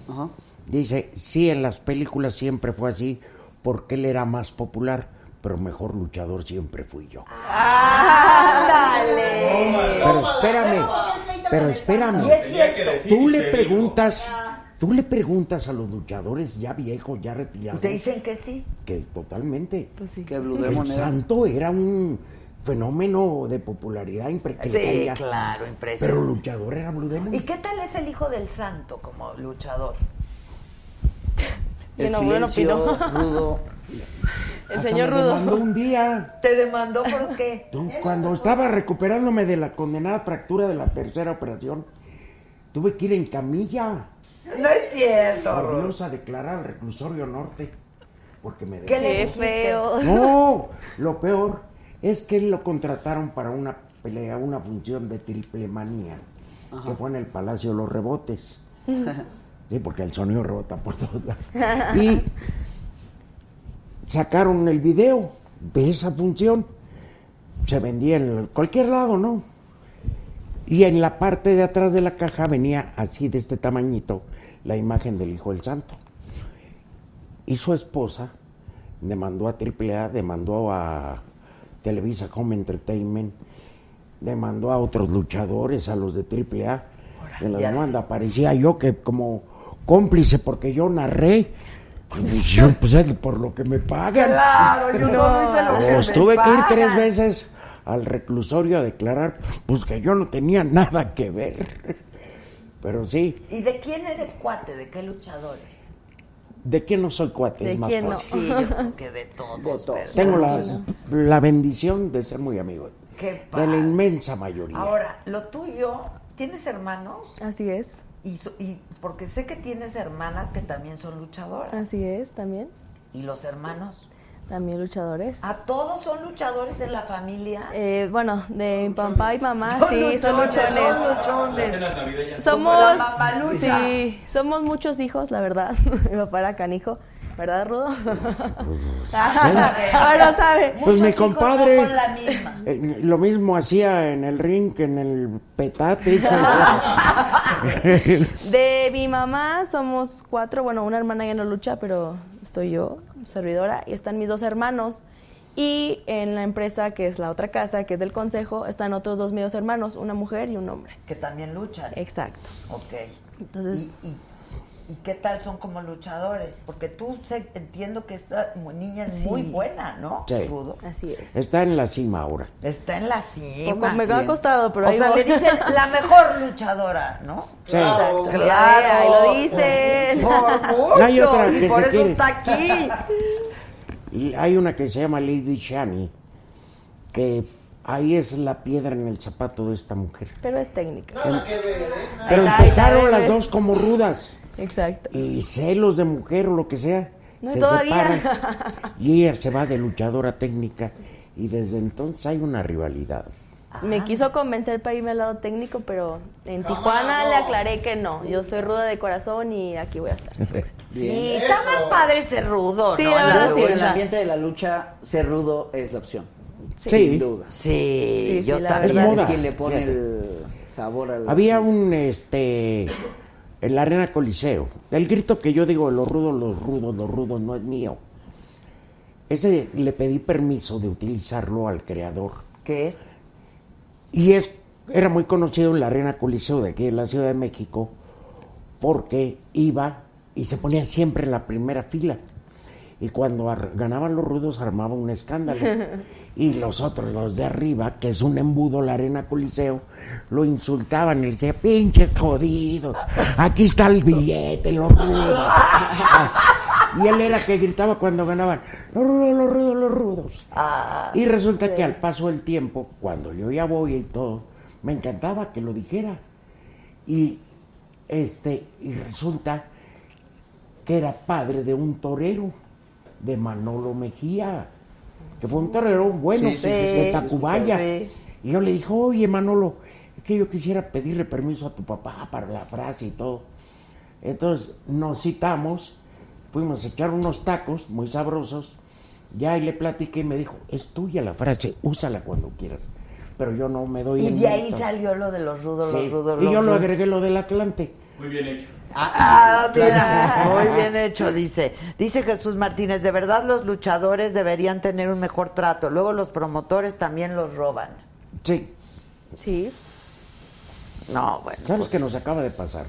[SPEAKER 1] Ajá.
[SPEAKER 4] Dice, sí, en las películas siempre fue así, porque él era más popular, pero mejor luchador siempre fui yo. Pero espérame, pero espérame.
[SPEAKER 2] Y es
[SPEAKER 3] Tenía que
[SPEAKER 2] cierto.
[SPEAKER 3] decir
[SPEAKER 4] Tú
[SPEAKER 3] y
[SPEAKER 4] le
[SPEAKER 3] se
[SPEAKER 4] preguntas, tú le preguntas a los luchadores ya viejos, ya retirados,
[SPEAKER 2] Te dicen que sí.
[SPEAKER 4] que totalmente.
[SPEAKER 5] Pues sí.
[SPEAKER 1] Que Blue
[SPEAKER 4] El
[SPEAKER 1] Demon era-
[SPEAKER 4] santo era un fenómeno de popularidad
[SPEAKER 2] Sí,
[SPEAKER 4] imprecatoria.
[SPEAKER 2] claro,
[SPEAKER 4] Pero
[SPEAKER 2] impresionante.
[SPEAKER 4] luchador era Blue Demon.
[SPEAKER 2] ¿Y qué tal es el hijo del santo como luchador?
[SPEAKER 1] El
[SPEAKER 5] Yo no- yo no
[SPEAKER 1] silencio,
[SPEAKER 5] opino.
[SPEAKER 1] [LAUGHS] rudo.
[SPEAKER 5] El
[SPEAKER 4] Hasta
[SPEAKER 5] señor
[SPEAKER 4] me demandó
[SPEAKER 5] Rudo.
[SPEAKER 4] un día.
[SPEAKER 2] ¿Te demandó por qué?
[SPEAKER 4] Tú, Cuando estaba recuperándome de la condenada fractura de la tercera operación, tuve que ir en camilla.
[SPEAKER 2] [LAUGHS] No es cierto,
[SPEAKER 4] Por
[SPEAKER 2] Rudo.
[SPEAKER 4] Dios a declarar al reclusorio norte. Porque me
[SPEAKER 2] ¿Qué
[SPEAKER 4] dejó.
[SPEAKER 2] le
[SPEAKER 5] [LAUGHS] Qué
[SPEAKER 2] dijiste?
[SPEAKER 5] feo.
[SPEAKER 4] No, lo peor es que lo contrataron para una pelea, una función de triple manía, que fue en el Palacio de los Rebotes. Sí, porque el sonido rebota por todos lados. Y sacaron el video de esa función. Se vendía en cualquier lado, ¿no? Y en la parte de atrás de la caja venía así de este tamañito la imagen del Hijo del Santo. Y su esposa demandó a AAA, demandó a Televisa Home Entertainment, demandó a otros luchadores, a los de AAA. En la
[SPEAKER 2] ya.
[SPEAKER 4] demanda parecía yo que como cómplice porque yo narré. Pues yo, pues, es por lo que me pagan.
[SPEAKER 2] Claro, yo solo hice lo que
[SPEAKER 4] Pues
[SPEAKER 2] me
[SPEAKER 4] tuve que ir tres
[SPEAKER 2] pagan.
[SPEAKER 4] veces al reclusorio a declarar, pues que yo no tenía nada que ver. Pero sí,
[SPEAKER 2] ¿Y de quién eres cuate? ¿De qué luchadores?
[SPEAKER 4] ¿de quién no soy cuate?
[SPEAKER 5] ¿De
[SPEAKER 4] Es más
[SPEAKER 5] quién no?
[SPEAKER 4] fácil.
[SPEAKER 2] Sí, yo creo que [LAUGHS] de todos. ¿verdad?
[SPEAKER 4] Tengo la, la bendición de ser muy amigo
[SPEAKER 2] Qué
[SPEAKER 4] de la
[SPEAKER 2] padre.
[SPEAKER 4] inmensa mayoría.
[SPEAKER 2] Ahora, lo tuyo, ¿tienes hermanos?
[SPEAKER 5] Así es.
[SPEAKER 2] Y, so- y porque sé que tienes hermanas que también son luchadoras.
[SPEAKER 5] Así es, también.
[SPEAKER 2] ¿Y los hermanos?
[SPEAKER 5] También luchadores.
[SPEAKER 2] ¿A todos son luchadores en la familia?
[SPEAKER 5] Eh, bueno, de mi papá y mamá,
[SPEAKER 2] Son
[SPEAKER 5] Ah, sí, son
[SPEAKER 2] luchones,
[SPEAKER 5] luchones.
[SPEAKER 2] son
[SPEAKER 3] Las
[SPEAKER 2] luchones.
[SPEAKER 3] cenas
[SPEAKER 2] Como
[SPEAKER 3] navideñas.
[SPEAKER 5] Somos,
[SPEAKER 2] la papalucha.
[SPEAKER 5] sí, somos muchos hijos, la verdad. [LAUGHS] mi papá era canijo, ¿verdad, Rudo?
[SPEAKER 2] [LAUGHS]
[SPEAKER 5] Ahora lo sabe.
[SPEAKER 4] Pues
[SPEAKER 2] Muchos
[SPEAKER 4] mi
[SPEAKER 2] hijos
[SPEAKER 4] compadre.
[SPEAKER 2] no con la misma.
[SPEAKER 4] Eh, lo mismo hacía en el ring que en el
[SPEAKER 2] [LAUGHS]
[SPEAKER 4] petate. hijo.
[SPEAKER 5] De mi mamá somos cuatro, bueno, una hermana ya no lucha, pero estoy yo, servidora, y están mis dos hermanos. Y en la empresa, que es la otra casa, que es del consejo, están otros dos medios hermanos, una mujer y un hombre.
[SPEAKER 2] Que también luchan.
[SPEAKER 5] Exacto.
[SPEAKER 2] Ok.
[SPEAKER 5] Entonces-
[SPEAKER 2] ¿Y, y, y qué tal son como luchadores? Porque tú sé- entiendo que esta mu- niña es muy buena, ¿no?
[SPEAKER 4] Sí.
[SPEAKER 2] Rudo.
[SPEAKER 5] Así es.
[SPEAKER 4] Está en la cima ahora.
[SPEAKER 2] Está en la cima.
[SPEAKER 5] Poco- me ha costado, pero
[SPEAKER 2] O
[SPEAKER 5] ahí
[SPEAKER 2] sea, le
[SPEAKER 5] voy. [LAUGHS]
[SPEAKER 2] dicen la mejor luchadora, ¿no?
[SPEAKER 4] Sí.
[SPEAKER 5] Claro. Ahí lo dicen.
[SPEAKER 2] Por
[SPEAKER 4] No hay
[SPEAKER 2] mucho,
[SPEAKER 4] otra
[SPEAKER 2] y
[SPEAKER 4] que
[SPEAKER 2] por
[SPEAKER 4] se
[SPEAKER 2] eso
[SPEAKER 4] quede.
[SPEAKER 2] está aquí.
[SPEAKER 4] Y hay una que se llama Lady Shani, que ahí es la piedra en el zapato de esta mujer.
[SPEAKER 5] Pero es técnica.
[SPEAKER 4] Pero
[SPEAKER 5] Ahí está, ahí
[SPEAKER 4] empezaron
[SPEAKER 5] está,
[SPEAKER 4] las
[SPEAKER 5] ¿ves?
[SPEAKER 4] dos como rudas.
[SPEAKER 5] Exacto.
[SPEAKER 4] Y celos de mujer o lo que sea.
[SPEAKER 5] No,
[SPEAKER 4] se
[SPEAKER 5] todavía. [LAUGHS]
[SPEAKER 4] separan. Y ella se va de luchadora técnica. Y desde entonces hay una
[SPEAKER 5] [LAUGHS]
[SPEAKER 4] rivalidad.
[SPEAKER 5] Me quiso convencer para irme al lado técnico, pero en Tijuana le aclaré que no. Yo soy ruda de corazón y aquí voy a estar. siempre.
[SPEAKER 2] Sí, está más padre ser rudo,
[SPEAKER 5] Sí,
[SPEAKER 2] ¿no?
[SPEAKER 5] la
[SPEAKER 2] En
[SPEAKER 5] verdad, sí,
[SPEAKER 1] Pero en el
[SPEAKER 5] lucha.
[SPEAKER 1] ambiente de la lucha, ser rudo es la opción.
[SPEAKER 4] Sí.
[SPEAKER 1] Sin duda.
[SPEAKER 2] Sí,
[SPEAKER 5] Sí, sí,
[SPEAKER 2] yo
[SPEAKER 5] la
[SPEAKER 2] también.
[SPEAKER 4] verdad. Moda.
[SPEAKER 1] Es quien le pone
[SPEAKER 4] Fíjate.
[SPEAKER 1] el sabor al.
[SPEAKER 4] Había un este en la Arena Coliseo. El grito que yo digo, los rudos, los rudos, los rudos, no es mío. Ese le pedí permiso de utilizarlo al creador.
[SPEAKER 2] ¿Qué es?
[SPEAKER 4] Y es, era muy conocido en la Arena Coliseo de aquí en la Ciudad de México porque iba y se ponía siempre en la primera fila. Y cuando ar- ganaban los rudos armaba un escándalo. Y los otros, los de arriba, que es un embudo la Arena Coliseo, lo insultaban y decía, pinches jodidos, aquí está el billete, los rudos. Y él era que gritaba cuando ganaban, los rudos, los rudos, los rudos. Y resulta que al paso del tiempo, cuando yo ya voy y todo, me encantaba que lo dijera. Y este, y resulta que era padre de un torero, de Manolo Mejía, que fue un torero bueno,
[SPEAKER 1] Sí, sí, sí,
[SPEAKER 4] de
[SPEAKER 2] sí,
[SPEAKER 4] Tacubaya.
[SPEAKER 2] sí.
[SPEAKER 4] Y yo le dije, oye Manolo, es que yo quisiera pedirle permiso a tu papá para la frase y todo. Entonces nos citamos, fuimos a echar unos tacos muy sabrosos. Ya ahí le platiqué y me dijo, es tuya la frase, úsala cuando quieras. Pero yo no me doy
[SPEAKER 2] Y
[SPEAKER 4] el
[SPEAKER 2] de ahí
[SPEAKER 4] gusto.
[SPEAKER 2] salió lo de los rudos,
[SPEAKER 4] Sí.
[SPEAKER 2] los rudos,
[SPEAKER 4] Y
[SPEAKER 2] los
[SPEAKER 4] yo lo
[SPEAKER 2] rudos.
[SPEAKER 4] agregué lo del Atlante.
[SPEAKER 3] Muy bien hecho.
[SPEAKER 4] [LAUGHS]
[SPEAKER 2] Ah, mira, muy bien hecho, dice. Dice Jesús Martínez, de verdad los luchadores deberían tener un mejor trato. Luego los promotores también los roban.
[SPEAKER 4] Sí,
[SPEAKER 5] Sí.
[SPEAKER 2] No, bueno.
[SPEAKER 4] ¿sabes qué nos acaba de pasar?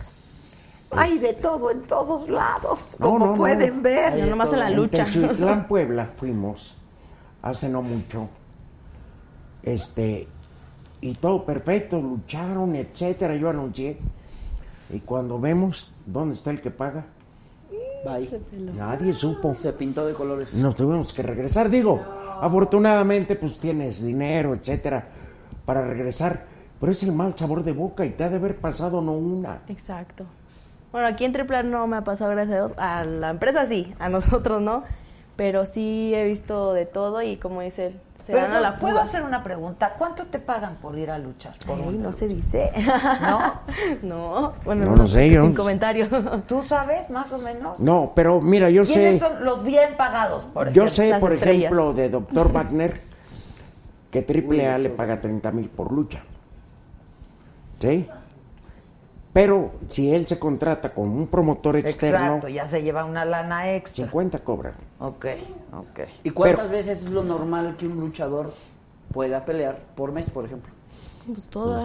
[SPEAKER 2] Hay de todo en todos lados,
[SPEAKER 4] No,
[SPEAKER 2] como
[SPEAKER 4] no, no.
[SPEAKER 2] pueden ver.
[SPEAKER 5] No nomás en la lucha.
[SPEAKER 4] En Tezuitlán, Puebla, fuimos hace no mucho. Este, y todo perfecto, lucharon, etcétera. Yo anuncié. Y cuando vemos dónde está el que paga,
[SPEAKER 1] Bye.
[SPEAKER 4] nadie supo.
[SPEAKER 1] Se pintó de colores.
[SPEAKER 4] Nos tuvimos que regresar. Digo, afortunadamente, pues tienes dinero, etcétera, para regresar. Pero es el mal sabor de boca y te ha de haber pasado no una.
[SPEAKER 5] Exacto. Bueno, aquí en Triplar no me ha pasado, gracias a Dios. A la empresa sí, a nosotros no. Pero sí he visto de todo y como dice él, se
[SPEAKER 2] Pero
[SPEAKER 5] dan a la
[SPEAKER 2] no, puedo
[SPEAKER 5] fuga.
[SPEAKER 2] hacer una pregunta. ¿Cuánto te pagan por ir a luchar? Por
[SPEAKER 5] Ay,
[SPEAKER 2] una
[SPEAKER 5] no
[SPEAKER 2] lucha?
[SPEAKER 5] se dice.
[SPEAKER 2] ¿No?
[SPEAKER 5] [LAUGHS] no, bueno,
[SPEAKER 4] No lo sé, yo
[SPEAKER 5] Sin
[SPEAKER 4] no-
[SPEAKER 5] comentario.
[SPEAKER 2] ¿Tú sabes más o menos?
[SPEAKER 4] No, pero mira, yo sé.
[SPEAKER 2] ¿Quiénes son los bien pagados, por
[SPEAKER 4] Yo
[SPEAKER 2] ejemplo?
[SPEAKER 4] sé,
[SPEAKER 5] Las
[SPEAKER 4] por
[SPEAKER 5] estrellas.
[SPEAKER 4] ejemplo, de Dr. Wagner, que AAA le paga 30 mil por lucha. ¿Sí? Pero si él se contrata con un promotor externo,
[SPEAKER 2] Exacto, ya se lleva una lana extra.
[SPEAKER 4] 50 cobra.
[SPEAKER 2] Ok, ok.
[SPEAKER 1] ¿Y cuántas
[SPEAKER 4] Pero-
[SPEAKER 1] veces es lo normal que un luchador pueda pelear por mes, por ejemplo?
[SPEAKER 5] Pues todas.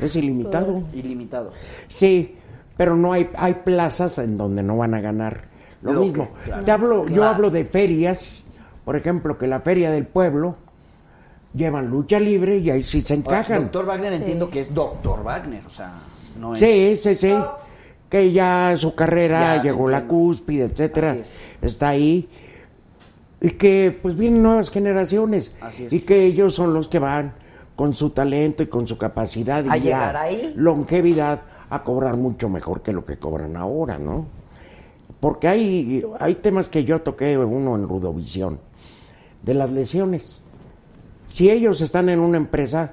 [SPEAKER 4] Es ilimitado.
[SPEAKER 1] Pues. Ilimitado.
[SPEAKER 4] Sí, pero no hay, hay plazas en donde no van a ganar lo,
[SPEAKER 1] Lo que-
[SPEAKER 4] mismo.
[SPEAKER 1] claro.
[SPEAKER 4] Te hablo, Yo
[SPEAKER 2] Claro.
[SPEAKER 4] hablo de ferias, por ejemplo, que la feria del pueblo llevan lucha libre y ahí sí se encajan.
[SPEAKER 1] Doctor Wagner entiendo que es Doctor Wagner, o sea, no es...
[SPEAKER 4] Sí, sí, sí. Que ya su carrera
[SPEAKER 1] Ya,
[SPEAKER 4] llegó a la
[SPEAKER 1] entiendo.
[SPEAKER 4] cúspide, etcétera.
[SPEAKER 1] Así es.
[SPEAKER 4] Está ahí. Y que pues vienen nuevas generaciones.
[SPEAKER 1] Así es.
[SPEAKER 4] Y que ellos son los que van con su talento y con su capacidad
[SPEAKER 2] A
[SPEAKER 4] y
[SPEAKER 2] llegar
[SPEAKER 4] ya
[SPEAKER 2] ahí.
[SPEAKER 4] longevidad a cobrar mucho mejor que lo que cobran ahora, ¿no? Porque hay, hay temas que yo toqué uno en Rudovisión, de las lesiones. Si ellos están en una empresa,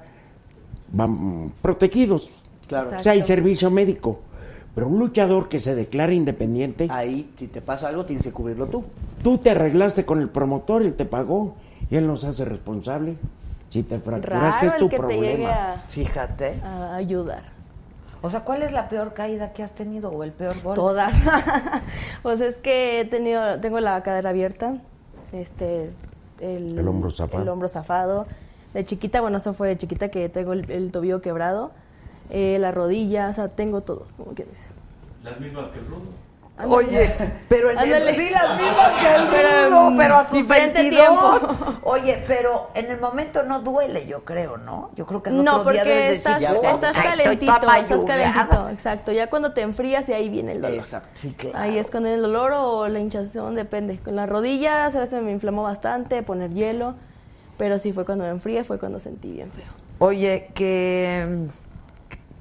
[SPEAKER 4] van protegidos,
[SPEAKER 1] Claro.
[SPEAKER 4] o sea, hay servicio médico. Pero un luchador que se declara independiente,
[SPEAKER 1] Ahí, si te pasa algo, tienes que cubrirlo tú.
[SPEAKER 4] tú te arreglaste con el promotor, él te pagó y él nos hace responsable. Si te fracturaste
[SPEAKER 5] Raro
[SPEAKER 4] es tu
[SPEAKER 5] el que te llegue
[SPEAKER 4] problema.
[SPEAKER 5] a,
[SPEAKER 2] Fíjate.
[SPEAKER 5] a ayudar.
[SPEAKER 2] O sea, ¿cuál es la peor caída que has tenido o el peor gol?
[SPEAKER 5] Todas. [LAUGHS] pues es que he tenido, tengo la cadera abierta, este, el,
[SPEAKER 4] El hombro zafado.
[SPEAKER 5] el hombro zafado. De chiquita, bueno, eso fue de chiquita que tengo el, el tobillo quebrado, eh, la rodilla, o sea, tengo todo, como que dice.
[SPEAKER 3] Las mismas que el rudo.
[SPEAKER 2] Oye, pero en el-
[SPEAKER 5] Ándale.
[SPEAKER 2] sí, las mismas que el
[SPEAKER 5] Pero,
[SPEAKER 2] mundo,
[SPEAKER 5] mm,
[SPEAKER 2] pero a sus
[SPEAKER 5] diferente
[SPEAKER 2] 22.
[SPEAKER 5] tiempo.
[SPEAKER 2] Oye, pero en el momento no duele, yo creo, ¿no? Yo creo que el
[SPEAKER 5] no,
[SPEAKER 2] otro día
[SPEAKER 5] porque
[SPEAKER 2] debes
[SPEAKER 5] estás,
[SPEAKER 2] decir, "Ya,
[SPEAKER 5] estás
[SPEAKER 2] ay, estoy
[SPEAKER 5] calentito,
[SPEAKER 2] toda
[SPEAKER 5] estás
[SPEAKER 2] mayugada".
[SPEAKER 5] calentito, exacto. Ya cuando te enfrías y ahí viene el dolor.
[SPEAKER 1] Exacto.
[SPEAKER 2] Sí, claro.
[SPEAKER 5] Ahí es con el dolor o la hinchazón, depende. Con las rodillas a veces me inflamó bastante, poner hielo, pero sí fue cuando me enfríe, fue cuando sentí bien feo.
[SPEAKER 2] Oye, que,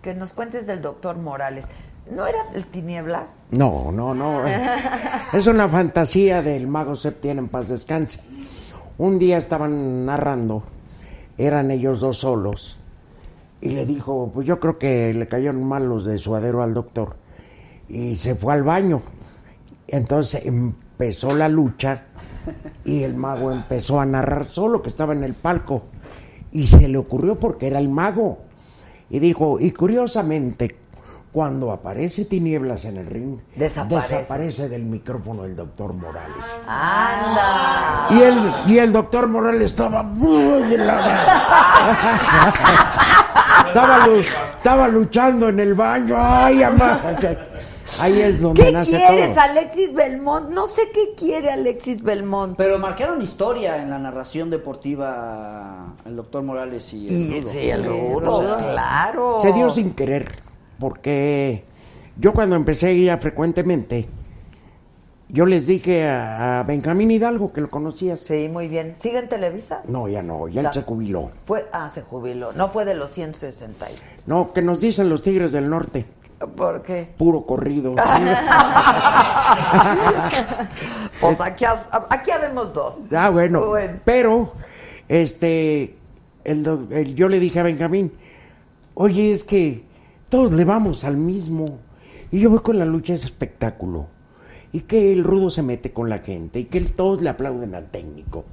[SPEAKER 2] que nos cuentes del doctor Morales. ¿No era el tinieblas?
[SPEAKER 4] No, no, no. eh.
[SPEAKER 5] [LAUGHS]
[SPEAKER 4] Es una fantasía del mago Septién en paz descanse. Un día estaban narrando, eran ellos dos solos, y le dijo, pues yo creo que le cayeron mal los de suadero al doctor, y se fue al baño. Entonces empezó la lucha y el mago empezó a narrar solo que estaba en el palco. Y se le ocurrió porque era el mago. Y dijo, y curiosamente, Cuando aparece Tinieblas en el ring,
[SPEAKER 2] Desaparece.
[SPEAKER 4] desaparece del micrófono el doctor Morales.
[SPEAKER 2] ¡Anda!
[SPEAKER 4] Y el, y el doctor Morales estaba muy en la- estaba, lu- estaba luchando en el baño. Ay, ama. Ahí es donde
[SPEAKER 2] ¿Qué
[SPEAKER 4] nace
[SPEAKER 2] quieres,
[SPEAKER 4] todo.
[SPEAKER 2] Alexis Belmont? No sé qué quiere Alexis Belmont.
[SPEAKER 1] Pero marcaron historia en la narración deportiva el doctor Morales y el
[SPEAKER 2] Y,
[SPEAKER 1] Rudo.
[SPEAKER 2] sí, el rudo, claro.
[SPEAKER 4] Se dio sin querer, porque yo cuando empecé a ir a frecuentemente, yo les dije a, a Benjamín Hidalgo que lo conocías.
[SPEAKER 2] Sí, muy bien. ¿Sigue en Televisa?
[SPEAKER 4] No, ya no, ya él
[SPEAKER 2] La-
[SPEAKER 4] se jubiló.
[SPEAKER 2] Fue, ah, se jubiló. No fue de los 160. y-
[SPEAKER 4] No, que nos dicen los Tigres del Norte,
[SPEAKER 2] ¿Por qué?
[SPEAKER 4] puro
[SPEAKER 2] [LAUGHS]
[SPEAKER 4] corrido.
[SPEAKER 2] Pues aquí, has- aquí habemos dos.
[SPEAKER 4] Eh, Ah, bueno.
[SPEAKER 2] Bueno.
[SPEAKER 4] Pero, este, el do- el- yo le dije a Benjamín, oye, es que todos le vamos al mismo. Y yo voy con la lucha es espectáculo. Y que el rudo se mete con la gente y que el- todos le aplauden al técnico.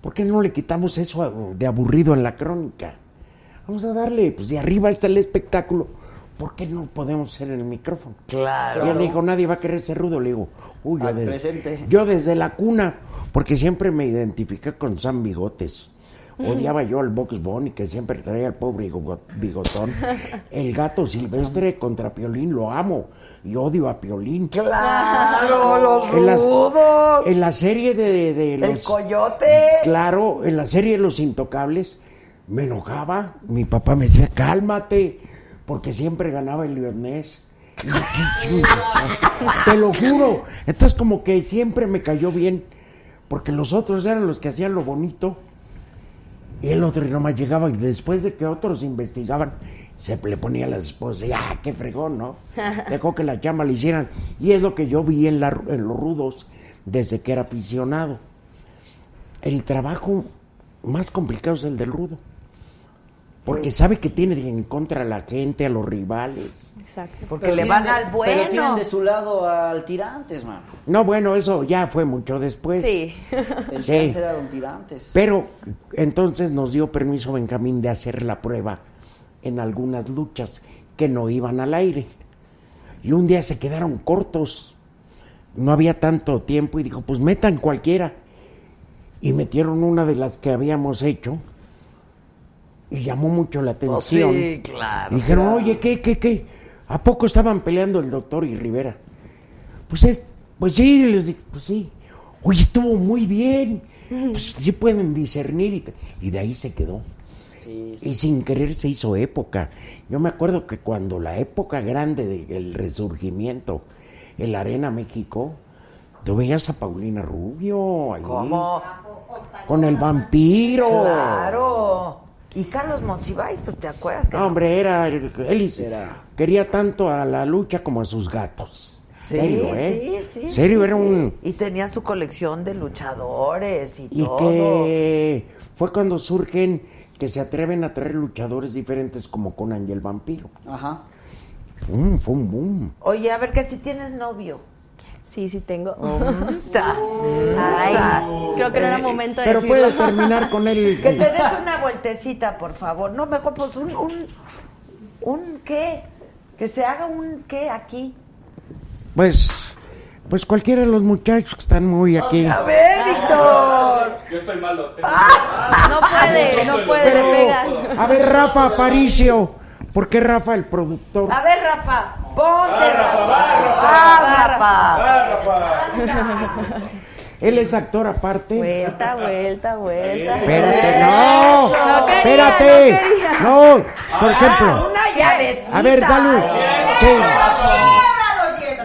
[SPEAKER 4] ¿Por qué no le quitamos eso a- de aburrido en la crónica? Vamos a darle, pues de arriba está el espectáculo. ¿Por qué no podemos ser en el micrófono?
[SPEAKER 2] Claro.
[SPEAKER 4] Ya dijo, nadie va a querer ser rudo. Le digo, uy, yo,
[SPEAKER 1] Al
[SPEAKER 4] desde,
[SPEAKER 1] presente.
[SPEAKER 4] yo desde la cuna, porque siempre me identifiqué con San Bigotes.
[SPEAKER 2] Mm.
[SPEAKER 4] Odiaba yo al Box Bunny, que siempre traía al pobre bigo-
[SPEAKER 2] [LAUGHS]
[SPEAKER 4] bigotón. El gato silvestre contra Piolín, lo amo. Y odio a Piolín.
[SPEAKER 2] Claro, los
[SPEAKER 4] En las-
[SPEAKER 2] rudos.
[SPEAKER 4] En la serie de, de
[SPEAKER 2] El,
[SPEAKER 4] los...
[SPEAKER 2] coyote.
[SPEAKER 4] Claro, en la serie Los Intocables me enojaba. Mi papá me decía, cálmate, porque siempre ganaba el leonés. Y yo, "Qué chingo". Te lo juro. Entonces, como que siempre me cayó bien, porque los otros eran los que hacían lo bonito. Y el otro nomás llegaba y después de que otros investigaban, se le ponía a la esposa y ¡ah, qué fregón, ¿no? Dejó que la chamba le hicieran. Y es lo que yo vi en, la- en los rudos desde que era aficionado. El trabajo más complicado es el del rudo. Porque sabe que tiene en contra a la gente, a los rivales.
[SPEAKER 5] Exacto.
[SPEAKER 2] Porque
[SPEAKER 1] Pero
[SPEAKER 2] le
[SPEAKER 1] tienen
[SPEAKER 2] van
[SPEAKER 1] de-
[SPEAKER 2] al bueno.
[SPEAKER 1] Pero tienen de su lado al Tirantes, mano.
[SPEAKER 4] No, bueno, eso ya fue mucho después.
[SPEAKER 5] Sí. [LAUGHS]
[SPEAKER 1] El
[SPEAKER 4] Sí.
[SPEAKER 1] Tirantes era don Tirantes.
[SPEAKER 4] Pero entonces nos dio permiso Benjamín de hacer la prueba en algunas luchas que no iban al aire. Y un día se quedaron cortos. No había tanto tiempo y dijo, pues metan cualquiera. Y metieron una de las que habíamos hecho. Y llamó mucho la
[SPEAKER 2] Pues
[SPEAKER 4] atención.
[SPEAKER 2] sí, claro.
[SPEAKER 4] Y dijeron, oye, ¿qué, qué, qué? ¿A poco estaban peleando el doctor y Rivera? Pues es, pues sí, les dije, pues sí. Oye, estuvo muy bien. Pues sí pueden discernir. Y, te- y de ahí se quedó.
[SPEAKER 1] Sí,
[SPEAKER 4] Y sin querer se hizo época. Yo me acuerdo que cuando la época grande del resurgimiento, el Arena México, tú veías a Paulina Rubio ahí,
[SPEAKER 2] ¿Cómo?
[SPEAKER 4] con el vampiro.
[SPEAKER 2] Claro. Y Carlos Monsiváis, pues te acuerdas que
[SPEAKER 4] No, hombre, era el, él hizo-
[SPEAKER 1] Era.
[SPEAKER 4] quería tanto a la lucha como a sus gatos.
[SPEAKER 2] Sí,
[SPEAKER 4] serio, ¿eh?
[SPEAKER 2] sí, sí.
[SPEAKER 4] Serio,
[SPEAKER 2] sí,
[SPEAKER 4] era
[SPEAKER 2] sí.
[SPEAKER 4] un
[SPEAKER 2] Y tenía su colección de luchadores y,
[SPEAKER 4] y
[SPEAKER 2] todo.
[SPEAKER 4] que fue cuando surgen que se atreven a traer luchadores diferentes como Conan y el vampiro.
[SPEAKER 1] Ajá.
[SPEAKER 4] Boom, fue un boom.
[SPEAKER 2] Oye, a ver, que si tienes novio.
[SPEAKER 5] Sí, sí tengo.
[SPEAKER 4] Oh. Mm.
[SPEAKER 2] Ta.
[SPEAKER 5] [LAUGHS] Ay,
[SPEAKER 2] Ta.
[SPEAKER 5] creo que no era momento de
[SPEAKER 4] Eh, Pero
[SPEAKER 5] decirlo.
[SPEAKER 4] puede terminar con él.
[SPEAKER 2] [LAUGHS] Que te des una vueltecita, por favor. No, mejor pues un, un, un qué. Que se haga un qué aquí.
[SPEAKER 4] Pues, pues cualquiera de los muchachos que están muy aquí.
[SPEAKER 2] A ver, Víctor.
[SPEAKER 3] Yo estoy malo. tengo-
[SPEAKER 5] [LAUGHS] No puede, no puede, le pega.
[SPEAKER 4] A ver, Rafa Aparicio. ¿Por qué Rafa el productor?
[SPEAKER 2] A ver, Rafa. Ponte, Rafa. Ah, Rafa.
[SPEAKER 4] Él es actor aparte.
[SPEAKER 5] Vuelta, vuelta, vuelta.
[SPEAKER 4] Espérate, no.
[SPEAKER 5] No quería,
[SPEAKER 4] Espérate.
[SPEAKER 5] no quería.
[SPEAKER 4] No, por ejemplo.
[SPEAKER 2] Ah, Una llavecita.
[SPEAKER 4] A ver, dale. Sí.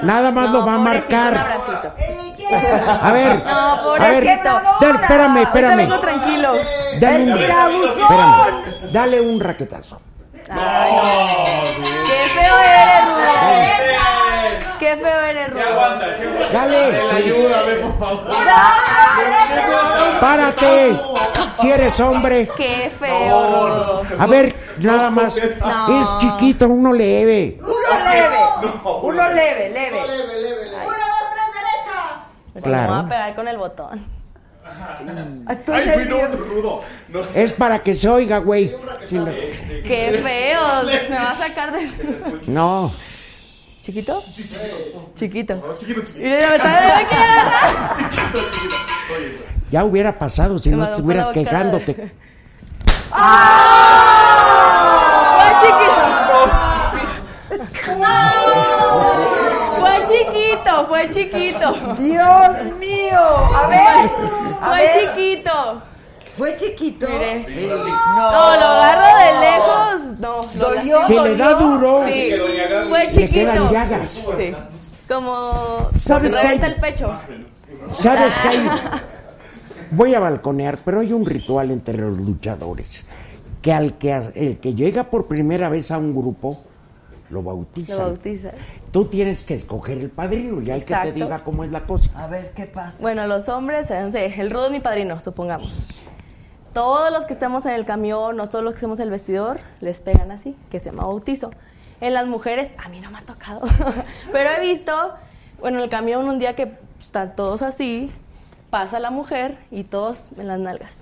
[SPEAKER 4] Nada más lo va a
[SPEAKER 5] pobrecito, Un
[SPEAKER 4] marcar.
[SPEAKER 5] abracito.
[SPEAKER 4] A ver.
[SPEAKER 5] No,
[SPEAKER 4] a ver.
[SPEAKER 5] pobrecito.
[SPEAKER 4] dale, espérame,
[SPEAKER 5] Ahorita
[SPEAKER 4] espérame.
[SPEAKER 5] vengo tranquilo.
[SPEAKER 4] Dale un,
[SPEAKER 2] ¡Mentirabuzón!
[SPEAKER 4] espérame. Dale un raquetazo.
[SPEAKER 5] Qué feo eres, Rudo. Qué feo eres,
[SPEAKER 3] Sí
[SPEAKER 5] Rudo.
[SPEAKER 3] aguanta, sí aguanta.
[SPEAKER 4] Dale.
[SPEAKER 3] Ayúdame, por favor.
[SPEAKER 4] Párate. Si eres hombre.
[SPEAKER 5] Qué feo. Rudo.
[SPEAKER 4] A ver, nada más.
[SPEAKER 5] No.
[SPEAKER 4] Es chiquito, uno leve.
[SPEAKER 2] Uno leve. Uno leve, leve.
[SPEAKER 6] Uno, dos, tres, derecha.
[SPEAKER 5] Pero si me voy a
[SPEAKER 4] Claro.
[SPEAKER 5] pegar con el botón.
[SPEAKER 2] Estoy nerviosa.
[SPEAKER 7] rudo. No sé.
[SPEAKER 4] Es para que se oiga, güey. Si la-
[SPEAKER 5] ¡Qué feo! Me va a sacar de...
[SPEAKER 4] No,
[SPEAKER 5] ¿Chiquito? Chiquito.
[SPEAKER 7] Chiquito, chiquito.
[SPEAKER 5] Y yo ya me estaba... ¡Ay, qué
[SPEAKER 7] Chiquito, chiquito. Oye,
[SPEAKER 4] ya hubiera pasado si
[SPEAKER 5] Se
[SPEAKER 4] no
[SPEAKER 5] me abrió
[SPEAKER 4] estuvieras
[SPEAKER 5] la boca.
[SPEAKER 4] quejándote.
[SPEAKER 5] ¡Fue chiquito! ¡Fue chiquito! ¡Fue chiquito!
[SPEAKER 2] Dios mío, a ver, a
[SPEAKER 5] ¡Fue
[SPEAKER 2] ver.
[SPEAKER 5] chiquito!
[SPEAKER 2] fue chiquito.
[SPEAKER 5] Mire.
[SPEAKER 2] No,
[SPEAKER 5] No, lo agarro de lejos. No, lo
[SPEAKER 2] Dolió.
[SPEAKER 4] Si le da duro,
[SPEAKER 5] Sí.
[SPEAKER 3] llagas.
[SPEAKER 5] Fue
[SPEAKER 4] le quedan
[SPEAKER 5] chiquito.
[SPEAKER 4] llagas.
[SPEAKER 5] Sí. Como
[SPEAKER 4] ¿Sabes qué?
[SPEAKER 5] reventa el pecho.
[SPEAKER 4] ¿Sabes
[SPEAKER 5] Ah.
[SPEAKER 4] qué hay? Voy a balconear, pero hay un ritual entre los luchadores. Que al que el que llega por primera vez a un grupo, lo
[SPEAKER 5] Lo
[SPEAKER 4] bautizan.
[SPEAKER 5] bautiza.
[SPEAKER 4] Tú tienes que escoger el padrino, ya el que te
[SPEAKER 5] Exacto.
[SPEAKER 4] diga cómo es la cosa.
[SPEAKER 2] A ver, ¿qué pasa?
[SPEAKER 5] Bueno, los hombres, eh, no sé, el rudo es mi padrino, supongamos. Todos los que estamos en el camión, no todos los que estamos en el vestidor, les pegan así, que se llama bautizo. En las mujeres, a mí no me ha tocado, [LAUGHS] pero he visto, bueno, en el camión un día que están todos así, pasa la mujer y todos en las nalgas.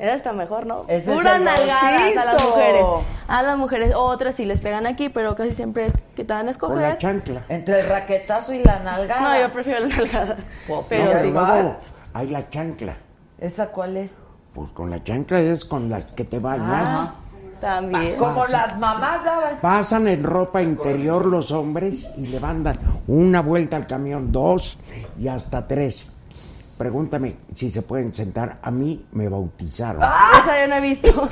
[SPEAKER 5] Era hasta mejor, ¿no?
[SPEAKER 2] Ese es
[SPEAKER 5] Pura
[SPEAKER 2] el
[SPEAKER 5] nalgadas a las
[SPEAKER 2] bautizo.
[SPEAKER 5] mujeres. A las mujeres, otras sí les pegan aquí, pero casi siempre es que te van a escoger.
[SPEAKER 4] Con la chancla.
[SPEAKER 2] Entre el raquetazo y la nalgada.
[SPEAKER 5] No, yo prefiero la nalgada.
[SPEAKER 2] Pues,
[SPEAKER 5] pero
[SPEAKER 4] No,
[SPEAKER 5] sí.
[SPEAKER 4] luego hay la chancla.
[SPEAKER 2] ¿Esa cuál es?
[SPEAKER 4] Pues con la chancla es con las que te bañas.
[SPEAKER 5] Ah. También.
[SPEAKER 2] Ah, Como las mamás daban.
[SPEAKER 4] Pasan en ropa interior los hombres y le mandan una vuelta al camión, dos y hasta tres. Pregúntame si se pueden sentar. A mí me bautizaron.
[SPEAKER 5] Esa yo no
[SPEAKER 4] [LAUGHS]
[SPEAKER 5] he visto.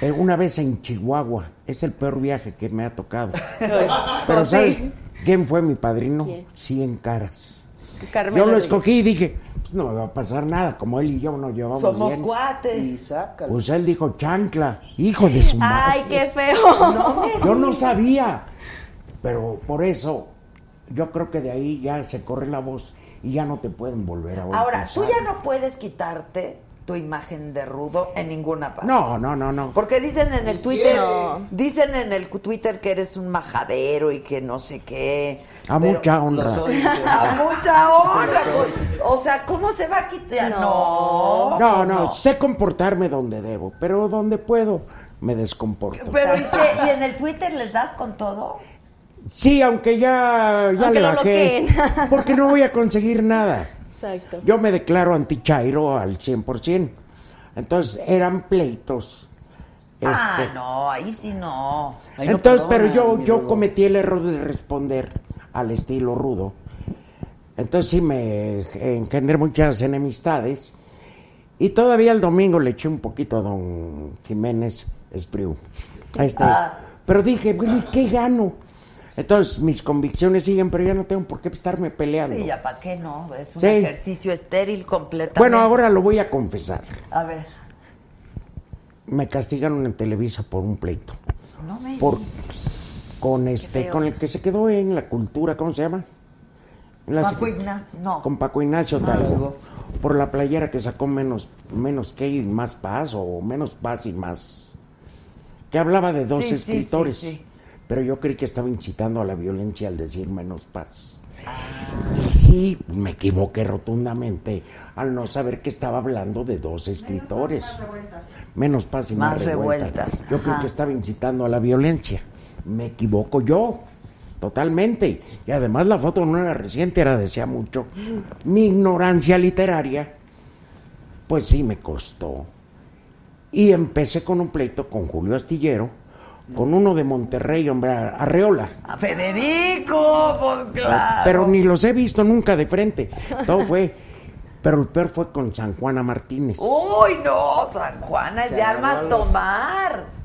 [SPEAKER 4] Eh, Una vez en Chihuahua. Es el peor viaje que me ha
[SPEAKER 5] [LAUGHS]
[SPEAKER 4] tocado. Pero
[SPEAKER 5] Pues
[SPEAKER 4] ¿sabes
[SPEAKER 5] sí,
[SPEAKER 4] quién fue mi padrino?
[SPEAKER 5] ¿Quién?
[SPEAKER 4] Cien caras.
[SPEAKER 5] Carmen
[SPEAKER 4] Yo lo
[SPEAKER 5] Rodríguez.
[SPEAKER 4] escogí y dije, pues no me va a pasar nada. Como él y yo nos llevamos
[SPEAKER 2] Somos
[SPEAKER 4] bien.
[SPEAKER 1] Y
[SPEAKER 2] cuates.
[SPEAKER 1] sácalo.
[SPEAKER 4] Pues él dijo, chancla, hijo de su madre.
[SPEAKER 5] Ay, qué feo.
[SPEAKER 4] Yo no sabía. Pero por eso, yo creo que de ahí ya se corre la voz y ya no te pueden volver a bautizar.
[SPEAKER 2] Ahora, tú ya no puedes quitarte tu imagen de rudo en ninguna parte.
[SPEAKER 4] No, no, no, no.
[SPEAKER 2] Porque dicen en el Twitter, dicen en el Twitter que eres un majadero y que no sé qué.
[SPEAKER 4] A
[SPEAKER 2] pero-
[SPEAKER 4] mucha
[SPEAKER 1] Lo
[SPEAKER 4] honra.
[SPEAKER 1] soy.
[SPEAKER 2] A mucha honra. pues. O sea, ¿cómo se va a quitar? No.
[SPEAKER 4] No,
[SPEAKER 5] No.
[SPEAKER 4] no, sé comportarme donde debo, pero donde puedo me descomporto.
[SPEAKER 2] Pero ¿y qué? ¿Y en el Twitter les das con todo?
[SPEAKER 4] Sí, aunque ya, ya
[SPEAKER 5] Aunque
[SPEAKER 4] le
[SPEAKER 5] lo
[SPEAKER 4] bajé.
[SPEAKER 5] bloqueen.
[SPEAKER 2] [LAUGHS]
[SPEAKER 4] Porque no voy a conseguir nada.
[SPEAKER 5] Exacto.
[SPEAKER 4] Yo me declaro anti-chairo al 100%. Entonces eran pleitos.
[SPEAKER 2] Ah,
[SPEAKER 4] Este,
[SPEAKER 2] no, ahí sí no.
[SPEAKER 1] [LAUGHS] Ahí no
[SPEAKER 4] Entonces, pero
[SPEAKER 1] perdonan,
[SPEAKER 4] yo,
[SPEAKER 1] mi
[SPEAKER 4] yo
[SPEAKER 1] Rudo.
[SPEAKER 4] cometí el error de responder al estilo rudo. Entonces sí me engendré muchas enemistades. Y todavía el domingo le eché un poquito a don Jiménez Espriu. Ahí está.
[SPEAKER 1] Ah.
[SPEAKER 4] Pero dije, bueno, ¿y qué gano? Entonces mis convicciones siguen, pero ya no tengo por qué estarme peleando.
[SPEAKER 2] Sí, ya para qué no. Es un
[SPEAKER 4] Sí.
[SPEAKER 2] ejercicio estéril completamente.
[SPEAKER 4] bueno, ahora lo voy a confesar.
[SPEAKER 2] A ver,
[SPEAKER 4] Me castigaron en Televisa por un pleito.
[SPEAKER 2] no me.
[SPEAKER 4] por con este
[SPEAKER 2] feo.
[SPEAKER 4] con el que se quedó en la cultura cómo se llama En la
[SPEAKER 2] Paco
[SPEAKER 4] secu-
[SPEAKER 2] Ignacio, Ah, no.
[SPEAKER 4] con Paco Ignacio Taibo
[SPEAKER 1] luego.
[SPEAKER 4] por la playera que sacó menos menos que y más paz o menos paz y más que hablaba de dos
[SPEAKER 2] Sí, sí, sí,
[SPEAKER 4] escritores
[SPEAKER 2] sí.
[SPEAKER 4] pero yo creí que estaba incitando a la violencia al decir menos paz
[SPEAKER 2] Ah.
[SPEAKER 4] y sí me equivoqué rotundamente al no saber que estaba hablando de dos escritores menos paz y más,
[SPEAKER 2] Más
[SPEAKER 4] revueltas.
[SPEAKER 2] revueltas,
[SPEAKER 4] Yo creo
[SPEAKER 2] ajá.
[SPEAKER 4] que estaba incitando a la violencia. Me equivoco yo, totalmente. Y además la foto no era reciente, era decía mucho. Mi ignorancia literaria, pues sí me costó. Y empecé con un pleito con Julio Astillero, con uno de Monterrey, hombre, Arreola.
[SPEAKER 2] A Federico, pues claro.
[SPEAKER 4] Pero ni los he visto nunca de frente. Todo fue. Pero el peor fue con San Juana Martínez.
[SPEAKER 2] Uy, no, San Juana es
[SPEAKER 1] Se
[SPEAKER 2] de armas
[SPEAKER 1] agarró los-
[SPEAKER 2] tomar.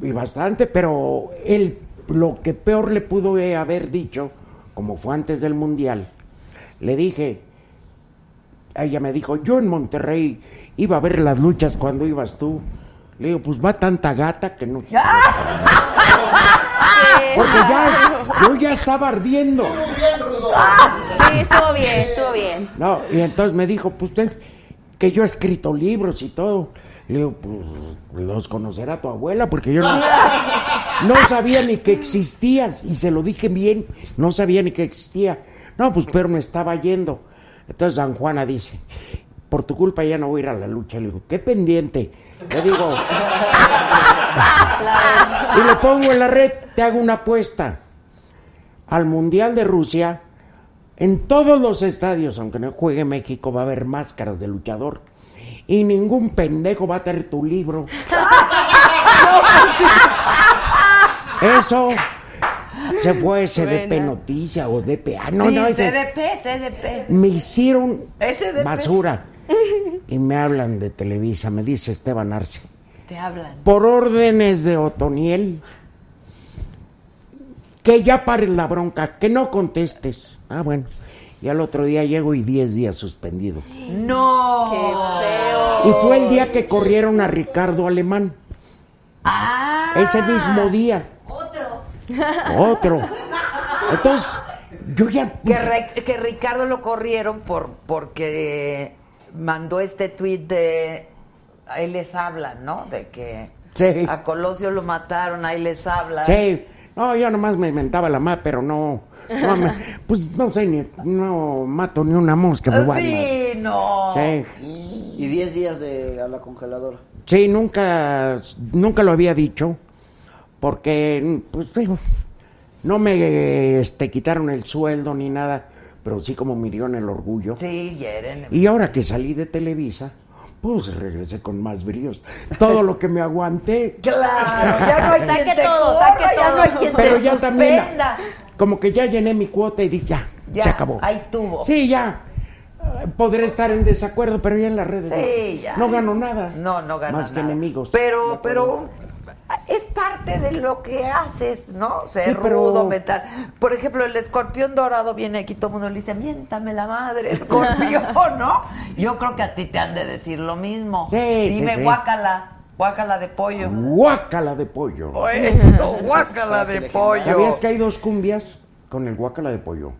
[SPEAKER 4] y bastante, pero él lo que peor le pudo he- haber dicho, como fue antes del mundial, le dije, ella me dijo, yo en Monterrey iba a ver las luchas cuando ibas tú. Le digo, pues va tanta gata que no.
[SPEAKER 5] Ah,
[SPEAKER 4] Porque ya, yo ya estaba ardiendo. Ah,
[SPEAKER 5] Sí, estuvo bien, estuvo bien.
[SPEAKER 4] No, y entonces me dijo, pues usted, que yo he escrito libros y todo. Le digo, pues los conocerá tu abuela, porque yo no, no sabía ni que existías. Y se lo dije bien, no sabía ni que existía. No, pues pero me estaba yendo. Entonces San Juana dice, por tu culpa ya no voy a ir a la lucha. Le digo, qué pendiente. Le digo, y lo pongo en la red, te hago una apuesta. Al Mundial de Rusia, en todos los estadios, aunque no juegue México, va a haber máscaras de luchador. Y ningún pendejo va a tener tu libro. Eso se fue SDP
[SPEAKER 5] Buena.
[SPEAKER 4] Noticia o DPA. Ah, No,
[SPEAKER 2] sí,
[SPEAKER 4] no, ese-
[SPEAKER 2] CDP, CDP.
[SPEAKER 4] me hicieron
[SPEAKER 2] SDP.
[SPEAKER 4] basura. Y me hablan de Televisa, me dice Esteban Arce.
[SPEAKER 2] Te hablan.
[SPEAKER 4] Por órdenes de Otoniel, que ya pares la bronca, que no contestes. Ah, bueno. Y al otro día llego y 10 días suspendido.
[SPEAKER 2] ¡No!
[SPEAKER 4] Y fue el día que corrieron a Ricardo Alemán.
[SPEAKER 2] ¡Ah!
[SPEAKER 4] Ese mismo día.
[SPEAKER 6] Otro.
[SPEAKER 4] Otro. Entonces, yo ya.
[SPEAKER 2] Que, Re- que Ricardo lo corrieron por porque mandó este tuit de ahí les hablan, ¿no? De que
[SPEAKER 4] Sí.
[SPEAKER 2] a Colosio lo mataron, ahí les hablan.
[SPEAKER 4] Sí. No, yo nomás me inventaba la madre, pero no. no me- pues no sé, ni, no mato ni una mosca. pues, bueno.
[SPEAKER 2] Sí, no.
[SPEAKER 4] Sí.
[SPEAKER 1] Y 10 días de, a la congeladora.
[SPEAKER 4] Sí, nunca, nunca lo había dicho, porque, pues digo, no me este, quitaron el sueldo ni nada, pero sí como me en el orgullo.
[SPEAKER 2] Sí, hieren.
[SPEAKER 4] Y ahora que salí de Televisa, pues regresé con más bríos. Todo lo que me aguanté,
[SPEAKER 2] Claro, [LAUGHS] ya no hay
[SPEAKER 5] Saque
[SPEAKER 2] quien te
[SPEAKER 5] todo,
[SPEAKER 2] corra,
[SPEAKER 5] saque
[SPEAKER 2] ya no
[SPEAKER 5] todo.
[SPEAKER 2] hay quien
[SPEAKER 4] pero
[SPEAKER 2] te
[SPEAKER 4] ya también,
[SPEAKER 2] suspenda.
[SPEAKER 4] como que ya llené mi cuota y dije, ya,
[SPEAKER 2] Ya,
[SPEAKER 4] se acabó.
[SPEAKER 2] ahí estuvo.
[SPEAKER 4] Sí, ya. Eh, Podré estar en desacuerdo, pero ya en las redes
[SPEAKER 2] Sí, ya.
[SPEAKER 4] no, no gano nada.
[SPEAKER 2] No, no ganas
[SPEAKER 4] Más que
[SPEAKER 2] nada.
[SPEAKER 4] enemigos. De
[SPEAKER 2] Pero,
[SPEAKER 4] acuerdo.
[SPEAKER 2] pero es parte de lo que haces, ¿no? Ser
[SPEAKER 4] Sí, pero-
[SPEAKER 2] rudo, metal. Por ejemplo, el escorpión dorado viene aquí, todo el mundo le dice, miéntame la
[SPEAKER 4] [LAUGHS]
[SPEAKER 2] madre, escorpión, ¿no? Yo creo que a ti te han de decir lo mismo.
[SPEAKER 4] Sí,
[SPEAKER 2] Dime,
[SPEAKER 4] sí, Uh. sí.
[SPEAKER 2] guácala, guácala de pollo.
[SPEAKER 4] Guácala de pollo.
[SPEAKER 2] Eso, guácala de pollo.
[SPEAKER 4] ¿Sabías que hay dos cumbias con el guacala de pollo?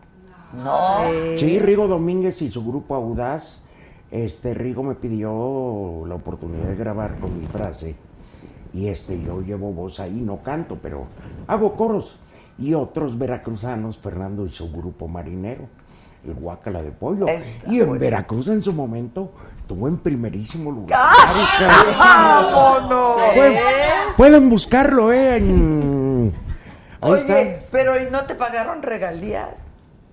[SPEAKER 2] No.
[SPEAKER 4] Sí, Rigo Domínguez y su grupo Audaz. Este Rigo me pidió la oportunidad de grabar con mi frase. Y este, yo llevo voz ahí, no canto, pero hago coros. Y otros veracruzanos, Fernando y su grupo marinero, el guacala de pollo.
[SPEAKER 2] Está
[SPEAKER 4] y en
[SPEAKER 2] bueno.
[SPEAKER 4] Veracruz en su momento estuvo en primerísimo lugar.
[SPEAKER 2] ¡Ah! ¡Vámonos! ¿Eh?
[SPEAKER 4] Pueden, pueden buscarlo, ¿eh? En... Ahí
[SPEAKER 2] Oye,
[SPEAKER 4] está.
[SPEAKER 2] pero ¿y no te pagaron regalías?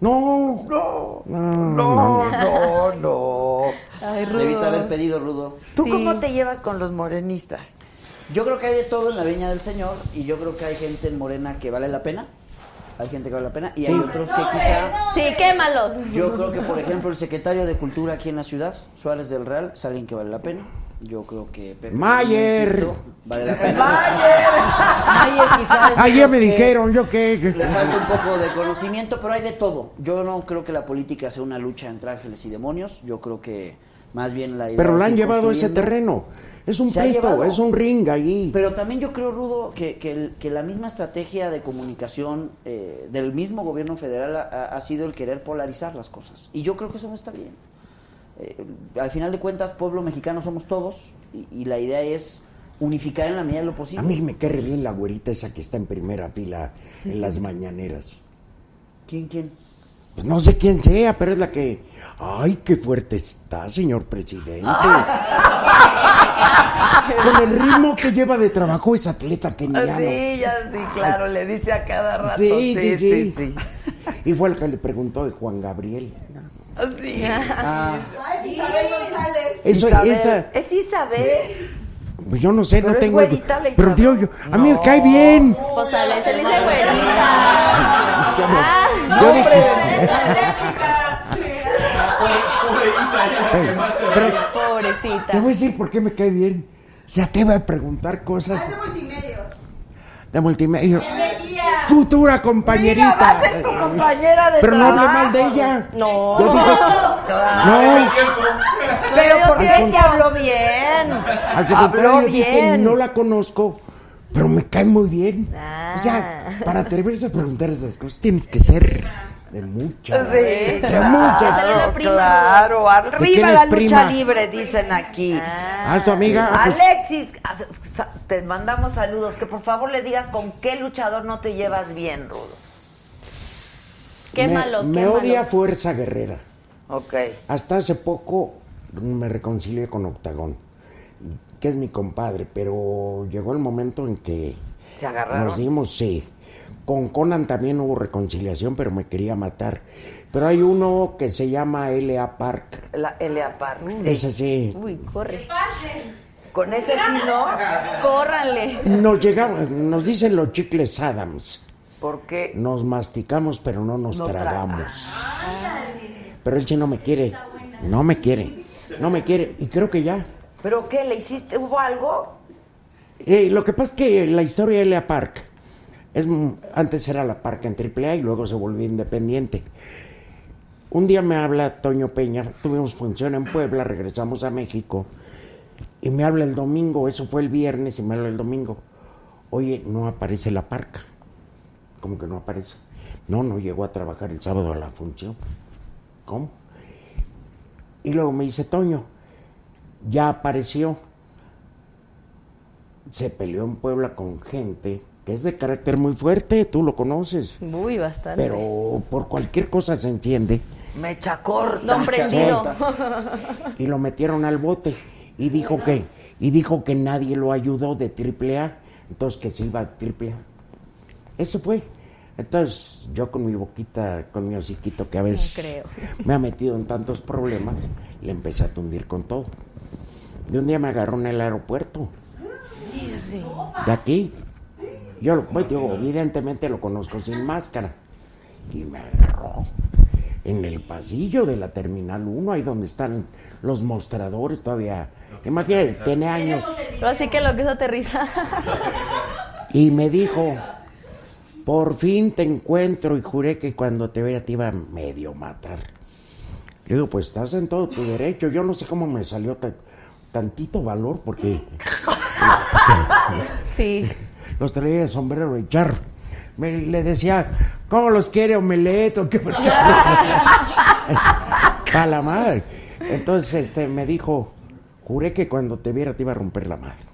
[SPEAKER 4] No,
[SPEAKER 2] No,
[SPEAKER 4] Mm.
[SPEAKER 2] no,
[SPEAKER 4] No,
[SPEAKER 2] no, no.
[SPEAKER 5] Ay, Rudo.
[SPEAKER 1] Debiste haber pedido, Rudo.
[SPEAKER 2] ¿Tú
[SPEAKER 5] Sí.
[SPEAKER 2] cómo te llevas con los morenistas?
[SPEAKER 1] Yo creo que hay de todo en la viña del Señor y yo creo que hay gente en Morena que vale la pena. Hay gente que vale la pena y hay otros que
[SPEAKER 2] eh,
[SPEAKER 1] quizá...
[SPEAKER 5] Sí, quémalos.
[SPEAKER 1] Yo creo que, por ejemplo, el secretario de Cultura aquí en la ciudad, Suárez del Real, es alguien que vale la pena. Yo creo que... Pepe
[SPEAKER 4] Mayer.
[SPEAKER 1] Medina, insisto, vale la pena.
[SPEAKER 2] ¡Mayer!
[SPEAKER 1] Mayer
[SPEAKER 2] [LAUGHS]
[SPEAKER 1] quizás... es de
[SPEAKER 4] ayer
[SPEAKER 1] los
[SPEAKER 4] Ah, me
[SPEAKER 1] que
[SPEAKER 4] dijeron, yo qué.
[SPEAKER 1] Este, Le falta un poco de conocimiento, pero hay de todo. Yo no creo que la política sea una lucha entre ángeles y demonios. Yo creo que más bien la idea...
[SPEAKER 4] Pero
[SPEAKER 1] es
[SPEAKER 4] la han
[SPEAKER 1] ir
[SPEAKER 4] llevado a ese
[SPEAKER 1] construyendo.
[SPEAKER 4] terreno. Es un
[SPEAKER 1] Se ha llevado.
[SPEAKER 4] pleito, es un ring ahí.
[SPEAKER 1] Pero también yo creo, Rudo, que, que el- que la misma estrategia de comunicación eh, del mismo gobierno federal ha, ha- ha sido el querer polarizar las cosas. Y yo creo que eso no está bien. Eh, al final de cuentas, pueblo mexicano somos todos y, y la idea es unificar en la medida de lo posible.
[SPEAKER 4] a mí me cae re bien la güerita esa que está en primera fila en las mañaneras.
[SPEAKER 1] ¿Quién, quién?
[SPEAKER 4] Pues no sé quién sea, pero es la que. ¡Ay, qué fuerte está, señor presidente!
[SPEAKER 1] [LAUGHS]
[SPEAKER 4] Con el ritmo que lleva de trabajo es atleta keniano.
[SPEAKER 2] Sí, ya sí, claro, le dice a cada rato.
[SPEAKER 4] Sí, sí, sí.
[SPEAKER 2] sí.
[SPEAKER 4] Y fue el que le preguntó de Juan Gabriel.
[SPEAKER 2] Sí.
[SPEAKER 6] Ay, Isabel González.
[SPEAKER 4] Ah. Eso,
[SPEAKER 2] Isabel.
[SPEAKER 4] esa,
[SPEAKER 2] Es Isabel.
[SPEAKER 4] pues yo no sé,
[SPEAKER 2] Pero
[SPEAKER 4] no
[SPEAKER 2] es
[SPEAKER 4] tengo.
[SPEAKER 2] güerita la
[SPEAKER 4] pero
[SPEAKER 2] Isabel.
[SPEAKER 4] Dios, yo, a mí
[SPEAKER 2] No.
[SPEAKER 4] me cae bien.
[SPEAKER 5] Pues a la- se le dice güerita.
[SPEAKER 4] Yo dije-
[SPEAKER 3] Ah,
[SPEAKER 7] Pobre Isa, ya la quemaste.
[SPEAKER 4] pero
[SPEAKER 5] Pobrecita.
[SPEAKER 4] te voy a decir por qué me cae bien. Se atreve a preguntar
[SPEAKER 2] Ah,
[SPEAKER 4] cosas
[SPEAKER 6] multimedios.
[SPEAKER 4] de multimedia. Futura compañerita.
[SPEAKER 2] Mira, va a ser tu compañera de
[SPEAKER 4] Pero no hable
[SPEAKER 2] trabajo.
[SPEAKER 4] mal de ella.
[SPEAKER 5] No.
[SPEAKER 4] Yo digo,
[SPEAKER 2] [LAUGHS] Claro.
[SPEAKER 4] no,
[SPEAKER 2] Pero
[SPEAKER 5] Pero
[SPEAKER 2] ¿por
[SPEAKER 5] yo
[SPEAKER 2] qué
[SPEAKER 5] pienso-
[SPEAKER 2] se habló bien?
[SPEAKER 4] al que
[SPEAKER 2] Habló
[SPEAKER 4] yo dije,
[SPEAKER 2] bien.
[SPEAKER 4] no la conozco, pero me cae muy bien. O
[SPEAKER 2] Ah.
[SPEAKER 4] sea, para atreverse a preguntar esas cosas tienes que ser de mucha.
[SPEAKER 2] Sí,
[SPEAKER 4] De mucha.
[SPEAKER 5] Sale
[SPEAKER 2] claro,
[SPEAKER 5] la prima,
[SPEAKER 2] claro. arriba
[SPEAKER 4] eres
[SPEAKER 2] la lucha
[SPEAKER 4] prima?
[SPEAKER 2] libre, dicen aquí.
[SPEAKER 4] Haz tu amiga. ah, pues,
[SPEAKER 2] Alexis, as- sa- te mandamos saludos. Que por favor le digas con qué luchador no te llevas bien, Rudo.
[SPEAKER 4] me-
[SPEAKER 5] Quémalos,
[SPEAKER 4] Me
[SPEAKER 5] quémalos.
[SPEAKER 4] odia Fuerza Guerrera.
[SPEAKER 2] Ok.
[SPEAKER 4] Hasta hace poco me reconcilié con Octagón, que es mi compadre, pero llegó el momento en que
[SPEAKER 2] ¿Se agarraron?
[SPEAKER 4] nos dimos, sí. Con Conan también hubo reconciliación, pero me quería matar. Pero hay uno que se llama L.A. Park.
[SPEAKER 2] La Elia Parks.
[SPEAKER 4] Ese sí,
[SPEAKER 5] Uy, corre.
[SPEAKER 2] Con ese sí, ¿no?
[SPEAKER 5] Córranle.
[SPEAKER 4] Nos llegamos, nos dicen los chicles Adams.
[SPEAKER 2] Porque
[SPEAKER 4] Nos masticamos, pero no nos,
[SPEAKER 2] Nos tra-
[SPEAKER 4] tragamos. Pero él sí no me quiere. No me quiere. No me quiere. Y creo que ya.
[SPEAKER 2] ¿Pero qué? ¿Le hiciste? ¿Hubo algo?
[SPEAKER 4] Eh, lo que pasa es que la historia de L.A. Park, es, m- antes era la Park en AAA y luego se volvió independiente. Un día me habla Toño Peña, tuvimos función en Puebla, regresamos a México y me habla el domingo, eso fue el viernes y me habla el domingo. Oye, no aparece la parca. ¿Cómo que no aparece? No, no llegó a trabajar el sábado a la función. ¿Cómo? Y luego me dice Toño, ya apareció se peleó en Puebla con gente que es de carácter muy fuerte, tú lo conoces,
[SPEAKER 5] Uy, bastante.
[SPEAKER 4] pero por cualquier cosa se entiende
[SPEAKER 2] Mecha corta.
[SPEAKER 5] Don prendido.
[SPEAKER 4] y lo metieron al bote y dijo que y dijo que nadie lo ayudó de triple A, entonces que se iba a triple A. Eso fue. Entonces yo con mi boquita, con mi hociquito que a veces
[SPEAKER 5] creo.
[SPEAKER 4] me ha metido en tantos problemas, le empecé a tundir con todo. Y un día me agarró en el aeropuerto. De aquí. Yo, lo- pues, digo, evidentemente lo conozco sin máscara. Y me agarró en el pasillo de la Terminal 1, ahí donde están los mostradores todavía. Imagínate, tiene años.
[SPEAKER 5] Pero así que lo que es aterriza. [LAUGHS]
[SPEAKER 4] Y me dijo, por fin te encuentro y juré que cuando te viera te iba a medio matar. Le digo, pues estás en todo tu derecho. Yo no sé cómo me salió tan- tantito valor porque
[SPEAKER 5] Sí.
[SPEAKER 4] los traía de sombrero y charro. Me, le decía, ¿cómo los quiere omelette o [LAUGHS] qué? Pa' la madre. Entonces este, me dijo, juré que cuando te viera te iba a romper la madre.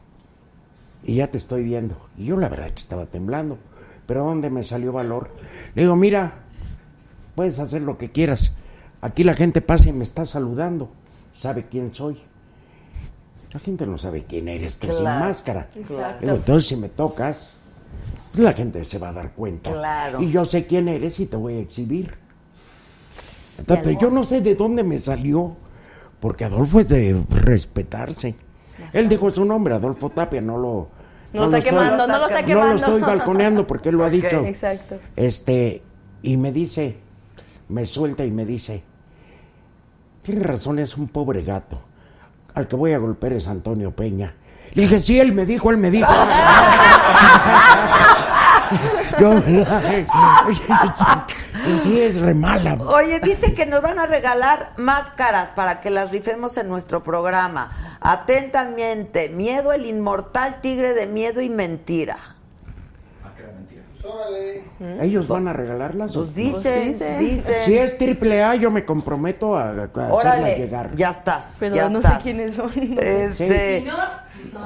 [SPEAKER 4] Y ya te estoy viendo. Y yo la verdad que estaba temblando. Pero ¿dónde me salió valor? Le digo, mira, puedes hacer lo que quieras. Aquí la gente pasa y me está saludando. Sabe quién soy. La gente no sabe quién eres, tú sin
[SPEAKER 2] Claro,
[SPEAKER 4] máscara.
[SPEAKER 2] claro.
[SPEAKER 4] Digo, entonces si me tocas, pues, la gente se va a dar cuenta.
[SPEAKER 2] Claro.
[SPEAKER 4] Y yo sé quién eres y te voy a exhibir. Entonces, pero yo no sé de dónde me salió, porque Adolfo es de respetarse. Él dijo su nombre, Adolfo Tapia, no lo...
[SPEAKER 5] No, lo está
[SPEAKER 4] estoy-
[SPEAKER 5] quemando, no lo está
[SPEAKER 4] no
[SPEAKER 5] quemando.
[SPEAKER 4] lo estoy balconeando porque él lo ha
[SPEAKER 2] Ok,
[SPEAKER 4] dicho.
[SPEAKER 5] exacto.
[SPEAKER 4] Este, y me dice, me suelta y me dice, tienes razón, es un pobre gato. Al que voy a golpear es Antonio Peña. Le dije, sí, él me dijo, él me dijo. [LAUGHS] Yo, [LAUGHS] pues sí, es re mala.
[SPEAKER 2] Oye, dice que nos van a regalar máscaras para que las rifemos en nuestro programa. Atentamente, miedo, el inmortal tigre de miedo y mentira.
[SPEAKER 3] Ah,
[SPEAKER 4] ¿Ellos van a regalarlas?
[SPEAKER 2] Pues dicen,
[SPEAKER 5] dicen.
[SPEAKER 2] dicen.
[SPEAKER 4] Si es triple A, yo me comprometo a, a hacerla
[SPEAKER 2] Órale,
[SPEAKER 4] llegar.
[SPEAKER 2] ya estás.
[SPEAKER 5] Pero
[SPEAKER 2] ya
[SPEAKER 5] no sé
[SPEAKER 2] estás.
[SPEAKER 5] quiénes son.
[SPEAKER 2] Este,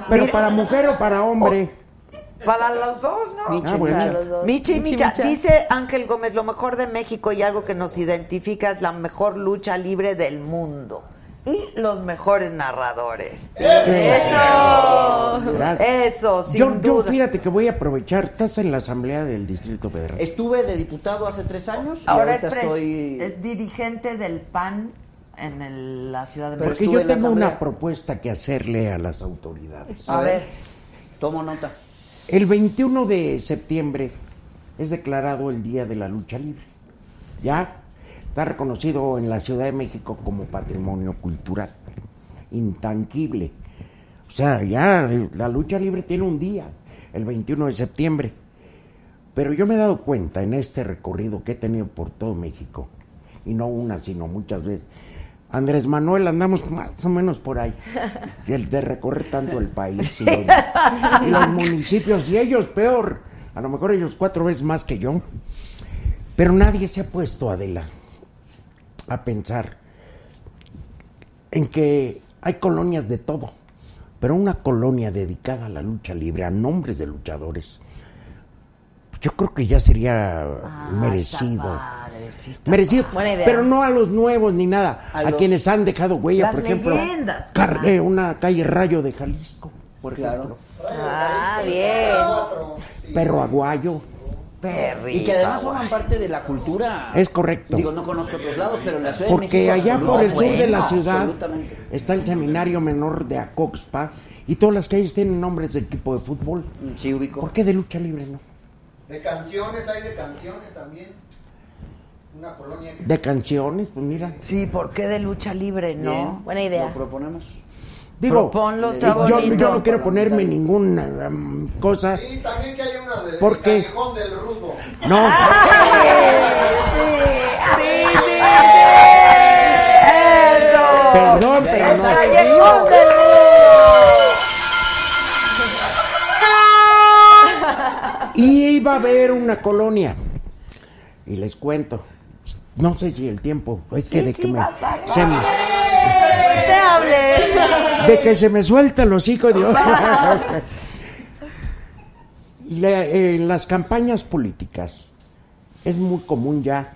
[SPEAKER 4] Pero
[SPEAKER 2] Mira.
[SPEAKER 4] para mujer o para hombre.
[SPEAKER 2] Para los dos, ¿no?
[SPEAKER 4] Ah, bueno.
[SPEAKER 5] para los dos.
[SPEAKER 2] Micha y
[SPEAKER 5] Michi,
[SPEAKER 2] Micha.
[SPEAKER 5] Micha.
[SPEAKER 2] Dice Ángel Gómez, lo mejor de México y algo que nos identifica es la mejor lucha libre del mundo. Y los mejores narradores.
[SPEAKER 4] Gracias.
[SPEAKER 2] Eso, sin
[SPEAKER 4] yo, yo,
[SPEAKER 2] duda.
[SPEAKER 4] fíjate que voy a aprovechar, estás en la Asamblea del Distrito Federal.
[SPEAKER 1] Estuve de diputado hace tres años y
[SPEAKER 2] Ahora es,
[SPEAKER 1] ahorita
[SPEAKER 2] pres-
[SPEAKER 1] estoy...
[SPEAKER 2] es dirigente del PAN en el- la Ciudad de
[SPEAKER 1] Pero
[SPEAKER 2] México.
[SPEAKER 1] estuve
[SPEAKER 4] Porque yo
[SPEAKER 1] en la
[SPEAKER 4] tengo una
[SPEAKER 1] asamblea.
[SPEAKER 4] propuesta que hacerle a las autoridades.
[SPEAKER 2] A ver,
[SPEAKER 1] Tomo nota.
[SPEAKER 4] El 21 de septiembre es declarado el Día de la Lucha Libre. Ya está reconocido en la Ciudad de México como patrimonio cultural, intangible. O sea, ya eh, la lucha libre tiene un día, el 21 de septiembre. Pero yo me he dado cuenta en este recorrido que he tenido por todo México, y no una, sino muchas veces. Andrés Manuel, andamos más o menos por ahí, el de recorrer tanto el país y los, y los municipios, y ellos peor, a lo mejor ellos cuatro veces más que yo. Pero nadie se ha puesto, Adela, a pensar en que hay colonias de todo, pero una colonia dedicada a la lucha libre, a nombres de luchadores, yo creo que ya sería
[SPEAKER 2] Ah,
[SPEAKER 4] merecido.
[SPEAKER 2] está padre. Mereciste.
[SPEAKER 4] Merecido.
[SPEAKER 5] Buena idea.
[SPEAKER 4] Pero no a los nuevos ni nada.
[SPEAKER 1] A
[SPEAKER 4] A,
[SPEAKER 1] los-
[SPEAKER 4] quienes han dejado huella,
[SPEAKER 2] Las
[SPEAKER 4] por ejemplo.
[SPEAKER 2] leyendas, claro.
[SPEAKER 4] Cargué una calle Rayo de Jalisco, por
[SPEAKER 1] Claro.
[SPEAKER 4] ejemplo.
[SPEAKER 2] Ah, bien.
[SPEAKER 4] Perro Aguayo.
[SPEAKER 2] Perrito.
[SPEAKER 1] Y que además
[SPEAKER 2] guau.
[SPEAKER 1] forman parte de la cultura.
[SPEAKER 4] Es correcto.
[SPEAKER 1] Digo, no conozco otros lados, pero en la Ciudad de
[SPEAKER 4] Porque
[SPEAKER 1] México,
[SPEAKER 4] allá por el
[SPEAKER 1] absolutamente.
[SPEAKER 4] sur de la ciudad
[SPEAKER 1] Absolutamente.
[SPEAKER 4] está el seminario menor de Acoxpa y todas las calles tienen nombres de equipo de fútbol.
[SPEAKER 1] Mm, Sí, ubico.
[SPEAKER 4] ¿Por qué de lucha libre no?
[SPEAKER 8] De canciones, hay de canciones también. Una colonia que
[SPEAKER 4] De canciones, pues mira.
[SPEAKER 2] Sí, ¿por qué de lucha libre, no?
[SPEAKER 1] Bien.
[SPEAKER 5] Buena idea.
[SPEAKER 1] Lo proponemos.
[SPEAKER 4] Digo,
[SPEAKER 2] Proponlo,
[SPEAKER 4] y-
[SPEAKER 2] está
[SPEAKER 4] yo,
[SPEAKER 2] bonito.
[SPEAKER 4] yo no quiero ponerme ninguna um, cosa.
[SPEAKER 8] Y también que hay una de el
[SPEAKER 4] ¿Por qué?
[SPEAKER 8] Callejón del Rudo.
[SPEAKER 4] No,
[SPEAKER 2] ¡Eso!
[SPEAKER 4] perdón, pero
[SPEAKER 2] ¡El
[SPEAKER 4] no.
[SPEAKER 2] callejón del
[SPEAKER 4] Y iba a haber una colonia. Y les cuento. No sé si el tiempo. Es que de que me. se me-
[SPEAKER 2] ¡Te hable!
[SPEAKER 4] [LAUGHS] De que se me suelta el hocico de Y la- en las campañas políticas es muy común ya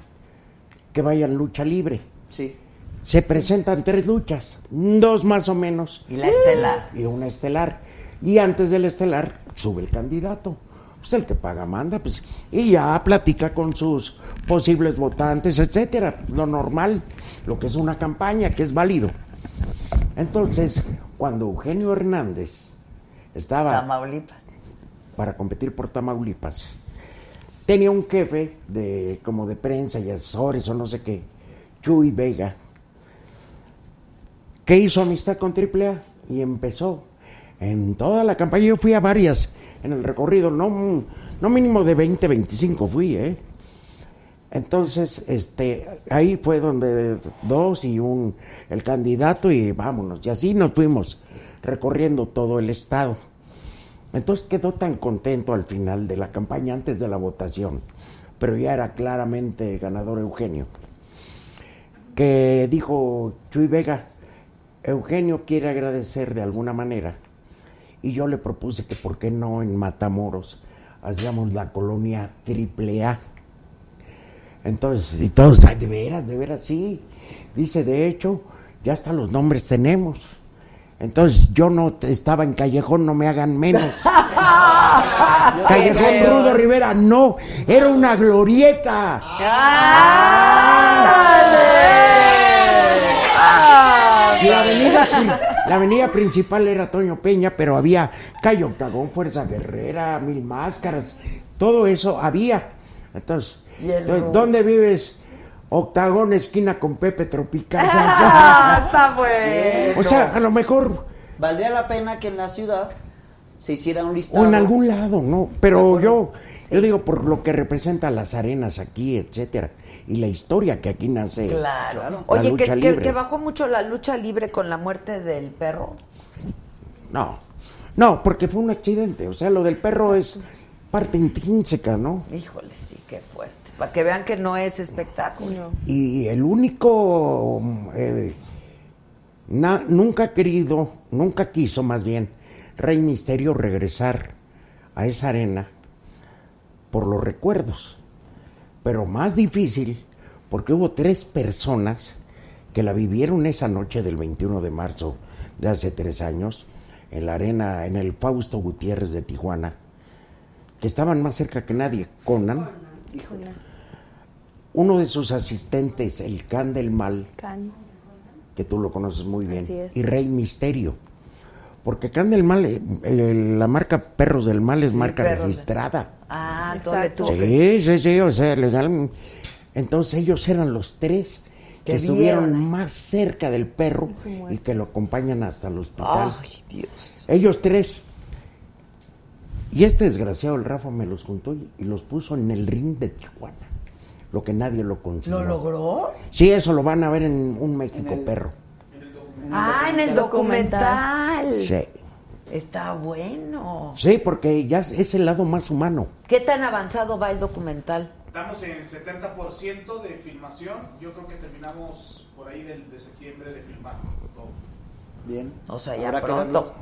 [SPEAKER 4] que vayan lucha libre.
[SPEAKER 1] Sí.
[SPEAKER 4] Se presentan tres luchas, dos más o menos,
[SPEAKER 2] Y la estela.
[SPEAKER 4] y una estelar. Y antes del estelar sube el candidato. Pues el que paga manda, pues. Y ya platica con sus posibles votantes, etcétera. Lo normal, lo que es una campaña, que es válido. Entonces, cuando Eugenio Hernández estaba
[SPEAKER 2] Tamaulipas.
[SPEAKER 4] para competir por Tamaulipas, tenía un jefe de como de prensa y asesores o no sé qué, Chuy Vega, que hizo amistad con AAA y empezó en toda la campaña. Yo fui a varias en el recorrido, no, no mínimo de 20, 25 fui, ¿eh? Entonces, este, ahí fue donde dos y un, el candidato y vámonos. Y así nos fuimos recorriendo todo el estado. Entonces quedó tan contento al final de la campaña, antes de la votación, pero ya era claramente ganador Eugenio, que dijo Chuy Vega, Eugenio quiere agradecer de alguna manera, y yo le propuse que por qué no en Matamoros hacíamos la colonia triple A. Entonces, y todos, "Ay, de veras, de veras, sí. Dice, de hecho, ya hasta los nombres tenemos. Entonces, yo no te- estaba en Callejón, no me hagan menos. Callejón Rudo Rivera, no, era una glorieta. Ah. Y la avenida,
[SPEAKER 2] [LAUGHS]
[SPEAKER 4] pri- la avenida principal era Toño Peña, pero había Calle Octagón, Fuerza Guerrera, Mil Máscaras, todo eso había. Entonces,
[SPEAKER 2] Y el
[SPEAKER 4] entonces,
[SPEAKER 2] Rudo.
[SPEAKER 4] ¿dónde vives? Octagón, esquina con Pepe Tropical.
[SPEAKER 2] [LAUGHS] ¡Ah, está bueno!
[SPEAKER 4] o sea, a lo mejor
[SPEAKER 1] Valdría la pena que en la ciudad se hiciera un listado.
[SPEAKER 4] o en algún lado, ¿no? Pero yo, yo digo por lo que representa las arenas aquí, etcétera, y la historia que aquí nace.
[SPEAKER 2] Claro.
[SPEAKER 4] La
[SPEAKER 2] Oye, que,
[SPEAKER 4] lucha
[SPEAKER 2] que-
[SPEAKER 4] libre.
[SPEAKER 2] que bajó mucho la lucha libre con la muerte del perro.
[SPEAKER 4] No, no, porque fue un accidente. O sea, lo del perro es parte intrínseca, ¿no?
[SPEAKER 2] Híjole, sí, qué fuerte. Para que vean que no es espectáculo.
[SPEAKER 5] No.
[SPEAKER 4] Y el único eh, na- nunca ha querido, nunca quiso más bien, Rey Misterio regresar a esa arena por los recuerdos. Pero más difícil porque hubo tres personas que la vivieron esa noche del 21 de marzo de hace tres años en la arena, en el Fausto Gutiérrez de Tijuana, que estaban más cerca que nadie. Conan
[SPEAKER 5] Híjole.
[SPEAKER 4] uno de sus asistentes, el Can del Mal,
[SPEAKER 5] Can.
[SPEAKER 4] que tú lo conoces muy bien,
[SPEAKER 5] Así es.
[SPEAKER 4] y Rey Misterio. Porque Can del Mal, eh, el- la marca Perros del Mal es marca
[SPEAKER 2] Perros de-
[SPEAKER 4] registrada.
[SPEAKER 2] Ah, entonces le
[SPEAKER 5] Exacto.
[SPEAKER 2] tuvo que-
[SPEAKER 4] Sí, sí, sí, o sea, legal. Entonces ellos eran los tres que
[SPEAKER 2] Que
[SPEAKER 4] estuvieron
[SPEAKER 2] vieron, ¿eh?
[SPEAKER 4] más cerca del perro
[SPEAKER 5] Su muerte.
[SPEAKER 4] y que lo acompañan hasta el hospital.
[SPEAKER 2] Ay, Dios.
[SPEAKER 4] Ellos tres. Y este desgraciado, el Rafa, me los juntó y y los puso en el ring de Tijuana. Lo que nadie lo consiguió.
[SPEAKER 2] ¿Lo logró?
[SPEAKER 4] Sí, eso lo van a ver en un México perro.
[SPEAKER 2] Ah, en el
[SPEAKER 5] Documental.
[SPEAKER 2] documental.
[SPEAKER 4] Sí.
[SPEAKER 2] Está bueno.
[SPEAKER 4] Sí, porque ya es es el lado más humano.
[SPEAKER 2] ¿Qué tan avanzado va el documental?
[SPEAKER 7] Estamos en 70% de filmación. Yo creo que terminamos por ahí del, de septiembre de filmar. todo.
[SPEAKER 1] Bien.
[SPEAKER 2] O sea, ya
[SPEAKER 1] Habrá que
[SPEAKER 2] pronto.
[SPEAKER 1] verlo.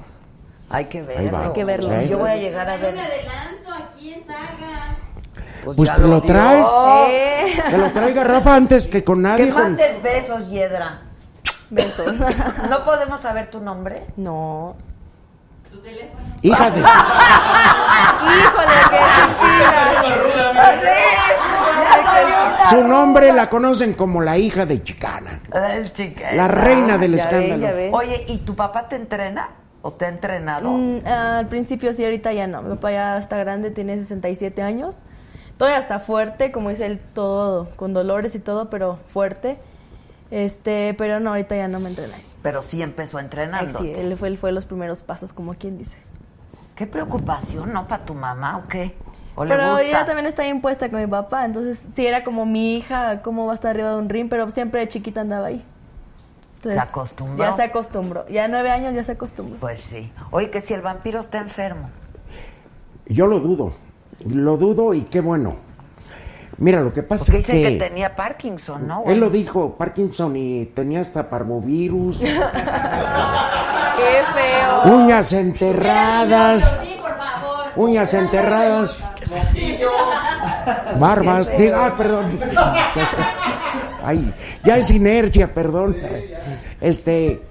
[SPEAKER 2] Hay que verlo.
[SPEAKER 4] va. Hay
[SPEAKER 5] que verlo.
[SPEAKER 2] Yo
[SPEAKER 4] Sí.
[SPEAKER 2] voy a llegar a
[SPEAKER 6] Hay un
[SPEAKER 2] ver.
[SPEAKER 6] adelanto aquí en Sagas.
[SPEAKER 2] Pues
[SPEAKER 4] Pues,
[SPEAKER 2] ya
[SPEAKER 4] te
[SPEAKER 2] lo
[SPEAKER 4] lo,
[SPEAKER 2] dio.
[SPEAKER 4] traes.
[SPEAKER 2] Oh.
[SPEAKER 5] Eh.
[SPEAKER 2] Sí.
[SPEAKER 4] Te lo traiga Rafa antes que con
[SPEAKER 2] Que
[SPEAKER 4] nadie. con-
[SPEAKER 2] mandes besos,
[SPEAKER 4] [LAUGHS]
[SPEAKER 2] Yedra. [LAUGHS]
[SPEAKER 5] Besos.
[SPEAKER 2] ¿No podemos saber tu nombre?
[SPEAKER 5] No.
[SPEAKER 4] Hija de.
[SPEAKER 5] Híjole, qué
[SPEAKER 3] ruda,
[SPEAKER 2] ¡Sí!
[SPEAKER 3] mira.
[SPEAKER 2] ¡Ya salió una-
[SPEAKER 4] Su nombre la conocen como la hija de Chicana.
[SPEAKER 2] El chica-
[SPEAKER 4] La reina del
[SPEAKER 5] Ya ve,
[SPEAKER 4] escándalo.
[SPEAKER 5] ya ve.
[SPEAKER 2] Oye, ¿y tu papá te entrena? ¿O te ha entrenado?
[SPEAKER 5] Mm, al principio sí, ahorita ya no. Mi papá ya está grande, tiene 67 años. Todavía está fuerte, como dice él, todo, con dolores y todo, pero fuerte. Este, pero no, ahorita ya no me entrena.
[SPEAKER 2] Pero sí empezó
[SPEAKER 5] Ay,
[SPEAKER 2] entrenando.
[SPEAKER 5] Sí, él fue, él fue los primeros pasos, como quien dice.
[SPEAKER 2] ¿Qué preocupación, no? ¿Para tu mamá o qué? ¿O le
[SPEAKER 5] Pero
[SPEAKER 2] gusta?
[SPEAKER 5] ella también está impuesta con mi papá, entonces sí era como mi hija, cómo va a estar arriba de un ring, pero siempre de chiquita andaba ahí. Entonces,
[SPEAKER 2] Se acostumbró.
[SPEAKER 5] Ya se acostumbró. Ya nueve años ya se acostumbró.
[SPEAKER 2] Pues sí. Oye, que si el vampiro está enfermo.
[SPEAKER 4] Yo lo dudo. Lo dudo y qué bueno. Mira, lo que pasa
[SPEAKER 2] Porque
[SPEAKER 4] es
[SPEAKER 2] dicen que...
[SPEAKER 4] que.
[SPEAKER 2] tenía Parkinson, ¿no?
[SPEAKER 4] Él
[SPEAKER 2] güey?
[SPEAKER 4] lo dijo, Parkinson, y tenía
[SPEAKER 2] [LAUGHS]
[SPEAKER 4] hasta parvovirus,
[SPEAKER 5] ¡Qué feo!
[SPEAKER 4] uñas enterradas,
[SPEAKER 6] Sí, por favor.
[SPEAKER 4] uñas enterradas, barbas, di- ah, perdón. Ay, ya es inercia, perdón. Este,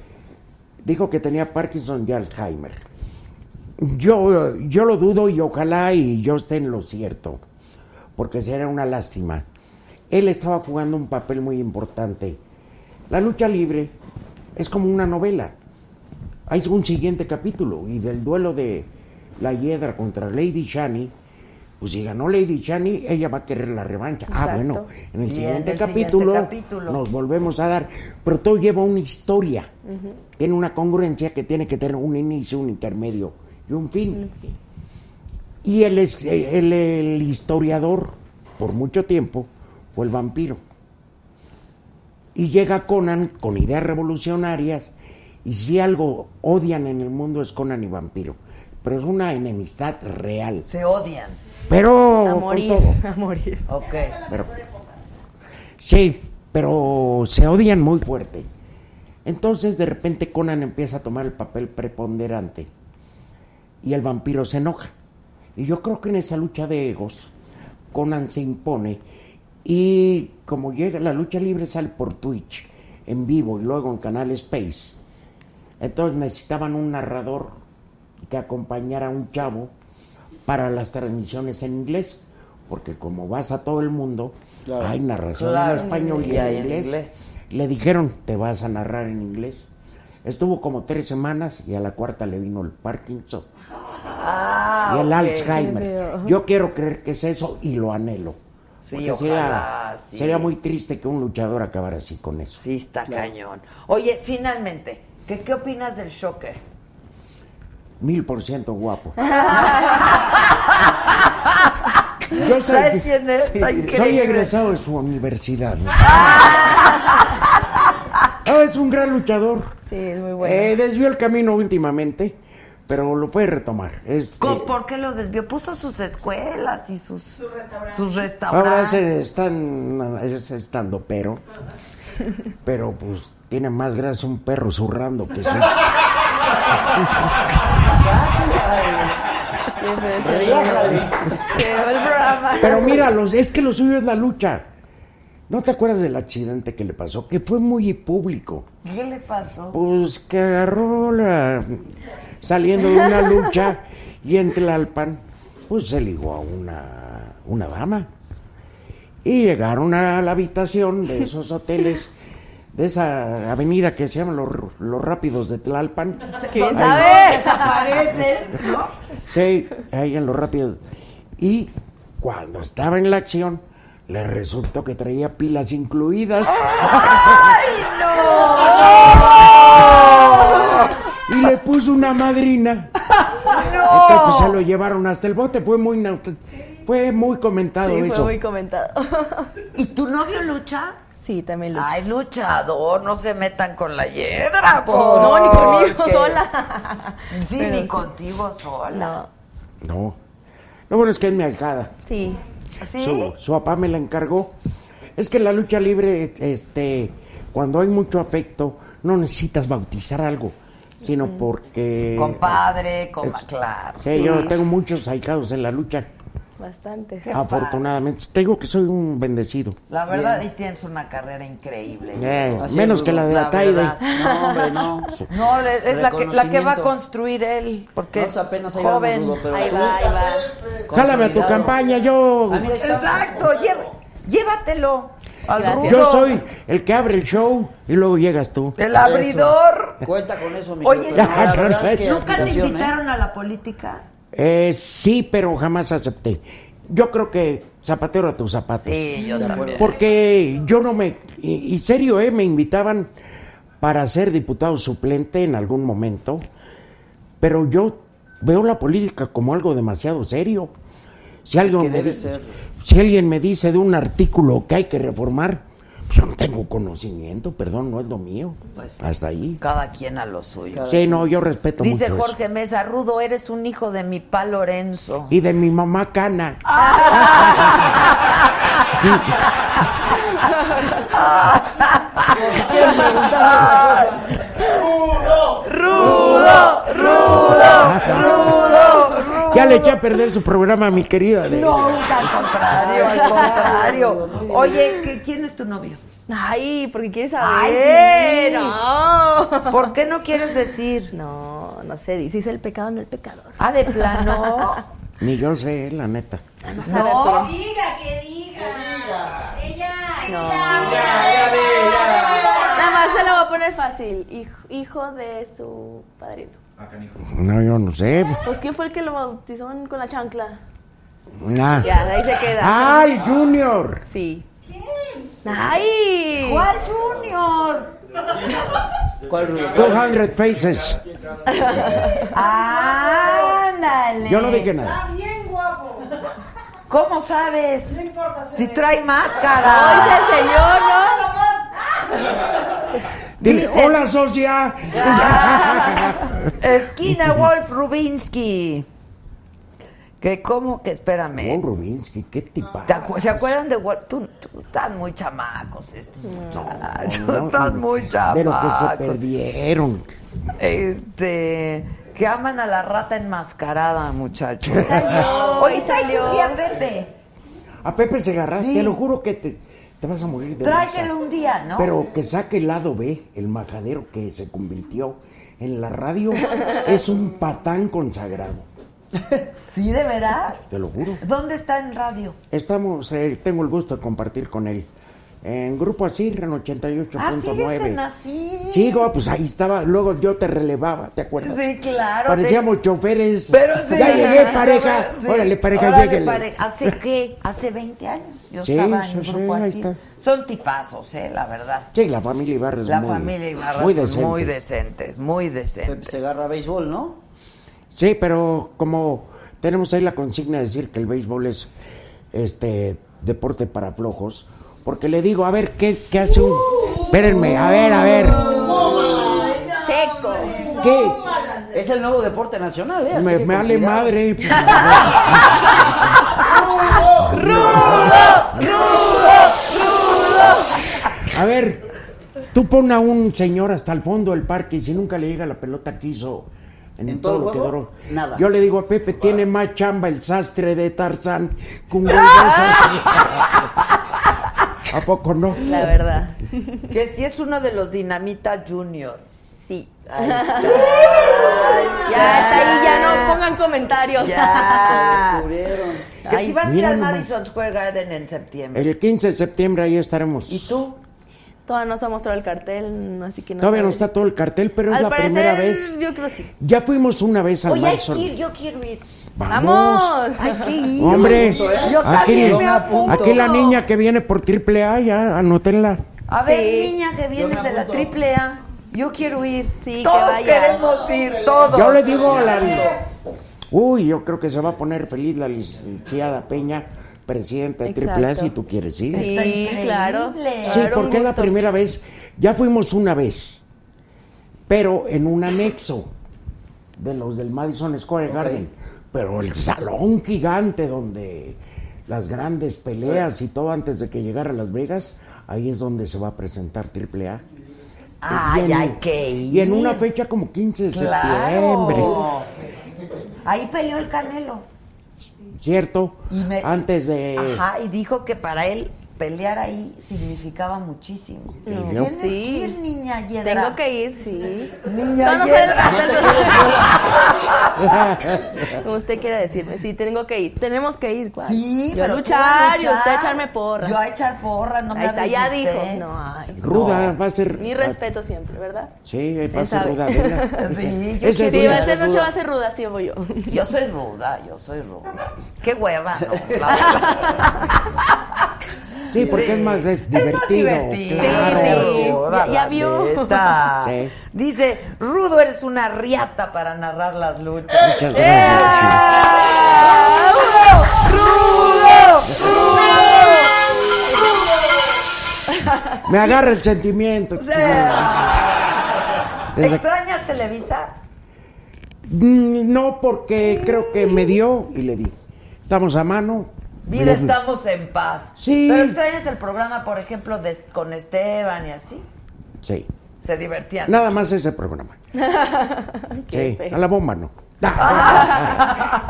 [SPEAKER 4] dijo que tenía Parkinson y Alzheimer. Yo, yo lo dudo y ojalá y yo esté en lo cierto, porque sería una lástima. Él estaba jugando un papel muy importante. La lucha libre es como una novela. Hay un siguiente capítulo y del duelo de la Hiedra contra Lady Shani, pues si ganó Lady Shani, ella va a querer la revancha. Ah,
[SPEAKER 5] Exacto.
[SPEAKER 4] bueno, en el,
[SPEAKER 2] Y en
[SPEAKER 4] siguiente,
[SPEAKER 2] el
[SPEAKER 4] capítulo,
[SPEAKER 2] siguiente capítulo.
[SPEAKER 4] nos volvemos a dar. Pero todo lleva una historia, tiene una congruencia que tiene que tener un inicio, un intermedio y un fin. Y el, es- el- el historiador, por mucho tiempo, fue el vampiro. Y llega Conan con ideas revolucionarias. Y si algo odian en el mundo es Conan y vampiro. Pero es una enemistad real.
[SPEAKER 2] Se odian.
[SPEAKER 5] A
[SPEAKER 4] Pero con
[SPEAKER 5] morir,
[SPEAKER 4] todo.
[SPEAKER 5] [LAUGHS] a morir.
[SPEAKER 2] Ok.
[SPEAKER 4] Pero- sí, pero se odian muy fuerte. Entonces de repente Conan empieza a tomar el papel preponderante y el vampiro se enoja. Y yo creo que en esa lucha de egos, Conan se impone y como llega la lucha libre sale por Twitch en vivo y luego en Canal Space. Entonces necesitaban un narrador que acompañara a un chavo para las transmisiones en inglés, porque como vas a todo el mundo,
[SPEAKER 1] Claro.
[SPEAKER 4] hay narración
[SPEAKER 2] Claro.
[SPEAKER 4] en español y,
[SPEAKER 2] Y hay
[SPEAKER 4] en
[SPEAKER 2] en
[SPEAKER 4] inglés.
[SPEAKER 2] inglés.
[SPEAKER 4] Le dijeron, te vas a narrar en inglés. Estuvo como tres semanas y a la cuarta le vino el Parkinson
[SPEAKER 2] Ah,
[SPEAKER 4] y el
[SPEAKER 2] ok.
[SPEAKER 5] Qué
[SPEAKER 4] Alzheimer.
[SPEAKER 5] feo.
[SPEAKER 4] Yo quiero creer que es eso y lo anhelo.
[SPEAKER 2] Sí,
[SPEAKER 4] Porque
[SPEAKER 2] ojalá,
[SPEAKER 4] sería,
[SPEAKER 2] sí.
[SPEAKER 4] sería muy triste que un luchador acabara así con eso.
[SPEAKER 2] Sí, está cañón. Oye, finalmente, ¿qué, qué opinas del Shocker?
[SPEAKER 4] Mil por
[SPEAKER 2] [LAUGHS]
[SPEAKER 4] ciento guapo.
[SPEAKER 2] ¿Sabes quién es? Está
[SPEAKER 4] soy
[SPEAKER 2] increíble.
[SPEAKER 4] egresado de
[SPEAKER 2] [LAUGHS]
[SPEAKER 4] su universidad. Ah, es un gran luchador.
[SPEAKER 5] Sí, es muy bueno.
[SPEAKER 4] Eh, desvió el camino últimamente, pero lo puede retomar. Este,
[SPEAKER 2] Co- ¿Por qué lo desvió? Puso sus escuelas y sus, sus restaurantes.
[SPEAKER 4] Ahora se están es estando pero. Pero pues tiene más grasa un perro zurrando que sí.
[SPEAKER 5] Qué feo, se quedó el programa.
[SPEAKER 4] Pero mira, los, es que lo suyo es la lucha. ¿No te acuerdas del accidente que le pasó? Que fue muy público.
[SPEAKER 2] ¿Qué le pasó?
[SPEAKER 4] Pues que agarró la- saliendo de una lucha y en Tlalpan, pues se ligó a una, una dama. Y llegaron a la habitación de esos hoteles, de esa avenida que se llama Los, Los Rápidos de Tlalpan.
[SPEAKER 5] [LAUGHS]
[SPEAKER 4] Ahí-
[SPEAKER 5] ¿Quién [LAUGHS] sabe?
[SPEAKER 2] Desaparecen, ¿no?
[SPEAKER 4] Sí, ahí en lo rápido. Y cuando estaba en la acción, le resultó que traía pilas incluidas. Y le puso una madrina. Entonces,
[SPEAKER 5] ¡Oh!
[SPEAKER 4] pues, se lo llevaron hasta el bote. Fue muy, naut- fue muy comentado
[SPEAKER 5] Sí,
[SPEAKER 4] eso.
[SPEAKER 5] fue muy comentado.
[SPEAKER 2] ¿Y tu novio lucha?
[SPEAKER 5] [LAUGHS] Sí, también lucha. Ah,
[SPEAKER 2] Ay, luchador, no se metan con la hiedra, por.
[SPEAKER 5] pues, no, ni conmigo sola.
[SPEAKER 2] [LAUGHS] Sí,
[SPEAKER 5] Pero
[SPEAKER 2] ni
[SPEAKER 5] sí.
[SPEAKER 2] contigo sola.
[SPEAKER 5] No.
[SPEAKER 4] No. Lo bueno es que es mi ahijada.
[SPEAKER 5] Sí.
[SPEAKER 2] ¿Sí?
[SPEAKER 4] Su, su papá me la encargó. Es que en la lucha libre, este, cuando hay mucho afecto, no necesitas bautizar algo, sino porque.
[SPEAKER 2] Compadre, con
[SPEAKER 4] Es-
[SPEAKER 2] claro.
[SPEAKER 4] Sí, yo tengo muchos ahijados en la lucha.
[SPEAKER 5] Bastantes.
[SPEAKER 4] Afortunadamente, te digo que soy un bendecido.
[SPEAKER 2] La verdad, y tienes una carrera increíble.
[SPEAKER 4] Eh, menos que la de Ataide.
[SPEAKER 2] verdad.
[SPEAKER 1] No, hombre, no.
[SPEAKER 4] [LAUGHS]
[SPEAKER 2] No, es es la que, la que va a
[SPEAKER 1] Reconocimiento.
[SPEAKER 2] construir él, porque
[SPEAKER 1] Nosotros
[SPEAKER 2] es
[SPEAKER 1] apenas ahí vamos,
[SPEAKER 2] joven.
[SPEAKER 1] Rudo, pero-
[SPEAKER 5] Ahí va, ahí va.
[SPEAKER 4] Jálame a tu
[SPEAKER 1] Consolidado.
[SPEAKER 4] campaña, yo.
[SPEAKER 1] Ah, mira, ahí está.
[SPEAKER 2] Exacto, lleva- llévatelo al
[SPEAKER 5] Gracias.
[SPEAKER 2] Rudo.
[SPEAKER 4] Yo soy el que abre el show y luego llegas tú.
[SPEAKER 2] el abridor.
[SPEAKER 1] Cuenta con eso, mi
[SPEAKER 2] Oye,
[SPEAKER 1] querido, pero la verdad es que
[SPEAKER 2] ¿Nunca te
[SPEAKER 1] admiración, ¿eh?
[SPEAKER 2] invitaron a la política?
[SPEAKER 4] Eh, sí, pero jamás acepté. Yo creo que zapatero a tus zapatos.
[SPEAKER 2] Sí, yo también.
[SPEAKER 4] Porque yo no me... Y, y serio, ¿eh? Me invitaban para ser diputado suplente en algún momento, pero yo veo la política como algo demasiado serio. Si, algo
[SPEAKER 1] que
[SPEAKER 4] me
[SPEAKER 1] debe
[SPEAKER 4] dice-
[SPEAKER 1] ser.
[SPEAKER 4] si alguien me dice de un artículo que hay que reformar, yo no tengo conocimiento, perdón, no es lo mío. Hasta ahí.
[SPEAKER 2] Pues Cada quien a lo suyo.
[SPEAKER 4] Sí, no, yo respeto
[SPEAKER 2] Dice
[SPEAKER 4] mucho eso.
[SPEAKER 2] Jorge Mesa, Rudo, eres un hijo de mi pa Lorenzo.
[SPEAKER 4] Y de mi mamá Cana. Ah, Ya le eché a perder su programa, mi querida. de-
[SPEAKER 2] Nunca, al contrario, al contrario. Oye, ¿qué- ¿quién es tu novio?
[SPEAKER 5] Ay, porque quieres [LAUGHS] saber.
[SPEAKER 2] Ay,
[SPEAKER 5] Sí,
[SPEAKER 2] sí.
[SPEAKER 5] no.
[SPEAKER 2] ¿Por qué no quieres decir?
[SPEAKER 5] No, no sé, dice "Hice el pecado, no el pecador.
[SPEAKER 2] Ah, de plano.
[SPEAKER 4] Ni yo sé, la neta.
[SPEAKER 2] No.
[SPEAKER 6] Que diga, que diga. Ella. No.
[SPEAKER 5] Nada más se lo voy a poner fácil. Hijo, hijo de su padrino.
[SPEAKER 3] Ah,
[SPEAKER 4] No, yo no sé.
[SPEAKER 5] Pues, ¿quién fue el que lo bautizó en- con la chancla?
[SPEAKER 4] Nah.
[SPEAKER 5] Ya, ahí se queda.
[SPEAKER 4] ¡Ay, Junior!
[SPEAKER 5] Sí. ¿Quién? ¡Ay!
[SPEAKER 2] ¿Cuál Junior?
[SPEAKER 1] ¿eh? ¿Cuál Rudo?
[SPEAKER 4] 200 faces.
[SPEAKER 2] Ándale.
[SPEAKER 4] Yo no dije nada.
[SPEAKER 6] Está bien guapo.
[SPEAKER 2] ¿Cómo sabes?
[SPEAKER 6] No importa. se
[SPEAKER 2] Si
[SPEAKER 6] ve.
[SPEAKER 2] trae
[SPEAKER 5] Ay,
[SPEAKER 2] máscara.
[SPEAKER 5] ese señor, ¿no?
[SPEAKER 6] Nada más.
[SPEAKER 4] Dile,
[SPEAKER 2] Dice-
[SPEAKER 4] hola, socia.
[SPEAKER 2] [LAUGHS] Esquina Wolf Rubinsky. Que cómo que espérame.
[SPEAKER 4] Oh, Rubinsky, qué tipa.
[SPEAKER 2] ¿Te acu- ¿Se acuerdan de Wolf? Tú, tú- están muy chamacos estos [LAUGHS] muchachos. están muy
[SPEAKER 4] De lo que se
[SPEAKER 2] chamacos.
[SPEAKER 4] perdieron.
[SPEAKER 2] Este, que aman a la rata enmascarada, muchachos. Oye, tráete un día a Pepe.
[SPEAKER 4] A Pepe se agarra,
[SPEAKER 2] Sí.
[SPEAKER 4] te lo juro que te, te vas a morir de risa.
[SPEAKER 2] Tráetelo un día, ¿no?
[SPEAKER 4] Pero que saque el lado B, el majadero que se convirtió en
[SPEAKER 2] [LAUGHS]
[SPEAKER 4] la radio, es un patán consagrado.
[SPEAKER 2] Sí, de veras.
[SPEAKER 4] Te lo juro.
[SPEAKER 2] ¿Dónde está en radio?
[SPEAKER 4] Estamos, eh, tengo el gusto de compartir con él. En Grupo Asir, en 88.9.
[SPEAKER 2] Ah, sigues en así.
[SPEAKER 4] Chico, pues ahí estaba. Luego yo te relevaba, ¿te acuerdas?
[SPEAKER 2] Sí, claro.
[SPEAKER 4] Parecíamos choferes.
[SPEAKER 2] te- Pero sí.
[SPEAKER 4] Ya llegué, pareja.
[SPEAKER 2] [LAUGHS] Sí.
[SPEAKER 4] Órale, pareja,
[SPEAKER 2] Órale,
[SPEAKER 4] lléguenle.
[SPEAKER 2] pare- ¿Hace qué? Hace 20 años. Yo
[SPEAKER 4] Sí,
[SPEAKER 2] estaba
[SPEAKER 4] sí,
[SPEAKER 2] en un
[SPEAKER 4] sí,
[SPEAKER 2] grupo
[SPEAKER 4] ahí
[SPEAKER 2] así.
[SPEAKER 4] está.
[SPEAKER 2] Son tipazos, ¿eh? La verdad.
[SPEAKER 4] Sí, la familia Ibarra es
[SPEAKER 2] La
[SPEAKER 4] muy,
[SPEAKER 2] familia Ibarra
[SPEAKER 4] muy
[SPEAKER 2] son
[SPEAKER 4] decente.
[SPEAKER 2] muy decentes, muy
[SPEAKER 1] Pepe
[SPEAKER 2] decentes.
[SPEAKER 1] se agarra a béisbol, ¿no?
[SPEAKER 4] Sí, pero como tenemos ahí la consigna de decir que el béisbol es este deporte para flojos, porque le digo, a ver, ¿qué, qué hace un... Espérenme, a ver, a ver.
[SPEAKER 5] Seco.
[SPEAKER 4] ¿Qué?
[SPEAKER 1] Es el nuevo deporte nacional, ¿eh? Así
[SPEAKER 4] Me,
[SPEAKER 1] que
[SPEAKER 4] me
[SPEAKER 1] con
[SPEAKER 4] vale
[SPEAKER 1] cuidado.
[SPEAKER 4] madre. A ver, tú pon a un señor hasta el fondo del parque y si nunca le llega la pelota que hizo en,
[SPEAKER 1] ¿En
[SPEAKER 4] todo,
[SPEAKER 1] todo el
[SPEAKER 4] lo que
[SPEAKER 1] juego?
[SPEAKER 4] duró.
[SPEAKER 1] Nada.
[SPEAKER 4] Yo le digo a Pepe, tiene más chamba el sastre de Tarzán que un güey de esos. ¿A poco no?
[SPEAKER 5] La verdad.
[SPEAKER 2] Que sí es uno de los Dinamita Junior.
[SPEAKER 5] Sí. [LAUGHS] ya, está ahí, ya no pongan comentarios.
[SPEAKER 2] Ya.
[SPEAKER 1] Lo descubrieron.
[SPEAKER 2] Que si vas a ir
[SPEAKER 4] mira
[SPEAKER 2] al
[SPEAKER 4] nomás.
[SPEAKER 2] Madison Square Garden en septiembre.
[SPEAKER 4] El 15 de septiembre ahí estaremos.
[SPEAKER 2] ¿Y tú?
[SPEAKER 5] Todavía no se ha mostrado el cartel, no- así que no
[SPEAKER 4] Todavía no
[SPEAKER 5] sabe.
[SPEAKER 4] está todo el cartel, pero es
[SPEAKER 5] Al
[SPEAKER 4] la
[SPEAKER 5] parecer,
[SPEAKER 4] primera vez.
[SPEAKER 5] Yo creo sí.
[SPEAKER 4] Ya fuimos una vez al
[SPEAKER 2] Oye, hay
[SPEAKER 4] Madison.
[SPEAKER 2] que ir, yo quiero ir.
[SPEAKER 4] Vamos.
[SPEAKER 2] Hay que ir.
[SPEAKER 4] Hombre,
[SPEAKER 2] Yo también
[SPEAKER 4] aquí,
[SPEAKER 2] me apunto.
[SPEAKER 4] aquí la niña que viene por triple A, ya, anótenla.
[SPEAKER 2] A ver,
[SPEAKER 5] Sí.
[SPEAKER 2] niña, que vienes de la triple A. Yo quiero ir.
[SPEAKER 5] Sí, que
[SPEAKER 2] todos
[SPEAKER 5] vaya.
[SPEAKER 2] queremos ir, todos.
[SPEAKER 4] Yo le digo a la... Uy, yo creo que se va a poner feliz la licenciada Peña, presidenta de
[SPEAKER 5] Exacto.
[SPEAKER 4] triple A, si tú quieres ir.
[SPEAKER 5] Sí,
[SPEAKER 2] increíble.
[SPEAKER 5] claro.
[SPEAKER 4] Sí,
[SPEAKER 5] Claro, un
[SPEAKER 4] porque es la
[SPEAKER 5] gusto.
[SPEAKER 4] primera vez. Ya fuimos una vez, pero en un anexo de los del Madison Square Garden. Pero el salón gigante donde las grandes peleas y todo antes de que llegara a Las Vegas, ahí es donde se va a presentar Triple A.
[SPEAKER 2] Ay,
[SPEAKER 4] Y en-
[SPEAKER 2] hay que ir.
[SPEAKER 4] Y en una fecha como 15 de
[SPEAKER 2] Claro.
[SPEAKER 4] septiembre.
[SPEAKER 2] Ahí peleó el Canelo.
[SPEAKER 4] ¿Cierto?
[SPEAKER 2] Y me-
[SPEAKER 4] Antes de...
[SPEAKER 2] Ajá, y dijo que para él pelear ahí significaba muchísimo.
[SPEAKER 4] No.
[SPEAKER 2] Tienes que
[SPEAKER 5] Sí.
[SPEAKER 2] ir, niña Hiedra.
[SPEAKER 5] Tengo que ir, sí.
[SPEAKER 2] Niña
[SPEAKER 5] No, no sé el
[SPEAKER 2] Hiedra.
[SPEAKER 5] Como usted quiera decirme, sí, tengo que ir. Tenemos que ir, ¿cuál?
[SPEAKER 2] Sí,
[SPEAKER 5] Yo
[SPEAKER 2] pero
[SPEAKER 5] a
[SPEAKER 2] tú
[SPEAKER 5] luchar, y usted a echarme porras.
[SPEAKER 2] Yo a echar porras, no me
[SPEAKER 5] Ahí está, ya
[SPEAKER 2] hables de
[SPEAKER 5] dijo.
[SPEAKER 2] usted.
[SPEAKER 5] No, ay.
[SPEAKER 4] Ruda, va a ser...
[SPEAKER 5] Mi respeto siempre, ¿verdad?
[SPEAKER 4] Sí, va a
[SPEAKER 5] Él
[SPEAKER 4] ser
[SPEAKER 5] sabe.
[SPEAKER 4] ruda. Adela.
[SPEAKER 2] [LAUGHS]
[SPEAKER 4] [LAUGHS]
[SPEAKER 2] Sí, yo
[SPEAKER 4] Esa
[SPEAKER 5] Sí,
[SPEAKER 4] es
[SPEAKER 5] va
[SPEAKER 4] ruda.
[SPEAKER 5] a ser noche, va a ser ruda, sí voy
[SPEAKER 4] [LAUGHS]
[SPEAKER 5] yo.
[SPEAKER 2] Yo soy ruda, yo soy ruda. Qué hueva, [LAUGHS] ¿no? La verdad.
[SPEAKER 4] Sí, porque es más des- divertido.
[SPEAKER 2] divertido.
[SPEAKER 4] claro.
[SPEAKER 5] Sí, sí.
[SPEAKER 2] Ahora,
[SPEAKER 5] Ya- ya
[SPEAKER 2] la
[SPEAKER 5] vio.
[SPEAKER 2] [LAUGHS] neta.
[SPEAKER 4] Sí.
[SPEAKER 2] Dice, Rudo, eres una riata para narrar las luchas.
[SPEAKER 4] Muchas gracias.
[SPEAKER 2] Eh.
[SPEAKER 4] Me agarra el sentimiento.
[SPEAKER 2] Sí. ¿Te extrañas Televisa?
[SPEAKER 4] Mm, No, porque creo que me dio y le di. Estamos a mano.
[SPEAKER 2] Vida,
[SPEAKER 4] Mira,
[SPEAKER 2] estamos en paz.
[SPEAKER 4] Sí.
[SPEAKER 2] Pero extrañas el programa, por ejemplo, de- con Esteban y así.
[SPEAKER 4] Sí.
[SPEAKER 2] Se divertían.
[SPEAKER 4] Nada más ese
[SPEAKER 2] [LAUGHS]
[SPEAKER 4] programa.
[SPEAKER 5] Qué
[SPEAKER 4] Sí.
[SPEAKER 5] feo.
[SPEAKER 4] A la bomba no.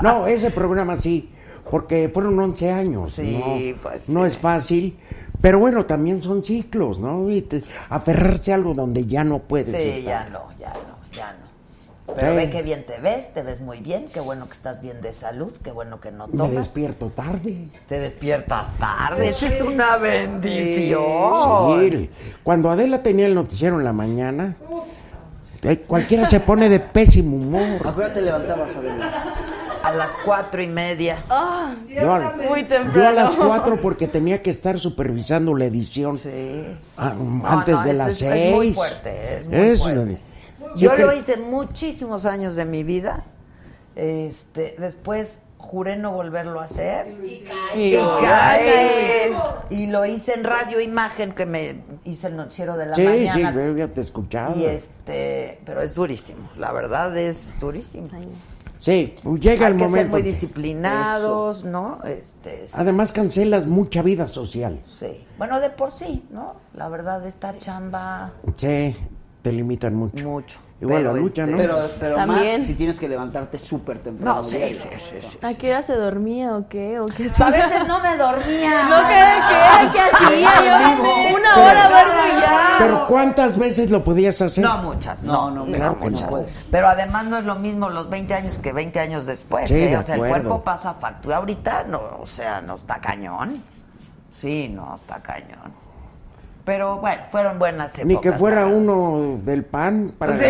[SPEAKER 4] No, ese programa sí. Porque fueron 11 años.
[SPEAKER 2] Sí,
[SPEAKER 4] no,
[SPEAKER 2] pues,
[SPEAKER 4] No
[SPEAKER 2] sí.
[SPEAKER 4] es fácil. Pero bueno, también son ciclos, ¿no? Y te- aferrarse a algo donde ya no puedes.
[SPEAKER 2] Sí, ya
[SPEAKER 4] estar.
[SPEAKER 2] no, ya no, ya no. Pero
[SPEAKER 4] Sí.
[SPEAKER 2] ve qué bien te ves, te ves muy bien, qué bueno que estás bien de salud, qué bueno que no
[SPEAKER 4] Me
[SPEAKER 2] tomas.
[SPEAKER 4] despierto tarde.
[SPEAKER 2] Te despiertas tarde, esa es una bendición.
[SPEAKER 4] Sí, Cuando Adela tenía el noticiero en la mañana, eh, cualquiera se pone de pésimo humor.
[SPEAKER 1] Acuérdate, levantabas a ver.
[SPEAKER 2] A las cuatro y media.
[SPEAKER 5] Ah,
[SPEAKER 4] Yo a,
[SPEAKER 5] muy temprano.
[SPEAKER 4] yo a las 4 porque tenía que estar supervisando la edición
[SPEAKER 2] Sí.
[SPEAKER 4] ah,
[SPEAKER 2] No,
[SPEAKER 4] antes
[SPEAKER 2] no,
[SPEAKER 4] de
[SPEAKER 2] es-
[SPEAKER 4] las
[SPEAKER 2] es-
[SPEAKER 4] 6.
[SPEAKER 2] Es muy fuerte, es muy fuerte. Yo lo hice muchísimos años de mi vida. Este, después juré no volverlo a hacer. Y caí. Y, lo hice en Radio Imagen, que me hice el noticiero de la
[SPEAKER 4] Sí, sí,
[SPEAKER 2] mañana.
[SPEAKER 4] yo ya te escuchaba.
[SPEAKER 2] y este, pero es durísimo, la verdad es durísimo.
[SPEAKER 5] Ay, no.
[SPEAKER 4] Sí, pues llega
[SPEAKER 2] Hay
[SPEAKER 4] el
[SPEAKER 2] que
[SPEAKER 4] momento.
[SPEAKER 2] ser muy
[SPEAKER 4] que-
[SPEAKER 2] disciplinados, ¿no? Este, sí.
[SPEAKER 4] Además cancelas mucha vida social.
[SPEAKER 2] sí. Bueno, de por sí, ¿no? La verdad esta chamba
[SPEAKER 4] Sí, te limitan mucho.
[SPEAKER 2] mucho.
[SPEAKER 4] Igual la
[SPEAKER 2] Pero,
[SPEAKER 4] lucha,
[SPEAKER 2] este,
[SPEAKER 4] ¿no?
[SPEAKER 1] Pero, pero
[SPEAKER 5] También.
[SPEAKER 1] más si tienes que levantarte súper temprano.
[SPEAKER 2] No, sí,
[SPEAKER 1] diario.
[SPEAKER 2] sí, sí, sí.
[SPEAKER 5] ¿A qué hora se dormía o qué? ¿O qué
[SPEAKER 2] A veces
[SPEAKER 5] [LAUGHS]
[SPEAKER 2] no me dormía.
[SPEAKER 5] No, ¿qué, qué, qué hacía yo? Una hora duermo y ya.
[SPEAKER 4] Pero ¿cuántas veces lo podías hacer?
[SPEAKER 2] No muchas, no, no,
[SPEAKER 1] No, no,
[SPEAKER 2] pero
[SPEAKER 4] claro que no
[SPEAKER 2] muchas.
[SPEAKER 4] puedes.
[SPEAKER 2] pero además no es lo mismo los 20 años que 20 años después.
[SPEAKER 4] Sí,
[SPEAKER 2] ¿eh?
[SPEAKER 4] de
[SPEAKER 2] o sea, el
[SPEAKER 4] acuerdo.
[SPEAKER 2] cuerpo pasa factura. Ahorita no, o sea, no está cañón. Sí, no está cañón. Pero bueno, fueron buenas épocas.
[SPEAKER 4] Ni que fuera
[SPEAKER 2] la verdad.
[SPEAKER 4] uno del pan para...
[SPEAKER 2] Sí.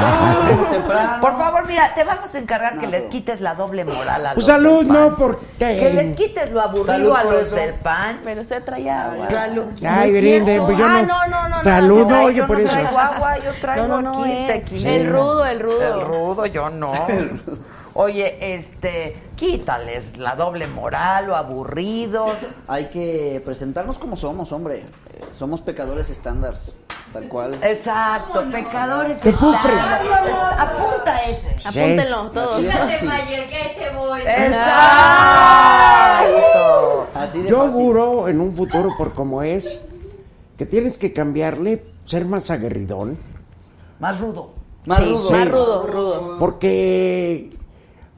[SPEAKER 1] Vamos temprano.
[SPEAKER 2] Por favor, mira, te vamos a encargar que
[SPEAKER 1] No,
[SPEAKER 2] les
[SPEAKER 1] no.
[SPEAKER 2] quites la doble moral a
[SPEAKER 4] Pues
[SPEAKER 2] los
[SPEAKER 4] salud,
[SPEAKER 2] del PAN.
[SPEAKER 4] no, porque...
[SPEAKER 2] Que les quites lo
[SPEAKER 1] Salud
[SPEAKER 2] aburrido a
[SPEAKER 1] por
[SPEAKER 2] los
[SPEAKER 1] eso.
[SPEAKER 2] del pan.
[SPEAKER 5] Pero usted traía agua.
[SPEAKER 2] Salud.
[SPEAKER 4] Ay,
[SPEAKER 2] No es
[SPEAKER 4] Brinde,
[SPEAKER 2] cierto.
[SPEAKER 4] pues yo
[SPEAKER 5] Ah,
[SPEAKER 4] no-
[SPEAKER 5] no, no, no,
[SPEAKER 4] Salud,
[SPEAKER 5] no, no,
[SPEAKER 4] no,
[SPEAKER 5] no,
[SPEAKER 4] yo por
[SPEAKER 2] no
[SPEAKER 4] eso.
[SPEAKER 2] traigo agua, yo traigo
[SPEAKER 5] No, no, no,
[SPEAKER 2] aquí
[SPEAKER 5] él.
[SPEAKER 2] tequila.
[SPEAKER 5] El rudo, el rudo.
[SPEAKER 2] El rudo, yo no.
[SPEAKER 1] [LAUGHS]
[SPEAKER 2] Oye, este, quítales la doble moral, lo aburridos.
[SPEAKER 1] Hay que presentarnos como somos, hombre. Eh, somos pecadores estándares, tal cual.
[SPEAKER 2] Eh, Exacto, pecadores
[SPEAKER 4] Que
[SPEAKER 2] están.
[SPEAKER 4] sufren.
[SPEAKER 2] Es- Apunta ese.
[SPEAKER 5] Apúntenlo
[SPEAKER 1] Así
[SPEAKER 5] todos.
[SPEAKER 1] de
[SPEAKER 6] Fíjate,
[SPEAKER 1] fácil.
[SPEAKER 6] Mayer, que ahí te voy.
[SPEAKER 2] Exacto.
[SPEAKER 1] Así de
[SPEAKER 4] Yo
[SPEAKER 1] fácil.
[SPEAKER 4] auguro en un futuro por como es que tienes que cambiarle, ser más aguerridón,
[SPEAKER 2] Más rudo.
[SPEAKER 1] Más rudo.
[SPEAKER 5] Más rudo, rudo.
[SPEAKER 4] porque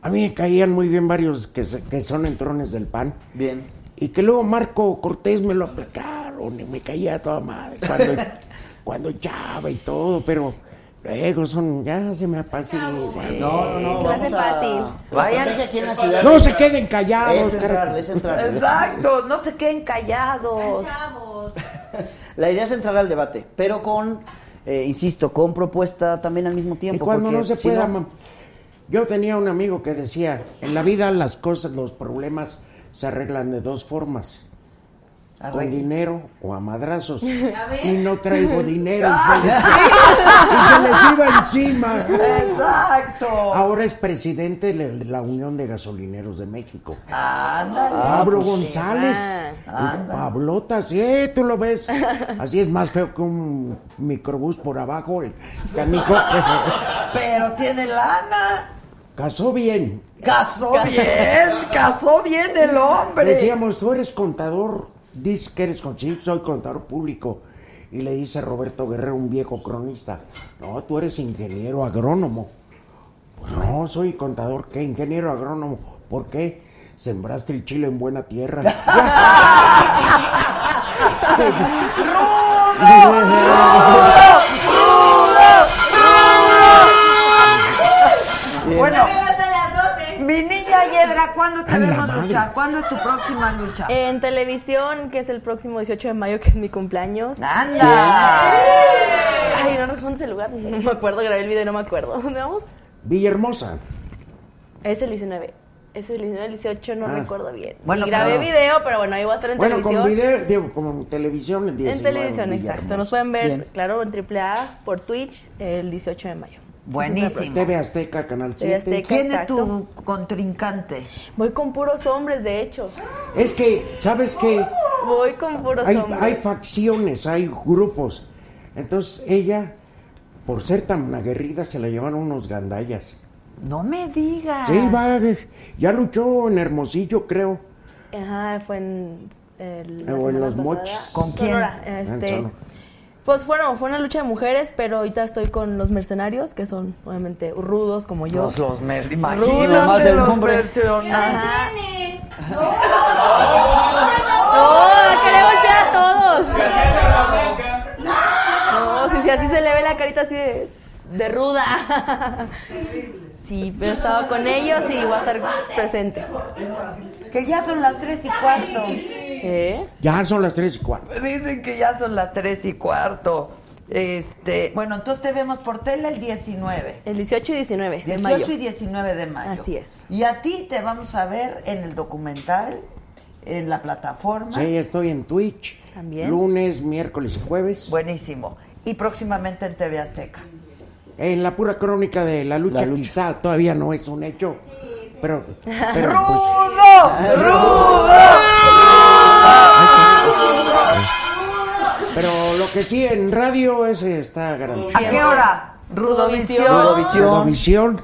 [SPEAKER 4] a mí me caían muy bien varios que, se- que son entrones del pan
[SPEAKER 1] Bien.
[SPEAKER 4] y que luego Marco Cortés me lo aplicaron y me caía a toda madre cuando, [LAUGHS] cuando echaba y todo, pero luego son, ya se me apaciguan.
[SPEAKER 1] No, no, no.
[SPEAKER 5] clase
[SPEAKER 1] Vamos a...
[SPEAKER 5] fácil.
[SPEAKER 1] La
[SPEAKER 2] Vayan.
[SPEAKER 1] estrategia aquí en la ciudad
[SPEAKER 4] No
[SPEAKER 1] es-
[SPEAKER 4] se queden callados.
[SPEAKER 1] Es entrarle, es entrarle.
[SPEAKER 2] Exacto, no se queden callados.
[SPEAKER 6] Chavos.
[SPEAKER 1] La idea es entrar al debate, pero con, eh, insisto, con propuesta también al mismo
[SPEAKER 4] Y
[SPEAKER 1] tiempo.
[SPEAKER 4] cuando
[SPEAKER 1] porque
[SPEAKER 4] no se
[SPEAKER 1] si
[SPEAKER 4] pueda, mam- yo tenía un amigo que decía, en la vida las cosas, los problemas se arreglan de dos formas. Con dinero o a madrazos.
[SPEAKER 6] ver.
[SPEAKER 4] Y no traigo dinero. Y
[SPEAKER 1] [LAUGHS]
[SPEAKER 4] se, les, y se les iba encima.
[SPEAKER 2] Exacto.
[SPEAKER 4] Ahora es presidente de la Unión de Gasolineros de México.
[SPEAKER 2] Ándale.
[SPEAKER 4] Pablo
[SPEAKER 2] pues sí.
[SPEAKER 4] González.
[SPEAKER 2] Ah.
[SPEAKER 4] Y Pablota, sí, tú lo ves. Así es más feo que un microbús por abajo. El canijo. [LAUGHS]
[SPEAKER 2] Pero tiene lana.
[SPEAKER 4] Casó bien,
[SPEAKER 2] Casó bien, casó bien el hombre.
[SPEAKER 4] Decíamos, tú eres contador, dices que eres con sí, soy contador público. Y le dice Roberto Guerrero, un viejo cronista, no, tú eres ingeniero agrónomo. Pues no, No, soy contador, ¿qué? Ingeniero agrónomo. ¿Por qué? Sembraste el chile en buena tierra. [LAUGHS]
[SPEAKER 2] Bueno,
[SPEAKER 6] Me vas a las 12.
[SPEAKER 2] mi niña Hiedra, ¿cuándo te
[SPEAKER 4] Ay, la
[SPEAKER 2] vemos
[SPEAKER 4] madre.
[SPEAKER 2] luchar? ¿Cuándo es tu próxima lucha?
[SPEAKER 5] En televisión, que es el próximo 18 de mayo, que es mi cumpleaños.
[SPEAKER 2] ¡Anda!
[SPEAKER 5] Ay, no recuerdo ese lugar, no me acuerdo, grabé el video y no me acuerdo. ¿Dónde vamos?
[SPEAKER 4] Villahermosa.
[SPEAKER 5] Es el 19. Es el 19, el 18, no
[SPEAKER 4] Ah.
[SPEAKER 5] recuerdo bien.
[SPEAKER 2] Bueno,
[SPEAKER 5] y grabé
[SPEAKER 2] pero-
[SPEAKER 5] video, pero bueno, ahí va a estar en
[SPEAKER 4] Bueno,
[SPEAKER 5] televisión.
[SPEAKER 4] con video, digo, con televisión el 19,
[SPEAKER 5] En televisión, exacto.
[SPEAKER 4] Villahermosa.
[SPEAKER 5] Nos pueden ver,
[SPEAKER 1] Bien.
[SPEAKER 5] claro, en AAA, por Twitch, el 18 de mayo.
[SPEAKER 2] Buenísimo.
[SPEAKER 4] TV Azteca, Canal 7.
[SPEAKER 5] TV Azteca.
[SPEAKER 2] ¿Quién es
[SPEAKER 5] Exacto.
[SPEAKER 2] tu contrincante?
[SPEAKER 5] Voy con puros hombres, de hecho.
[SPEAKER 4] Es que, ¿sabes qué?
[SPEAKER 5] Voy con Uh, puros
[SPEAKER 4] Hay,
[SPEAKER 5] hombres.
[SPEAKER 4] hay facciones, hay grupos. Entonces ella, por ser tan aguerrida, se la llevaron unos gandallas.
[SPEAKER 2] No me
[SPEAKER 5] Ah.
[SPEAKER 2] digas.
[SPEAKER 4] Sí, va, eh, ya luchó en Hermosillo, creo.
[SPEAKER 5] Ajá, fue en. el- la
[SPEAKER 4] O en
[SPEAKER 5] semana
[SPEAKER 4] Ah, los
[SPEAKER 5] pasada.
[SPEAKER 4] mochis.
[SPEAKER 2] ¿Con quién? Ah,
[SPEAKER 5] Sonora,
[SPEAKER 4] En
[SPEAKER 5] este,
[SPEAKER 4] Sonora.
[SPEAKER 5] pues bueno, fue una lucha de mujeres, pero ahorita estoy con los mercenarios, que son obviamente rudos como yo.
[SPEAKER 2] Los, los mes,
[SPEAKER 1] Nada más
[SPEAKER 2] imagínate
[SPEAKER 1] el
[SPEAKER 2] los Ah,
[SPEAKER 1] nombre.
[SPEAKER 2] mercenarios.
[SPEAKER 5] Ajá.
[SPEAKER 6] Tienen.
[SPEAKER 5] ¡No! ¡Que le golpea a todos! No, si, si así se le ve la carita así de, de ruda. [LAUGHS] Sí, pero estaba con ellos y voy a estar presente.
[SPEAKER 2] Que ya son las tres y cuarto.
[SPEAKER 5] ¿Eh?
[SPEAKER 4] Ya son las 3 y 4.
[SPEAKER 2] Dicen que ya son las tres y cuarto. Este, bueno, entonces te vemos por tele el 19.
[SPEAKER 5] El 18 y 19 de
[SPEAKER 2] 18
[SPEAKER 5] mayo.
[SPEAKER 2] y 19 de mayo.
[SPEAKER 5] Así es.
[SPEAKER 2] Y a ti te vamos a ver en el documental, en la plataforma.
[SPEAKER 4] Sí, estoy en Twitch.
[SPEAKER 5] También.
[SPEAKER 4] Lunes, miércoles y jueves.
[SPEAKER 2] Buenísimo. Y próximamente en TV Azteca.
[SPEAKER 4] En la pura crónica de la lucha,
[SPEAKER 1] La lucha.
[SPEAKER 4] quizá todavía no es un hecho. Pero,
[SPEAKER 5] [LAUGHS]
[SPEAKER 4] pero pues,
[SPEAKER 2] ¡Rudo!
[SPEAKER 4] pero lo que sí, en radio ese está
[SPEAKER 2] ¿A
[SPEAKER 4] garantizado.
[SPEAKER 2] qué hora? Rudovisión.
[SPEAKER 1] Rudovisión.
[SPEAKER 4] Televisión.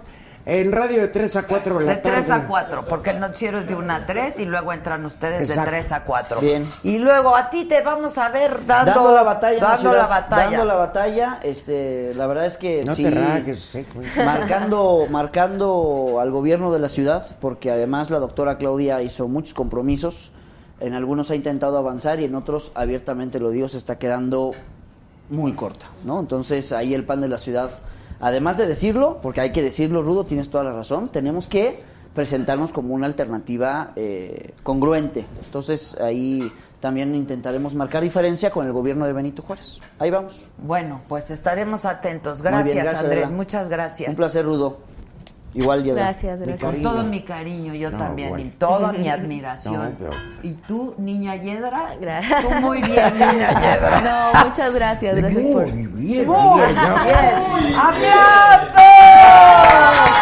[SPEAKER 4] En radio de 3 a 4 de la
[SPEAKER 2] De
[SPEAKER 4] tarde.
[SPEAKER 2] 3 a 4, porque el noticiero es de 1 a 3 y luego entran ustedes de
[SPEAKER 4] Exacto.
[SPEAKER 2] 3 a 4.
[SPEAKER 1] Bien.
[SPEAKER 2] Y luego a ti te vamos a ver dando,
[SPEAKER 1] dando la batalla, en la
[SPEAKER 2] Dando la
[SPEAKER 1] ciudad,
[SPEAKER 2] batalla.
[SPEAKER 1] dando la batalla, este, la verdad es que
[SPEAKER 4] No
[SPEAKER 1] sí,
[SPEAKER 4] te rajes, sí, güey.
[SPEAKER 1] [LAUGHS] marcando, marcando al gobierno de la ciudad, porque además la doctora Claudia hizo muchos compromisos, en algunos ha intentado avanzar y en otros abiertamente lo digo se está quedando muy corta, ¿no? Entonces ahí el pan de la ciudad, además de decirlo, porque hay que decirlo, Rudo, tienes toda la razón, tenemos que presentarnos como una alternativa eh, congruente. Entonces ahí también intentaremos marcar diferencia con el gobierno de Benito Juárez. Ahí vamos.
[SPEAKER 2] Bueno, pues estaremos atentos.
[SPEAKER 1] Muy bien,
[SPEAKER 2] Gracias, Andrés.
[SPEAKER 1] Adela.
[SPEAKER 2] Muchas gracias.
[SPEAKER 1] Un placer, Rudo. Igual, Yadela.
[SPEAKER 5] Gracias,
[SPEAKER 4] Mi
[SPEAKER 5] gracias.
[SPEAKER 2] Con
[SPEAKER 4] Cariño.
[SPEAKER 2] todo mi cariño, yo
[SPEAKER 4] No,
[SPEAKER 2] también,
[SPEAKER 4] bueno.
[SPEAKER 2] y
[SPEAKER 1] [LAUGHS]
[SPEAKER 2] toda mi admiración.
[SPEAKER 4] No, pero-
[SPEAKER 2] Y tú, niña Yedra,
[SPEAKER 5] Gra-
[SPEAKER 2] tú [LAUGHS] muy
[SPEAKER 1] [LAUGHS]
[SPEAKER 2] bien, niña Yedra.
[SPEAKER 5] [LAUGHS] No, muchas gracias, gracias por.
[SPEAKER 4] Muy bien.
[SPEAKER 2] Muy
[SPEAKER 4] mira, ya.
[SPEAKER 2] bien. ¡Aplausos!